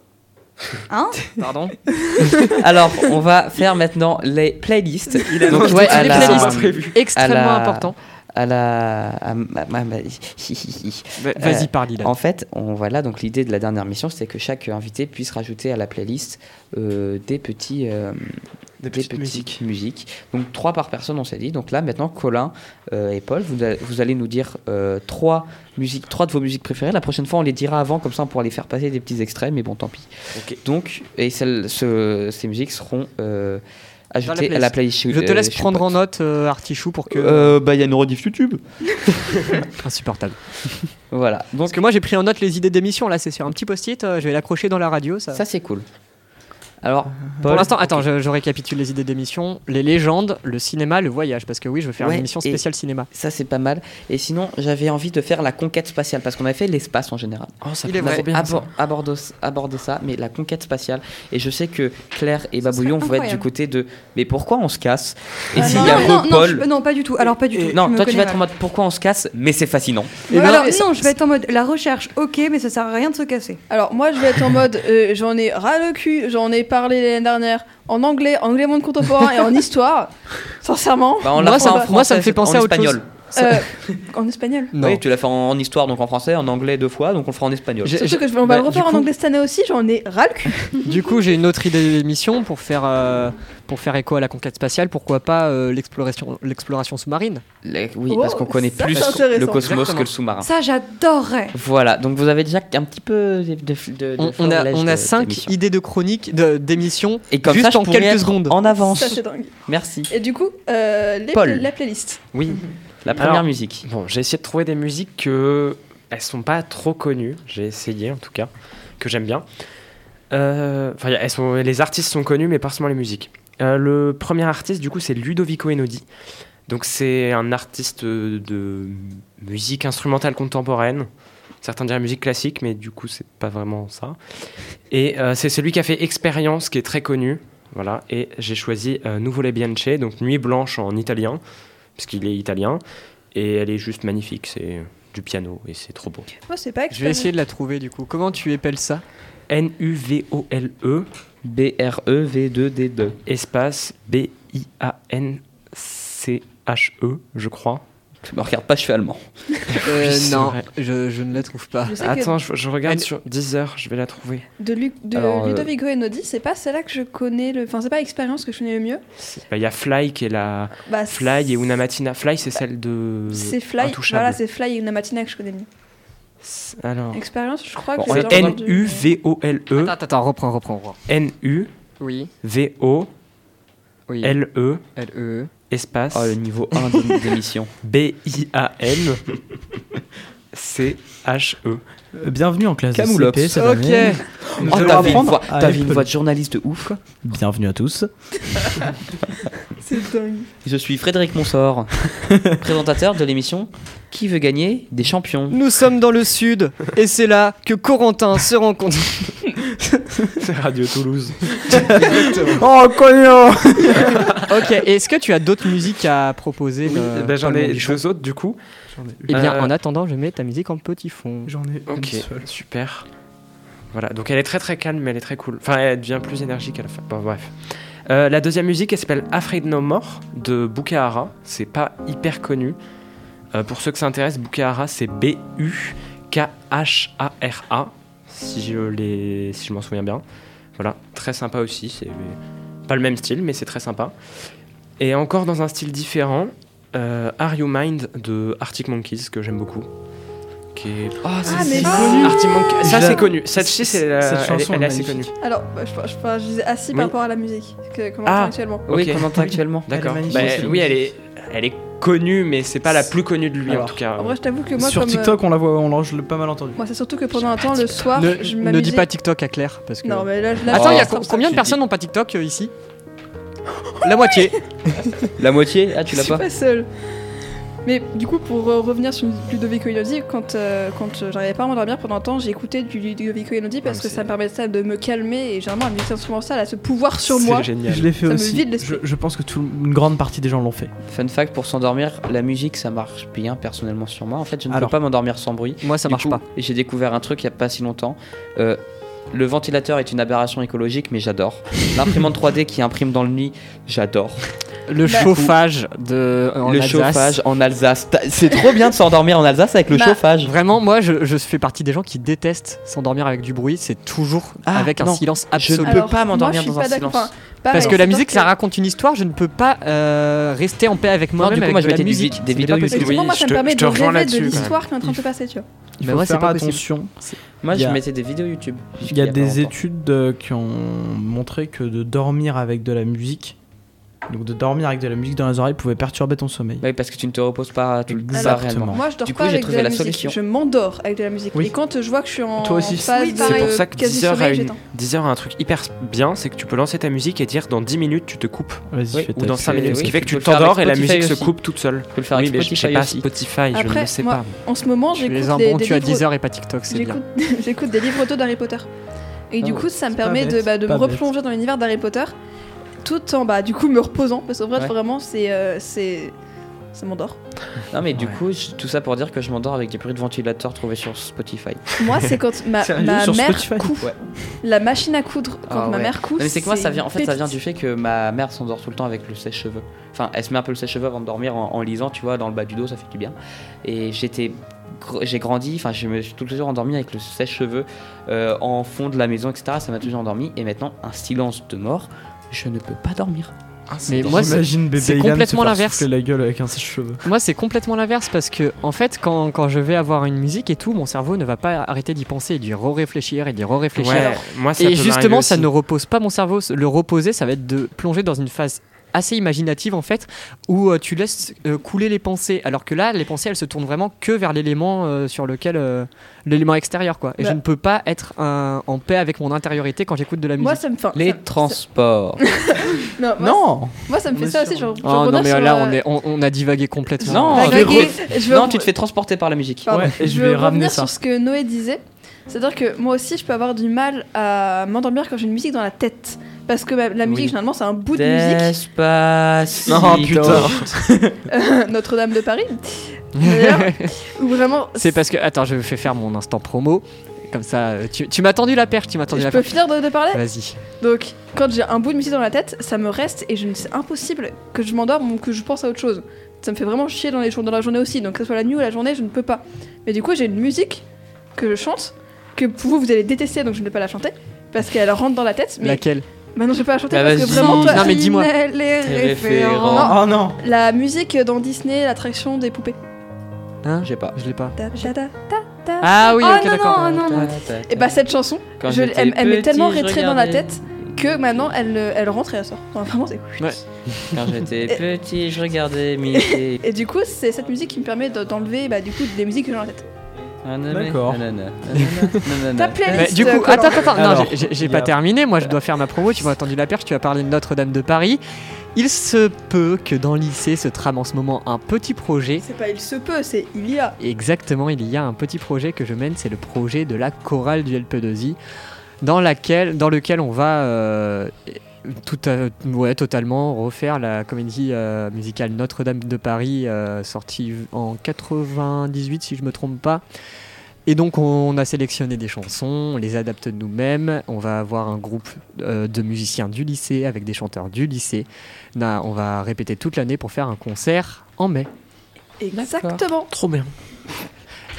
Hein
Pardon Alors, on va faire maintenant les playlists.
Il a
Donc,
annoncé
ouais,
toutes
à
les
la-
playlists pas prévues.
Extrêmement
à la-
important.
à la. à ma- ma- ma- hi, hi, hi.
Va- Vas-y, parle, Dylan.
eh, En fait, on, voilà, donc l'idée de la dernière mission, c'était que chaque invité puisse rajouter à la playlist euh, des petits. euh, des
Des petites
petites
musiques.
musiques. Donc trois par personne, on s'est dit. Donc là, maintenant, Colin euh, et Paul, vous, a- vous allez nous dire euh, trois musiques, trois de vos musiques préférées. La prochaine fois, on les dira avant, comme ça, on pourra les faire passer des petits extraits. Mais bon, tant pis.
Ok.
Donc, et celles- ce- ces musiques seront euh, ajoutées à la
playlist.
playlist.
Je te
euh,
laisse
Shoot
prendre en
Box.
note euh, Artichou pour que.
Euh, bah, il y a une rediff YouTube.
Insupportable.
Voilà. Donc
Parce que moi j'ai pris en note les idées d'émission, là c'est sur un petit post-it, euh, je vais l'accrocher dans la radio. Ça.
Ça, c'est cool. Alors,
Pour l'instant, attends, je, je récapitule les idées d'émission les légendes, le cinéma, le voyage, parce que oui, je veux faire
Ouais,
une émission
et-
spéciale cinéma.
ça c'est pas mal. Et sinon, j'avais envie de faire la conquête spatiale parce qu'on avait fait l'espace en général.
Oh, ça
Il est
pourrait
vrai.
être bien, ça.
Abor- abordons, abordons ça, mais la conquête spatiale. Et je sais que Claire et Babouillon vont être
incroyable.
du côté de. Mais pourquoi on se casse Et
Ah,
s'il
non,
y a
non, non,
RuPaul-
je- non, pas du tout. Alors pas du tout.
Non,
me
toi tu vas
connais
être en
mal.
mode pourquoi on se casse, mais c'est fascinant.
Et ben,
Alors,
et-
non, je vais être en mode la recherche, ok, mais ça sert à rien de se casser.
Alors moi je vais être en mode euh, j'en ai ras le cul, j'en ai parlé l'année dernière en anglais, anglais monde contemporain et en histoire. Sincèrement,
Bah, on l'a
Moi,
fait
ça
en
me- moi, ça me
français,
fait penser
en
à autre
espagnol.
euh, en espagnol.
Non.
Oui, tu l'as fait en, en histoire, donc en français, en anglais deux fois, donc on le fera en espagnol.
J'ai-
Surtout
j'ai-
que je vais on
bah,
va le refaire
du
en
coup-
anglais cette année aussi, j'en ai ras le cul.
Du coup, j'ai une autre idée d'émission pour faire euh, pour faire écho à la conquête spatiale. Pourquoi pas euh, l'exploration l'exploration sous-marine
Les- Oui,
Oh,
parce qu'on connaît
ça,
plus
c'est intéressant.
le cosmos
Exactement.
que le
Ah.
sous-marin.
Ça, j'adorerais.
Voilà, donc vous avez déjà un petit peu de, de, de- euh, de
On, on a
florilège
on
de-
a cinq
d'émissions.
idées de chroniques de- d'émissions
Et comme
juste
ça, je
en
pourrais
quelques
être
secondes.
En avance.
Ça c'est dingue.
Merci.
Et du coup, euh, les
Paul.
pla- la playlist.
Oui, la première
Alors-
musique.
Bon, j'ai essayé de trouver des musiques que elles sont pas trop connues. J'ai essayé en tout cas, que j'aime bien. Euh, Enfin, elles sont, les artistes sont connus, mais pas forcément les musiques. Euh, le premier artiste, du coup, c'est Ludovico Einaudi. Donc, c'est un artiste euh, de musique instrumentale contemporaine. Certains diraient musique classique, mais du coup, c'est pas vraiment ça. Et euh, c'est celui qui a fait Expérience, qui est très connu. Voilà. Et j'ai choisi euh, Nuvole Bianche, donc Nuit Blanche en italien, puisqu'il est italien. Et elle est juste magnifique. C'est du piano et c'est trop beau.
Moi c'est pas
Je vais essayer de la trouver du coup. Comment tu épelles ça
N-U-V-O-L-E, E
B-R-E-V-2-D-2.
espace B-I-A-N-C-H-E, E, je crois.
Je me regarde pas, je suis allemand.
Euh,
Oui, c'est
non,
vrai.
je, je ne la trouve pas.
Je sais
Attends, je, je regarde
Elle-
sur 10 heures, je vais la trouver.
que de, Lu- de
Alors, euh,
Ludovico et Nodi, c'est pas celle-là que je connais le. Enfin, c'est pas l'expérience que je connais le mieux.
Bah, Il y a Fly qui est la.
Bah, c'est-
Fly et Una Matina. Fly, c'est celle de.
C'est Fly.
Intouchable.
Voilà, c'est Fly et une Matina que je connais mieux.
C'est- Alors.
Expérience, je crois
Bon,
que j'ai
c'est
déjà entendu.
N-U-V-O-L-E.
Attends, attends, reprends, reprends, reprends.
N-U-V-O-L-E.
Oui, oui. E L-E.
E, Espace.
Oh, le niveau 1 d'é- d'émission.
B-I-A-N. C-H-E.
Euh, Bienvenue en classe
Camoulox.
de CP cette année. Nous
Oh,
allons
t'avais une,
apprendre
voix-
à
t'avais une
l'épeler.
voix de journaliste de ouf. quoi.
Bienvenue à tous.
C'est dingue.
Je suis Frédéric Monsort, présentateur de l'émission Qui veut gagner des champions
Nous sommes dans le sud et c'est là que Corentin se rencontre.
C'est Radio Toulouse.
Oh, cognon
ok, est-ce que tu as d'autres musiques à proposer de
Bah, J'en
Paul
ai
Mondichon
deux autres du coup.
Eh bien,
Euh,
en attendant, je mets ta musique en petit fond.
J'en ai
Ok, super. Voilà, donc elle est très très calme, mais elle est très cool. Enfin, elle devient plus énergique à la fin. Bon, bref. Euh, la deuxième musique, elle s'appelle Afraid No More de Bukahara. C'est pas hyper connu. Euh, pour ceux que ça intéresse, Bukahara, c'est B-U-K-H-A-R-A, si je, les... si je m'en souviens bien. Voilà, très sympa aussi. C'est pas le même style, mais c'est très sympa. Et encore dans un style différent, euh, Are You Mind de Arctic Monkeys, que j'aime beaucoup. Qui est
Ah,
Ah, mais
c'est
si.
connu.
Artie Monk- ça
J'a-
c'est connu. Cette, c'est, la-
cette
elle est-
chanson
elle,
est
est assez connue.
magnifique.
Alors, bah, je, je, je disais assis
Oui.
par rapport à la musique que- qu'on entend
Ah.
actuellement.
Oui,
Ok.
qu'on entend actuellement.
D'accord.
magnifique,
Bah,
cette
oui,
chanson.
elle est, elle est connue, mais c'est pas la plus connue de lui en
Alors,
tout cas.
En vrai, je t'avoue que moi,
Sur
comme, euh,
TikTok, on la voit, on l'a je l'ai pas mal entendu.
moi, c'est surtout que pendant un temps, le soir,
Ne,
je
ne
m'amusais.
dis pas TikTok à Claire parce que.
Non, mais là, là
Attends,
Oh.
il y a
je-
co- combien de
Tu
personnes n'ont pas TikTok euh, ici La moitié.
La moitié Ah, tu
Je
l'as
suis
pas
pas seule. Mais du coup, pour euh, revenir sur Ludovico Einaudi, quand, euh, quand euh, j'arrivais pas à m'endormir pendant un temps, j'ai écouté du Ludovico Einaudi parce
Ouais,
que
c'est-
ça me permettait de me calmer et généralement la musique instrumentale a ce pouvoir sur
c'est
moi.
génial.
Je l'ai fait
Ça me
aussi.
vide
je,
l'esprit.
je pense que tout, une grande partie des gens l'ont fait.
Fun fact, pour s'endormir, la musique ça marche bien personnellement sur moi. En fait, je ne
Alors.
peux pas m'endormir sans bruit.
Moi, ça
Du
marche
coup,
pas.
J'ai découvert un truc il y a pas si longtemps. Euh, le ventilateur est une aberration écologique, mais j'adore. L'imprimante 3D qui imprime dans le nuit, j'adore.
Le
Bah,
chauffage de en
le
Alsace.
chauffage en Alsace. T'as- C'est trop bien de s'endormir en Alsace avec le
Bah,
chauffage.
Vraiment, moi, je, je fais partie des gens qui détestent s'endormir avec du bruit. C'est toujours
Ah,
avec un
non.
silence
Je ne
absolu.
peux
Alors,
pas
moi,
m'endormir
je suis
dans un
pas d'accord.
silence.
Enfin, pareil,
Parce que la
c'est
musique,
sûr
ça raconte une histoire. Je ne peux pas euh, rester en paix avec
Non,
moi-même.
du coup,
avec
moi, je
de la
mettais du
musique.
vid-
Ce
des
n'est
vidéos
pas
Parce que
possible.
YouTube.
justement,
Oui,
moi,
je
ça
te-
me permet
je te
de
rejoins
rêver de
là-dessus,
l'histoire qui est en train de se passer, tu vois.
Il
Mais
faut
ouais, c'est
faire
pas possible.
attention.
Moi,
Il y
je
a-
mettais des vidéos YouTube.
Il y a
pas
des
longtemps.
études euh, qui ont montré que de dormir avec de la musique, donc de dormir avec de la musique dans les oreilles, pouvait perturber ton sommeil.
Bah oui, parce que tu ne te reposes pas tout le temps
Exactement.
réellement.
Bon.
Moi, je dors
Du coup,
pas
j'ai
avec de
trouvé
la,
la
musique.
solution.
Je m'endors avec de la musique.
Oui.
Et quand je vois que je suis en
Toi aussi.
phase
Oui,
de
C'est pour ça que
quasi
10 heures a,
sommeil,
une-
j'éteins.
10 heures a un truc hyper bien, c'est que tu peux lancer ta musique et dire dans 10 minutes tu te coupes.
Vas-y, fais
Ou
ta-
dans 5
Oui,
minutes. Ce
oui,
qui fait
tu
que tu
peux le faire avec
t'endors et la
Spotify
musique se
aussi.
coupe toute seule.
Tu peux le faire
oui,
avec
mais je sais
Spotify
pas
aussi.
Spotify, je ne
Après,
le sais
moi,
pas.
En ce moment,
Tu es
j'écoute
un
des,
bon,
des
tu as
livres
10 heures et pas TikTok, c'est bien.
J'écoute j'écoute des livres auto d'Harry Potter. Et
Ah
du
ouais,
coup, ça me
pas
permet de,
bête,
bah, de me
pas bête.
replonger dans l'univers d'Harry Potter tout en, bah, du coup, me reposant. Parce qu'en vrai,
Ouais.
vraiment, c'est. euh, c'est ça m'endort.
Non, mais du
Ouais.
coup, je- tout ça pour dire que je m'endors avec des bruits de ventilateur trouvés sur Spotify.
Moi, c'est quand ma,
Sérieux,
ma
sur
mère
Spotify
coud.
Ouais.
La machine à coudre, quand
Ah
ma
ouais.
mère coud.
Non, mais c'est que moi, ça vient, en fait, ça
pépite.
vient du fait que ma mère s'endort tout le temps avec le sèche-cheveux. Enfin, elle se met un peu le sèche-cheveux avant de dormir en, en lisant, tu vois, dans le bas du dos, ça fait du bien. Et j'étais. gr- J'ai grandi, enfin, je me suis toujours endormi avec le sèche-cheveux euh, en fond de la maison, etc. Ça m'a toujours endormi. Et maintenant, un silence de mort, je ne peux pas dormir.
Mais moi, c'est-
J'imagine bébé
c'est
Ilan se
complètement
faire
l'inverse.
souffler la gueule avec un sèche-cheveux.
Moi, c'est complètement l'inverse parce que, en fait, quand, quand je vais avoir une musique et tout, mon cerveau ne va pas arrêter d'y penser et d'y re-réfléchir et d'y re-réfléchir.
Ouais, moi, ça
et
peut
justement,
m'arriver
ça
aussi.
ne repose pas mon cerveau. Le reposer, ça va être de plonger dans une phase assez imaginative en fait, où euh, tu laisses euh, couler les pensées, alors que là, les pensées, elles se tournent vraiment que vers l'élément euh, sur lequel, euh, l'élément extérieur quoi. Et
Bah.
je ne peux pas être un- en paix avec mon intériorité quand j'écoute de la musique.
Moi, ça me fait.
Les
ça-
transports.
ça- Non, moi,
Non
moi, ça me
On
fait
est
ça
sur-
aussi. Genre,
Oh, non mais là, on, est, on, on a divagué complètement.
Non,
Bah,
je vais
Grégory, euh, je vais-
non, tu te fais transporter par la musique.
Pardon.
Ouais, et je
je
vais
veux
ramener
revenir
ça.
sur ce que Noé disait. C'est-à-dire que moi aussi, je peux avoir du mal à m'endormir quand j'ai une musique dans la tête. Parce que ma- la musique,
Oui.
généralement, c'est un bout de musique.
Despacito.
Non, putain.
euh, Notre-Dame de Paris. D'ailleurs, Ou vraiment.
C'est parce que attends, je fais faire mon instant promo. Comme ça, euh, tu, tu m'as tendu la perche, tu m'as tendu
Je
la
peux
perche.
finir de, de parler
Vas-y.
Donc, quand j'ai un bout de musique dans la tête, ça me reste et je ne c'est impossible que je m'endorme ou que je pense à autre chose. Ça me fait vraiment chier dans, les jours, dans la journée aussi. Donc, que ce soit la nuit ou la journée, je ne peux pas. Mais du coup, j'ai une musique que je chante, que pour vous, vous allez détester, donc je ne vais pas la chanter. Parce qu'elle rentre dans la tête. Mais
Laquelle
Bah non, je vais pas la chanter
Bah,
parce que
vas-y.
vraiment, toi,
Non, mais dis-moi.
Les
référents.
référents.
Oh non
la musique dans Disney, l'attraction des poupées.
Hein
J'ai pas.
Je l'ai pas.
Ta, ta, ta.
Ah oui,
Oh
ok,
non,
d'accord.
non, non, non.
Et bah, cette chanson,
Quand
je- elle,
j'étais
elle m'est tellement
petit, je
rétrée dans la
regardais-
tête que maintenant, elle, elle rentre et elle sort. Enfin, vraiment, c'est
Quand j'étais petit, je regardais Mickey.
Et du coup, c'est cette musique qui me permet de- d'enlever bah, du coup des musiques que j'ai dans la tête.
Ah,
D'accord.
Nanana,
Ta
nanana,
Mais
playlist.
du
euh,
coup,
Colin.
attends, attends, attends, non,
Alors,
j'ai- j'ai j'ai
il y
pas
a-
terminé. Moi, je dois faire ma promo. Tu m'as tendu la perche, tu as parlé de Notre-Dame de Paris. Il se peut que dans le lycée se trame en ce moment un petit projet.
C'est pas il se peut, c'est il y a.
Exactement, il y a un petit projet que je mène, c'est le projet de la chorale du LP2I, dans, laquelle, dans lequel on va euh, tout à- ouais, totalement refaire la comédie euh, musicale Notre-Dame de Paris, euh, sortie en 98 si je me trompe pas. Et donc on a sélectionné des chansons, on les adapte nous-mêmes, on va avoir un groupe euh, de musiciens du lycée avec des chanteurs du lycée. Na- On va répéter toute l'année pour faire un concert en mai.
Exactement.
Trop bien.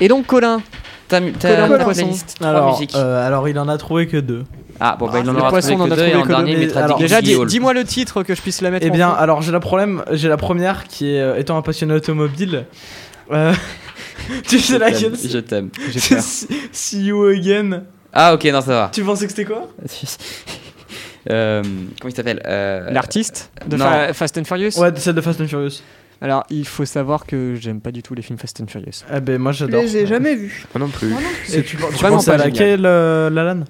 Et donc Colin,
T'as mis-
Colin
t'as la
Poisson.
playlist. Trois
alors,
musiques.
euh, alors, il en a trouvé que deux.
Ah bon, bah il en
le
aura
poisson,
trouvé
on en
que
a
deux et
trouvé
un
que
dernier
deux.
mettra
Alors,
Déjà,
Dickie
dis-
Hall.
dis-moi le titre que je puisse la mettre.
Eh
en
bien,
fond.
alors j'ai la problème, j'ai la première qui est euh, étant un passionné automobile. euh, tu sais
Je
laquelle
t'aime, Je t'aime.
c'est- c'est See you again.
Ah ok, non, ça va.
Tu pensais que c'était quoi
Euh, Comment il s'appelle Euh,
l'artiste de
non.
Fa- Fast and Furious.
Ouais, celle de Fast and Furious.
Alors, il faut savoir que j'aime pas du tout les films Fast and Furious.
Eh ben moi
Je
j'adore.
les ai jamais vus.
Moi non plus.
Et tu, tu
vraiment
penses
pas
à laquelle, euh, Lalan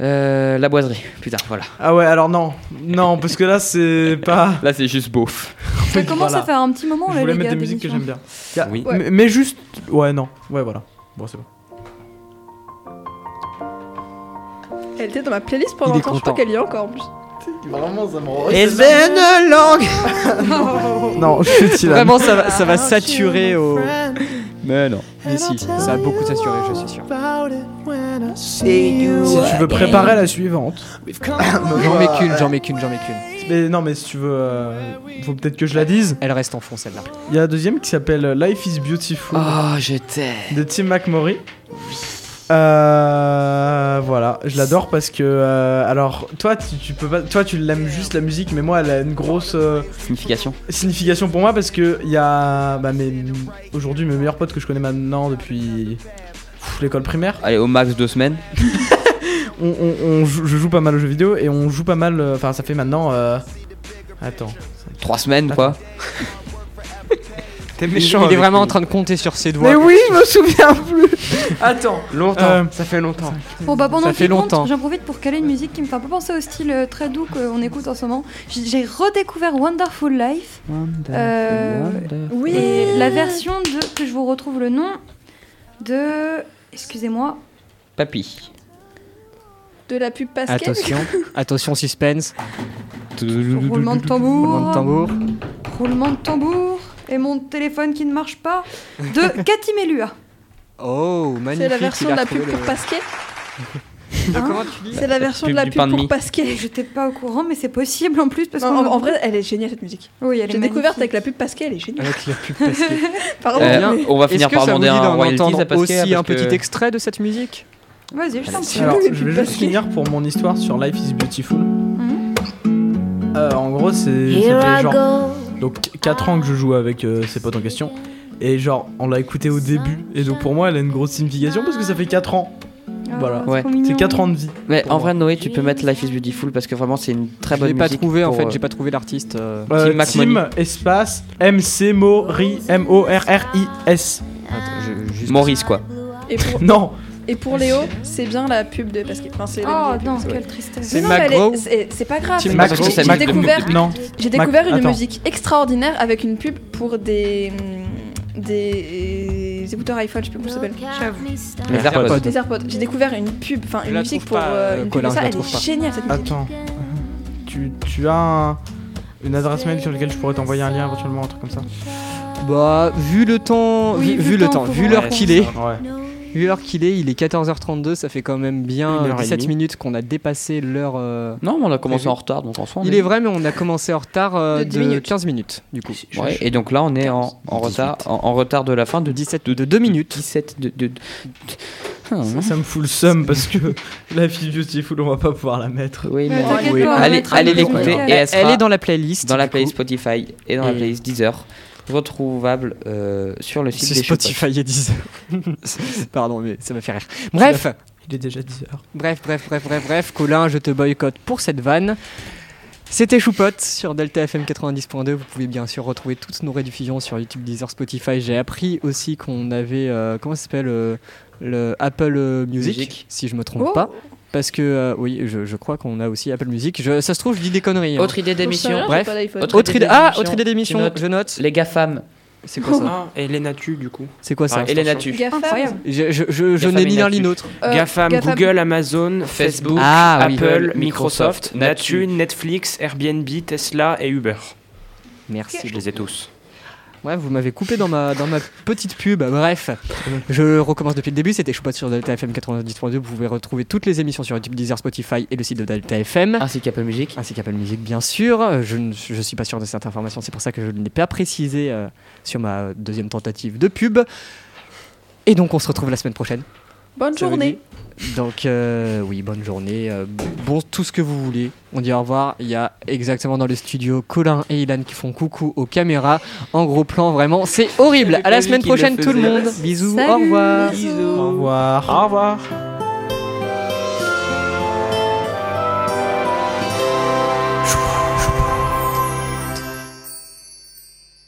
euh, La boiserie. Putain, voilà.
Ah ouais, alors non, non parce que là c'est pas.
Là, c'est juste beauf.
Ça commence
Voilà.
à faire un petit moment
Je
là,
voulais
les
mettre
gars.
des musiques que j'aime bien.
Ah
Y a-
Oui.
mais- Mais juste, ouais non, ouais voilà. Bon c'est bon.
Elle était dans ma playlist pendant
Il
un
est
temps, je crois
content.
qu'elle y est encore en plus.
Vraiment ça
It's been a long-
Eh ben Non, je suis Dylan.
Vraiment, ça va, ça va saturer au.
Mais non.
Mais si, ça a beaucoup saturé, je suis sûr.
Si tu veux préparer la suivante.
J'en mets qu'une, j'en mets qu'une, j'en mets qu'une.
Mais non, mais si tu veux, euh, faut peut-être que je la dise.
Elle reste en fond celle-là.
Il y a la deuxième qui s'appelle Life is Beautiful
Oh, je t'aime.
de Tim McMorry. Euh, voilà, je l'adore parce que euh, alors toi tu, tu peux pas, toi tu l'aimes juste la musique, mais moi elle a une grosse euh,
Signification.
signification pour moi parce que il y a bah, mes- aujourd'hui mes meilleurs potes que je connais maintenant depuis pff, l'école primaire.
Allez, au max deux semaines.
on, on- on joue- je joue pas mal aux jeux vidéo et on joue pas mal. euh, Enfin, ça fait maintenant. euh, Attends.
Trois semaines, quoi.
T'es
Il,
méchant.
il est vraiment en train de compter sur ses doigts.
oui, je me souviens plus. Attends.
Longtemps.
Euh,
Ça fait longtemps.
Bon bah pendant
Ça fait
qu'il compte,
longtemps.
j'en profite pour caler une musique qui me fait un peu penser au style euh, très doux qu'on écoute en ce moment. J'ai j'ai redécouvert Wonderful Life. Euh,
Oui.
et la version de que je vous retrouve le nom de excusez-moi
Papy.
De la pub Pascal.
Attention, attention, suspense.
roulement
Roulement
de
de
tambour
tambour.
roulement de tambour et mon téléphone qui ne marche pas de Cathy Melua.
Oh,
C'est
magnifique.
la
il
version de
a
la pub
retrouvé
pour
le-
Pasquet.
Hein
Comment tu dis
C'est la version
pub
de la
du
pub
pain de
pour
mie.
Pasquet.
J'étais pas au courant mais c'est possible en plus parce
Non,
qu'on
en,
me-
en vrai, elle est géniale cette musique.
oui, elle est
J'ai découverte avec
magnifique.
la pub Pasquet, elle est géniale.
Avec la pub Pascal.
Pardon.
Eh
Euh,
bien,
Oh, mais-
on va
Est-ce
finir
que
par
ça vous dit
demander un
d'en
royalty à
entendre
Pascal.
aussi un
parce que-
petit extrait de cette musique
Vas-y, je t'en prie.
Alors, je vais juste finir pour mon histoire sur Life is Beautiful.
Mhm.
Euh, en gros, c'est. Ça fait genre. Donc, 4 ans que je joue avec euh, ces potes en question. Et genre, on l'a écouté au début. Et donc, pour moi, elle a une grosse signification parce que ça fait 4 ans.
Ah,
Voilà.
trop
Ouais.
mignon.
C'est 4 ans de vie.
Mais
Pour
en
moi.
vrai, Noé, tu peux mettre Life is Beautiful parce que vraiment, c'est une très
Je
bonne
l'ai
musique.
pas trouvé en
pour,
fait,
euh,
j'ai pas trouvé l'artiste. euh.
Euh,
Tim
Tim, espace, MC, Mori, M-O-R-R-I-S.
Attends, je- juste-
Maurice, quoi.
Et pour,
Non,
et pour Léo, c'est bien la pub de Pasquet. Enfin, c'est la
Oh
musique de
non,
Pasquet.
quelle tristesse.
C'est
Mais non, mais elle est-
Macro.
c'est- C'est pas grave.
Tim
J'ai-
Macro,
j'ai-
c'est
J'ai
Mac-
découvert
non.
J'ai découvert
Mac-
une
attends.
musique extraordinaire avec une pub pour des hum, des écouteurs iPhone, je sais plus comment ça s'appelle.
Les AirPods.
Des AirPods. J'ai découvert une pub, enfin
Je
une
la
musique
trouve
pour
pas,
euh,
euh,
une pub
Colin,
comme
je
ça.
la
Elle
trouve
est
pas.
géniale cette musique.
Attends. Tu, tu as un- une adresse mail sur laquelle je pourrais t'envoyer un lien éventuellement, un truc comme ça
Bah, vu le temps,
Oui,
vu, vu le temps,
faut
vu
voir.
l'heure qu'il est,
Ouais.
Vu l'heure qu'il est, il est 14h32, ça fait quand même bien
Une
euh,
heure et
17
demie.
minutes qu'on a dépassé l'heure. euh,
Non, mais on a commencé
Prévu.
en retard, donc en soi, on
Il est vrai, mais on a commencé en retard euh,
De
de,
dix minutes.
15 minutes, du coup.
Ouais, et donc là, on est en, en retard, en, en retard de la fin de
17 ou de 2 minutes.
17 de. de- de- Ah,
Ça, ça me fout le seum parce que la fille Beautiful, on va pas pouvoir la mettre.
oui, mais-
Mais t'inquiète
oui.
pas, on va
Allez-
mettre un
allez
petit
l'écouter.
truc.
Et elle sera
Elle est dans la playlist.
dans la
du
playlist
coup.
Spotify et dans la
Et-
playlist Deezer, retrouvable euh, sur le site
Si
des Chopotes.
Spotify et Deezer. Pardon, mais ça m'a fait rire. Bref,
Il est déjà 10h.
bref, bref, bref, bref, bref. Colin, je te boycotte pour cette vanne. C'était Choupote sur Delta FM 90.2. Vous pouvez bien sûr retrouver toutes nos rediffusions sur YouTube, Deezer, Spotify. J'ai appris aussi qu'on avait, euh, comment ça s'appelle, euh, le Apple euh, Music,
Music.
si je me trompe
Oh.
pas. Parce que, euh, oui, je, je crois qu'on a aussi Apple Music. Je- ça se trouve, je dis des conneries. hein.
Autre idée d'émission.
Bref.
Autre-
Autre idée, ah, autre idée
Je
d'émission,
note.
je note.
Les GAFAM.
C'est quoi ça
Ah, et les Natu, du coup.
C'est quoi ça
Pareil.
Et les Natu.
Incroyable.
Je, je- je- je
Gafam
n'ai
et
ni l'un
Natu.
ni l'autre.
Euh,
GAFAM, Google, Amazon, Facebook,
Ah, oui,
Apple,
Google,
Microsoft,
Microsoft,
Natu,
Natu.
Netflix, Airbnb, Tesla et Uber.
Merci.
Je les ai tous.
Ouais, vous m'avez coupé dans ma, dans ma petite pub. Bref, je recommence depuis le début. C'était Choupotte sur Delta FM 90.2. Vous pouvez retrouver toutes les émissions sur YouTube, Deezer, Spotify et le site de Delta FM.
Ainsi qu'Apple Music.
Ainsi qu'Apple Music, bien sûr. Euh, Je ne je suis pas sûr de cette information, c'est pour ça que je ne l'ai pas précisé euh, sur ma euh, deuxième tentative de pub. Et donc, on se retrouve la semaine prochaine.
Bonne
Ça vous
journée.
dit Donc, euh, oui, bonne journée. euh, bon, tout ce que vous voulez. On dit au revoir. Il y a exactement dans le studio Colin et Ilan qui font coucou aux caméras. En gros plan, vraiment, c'est horrible. À la semaine prochaine, tout le monde. Bisous, au
Salut.
revoir.
Au revoir.
Au revoir.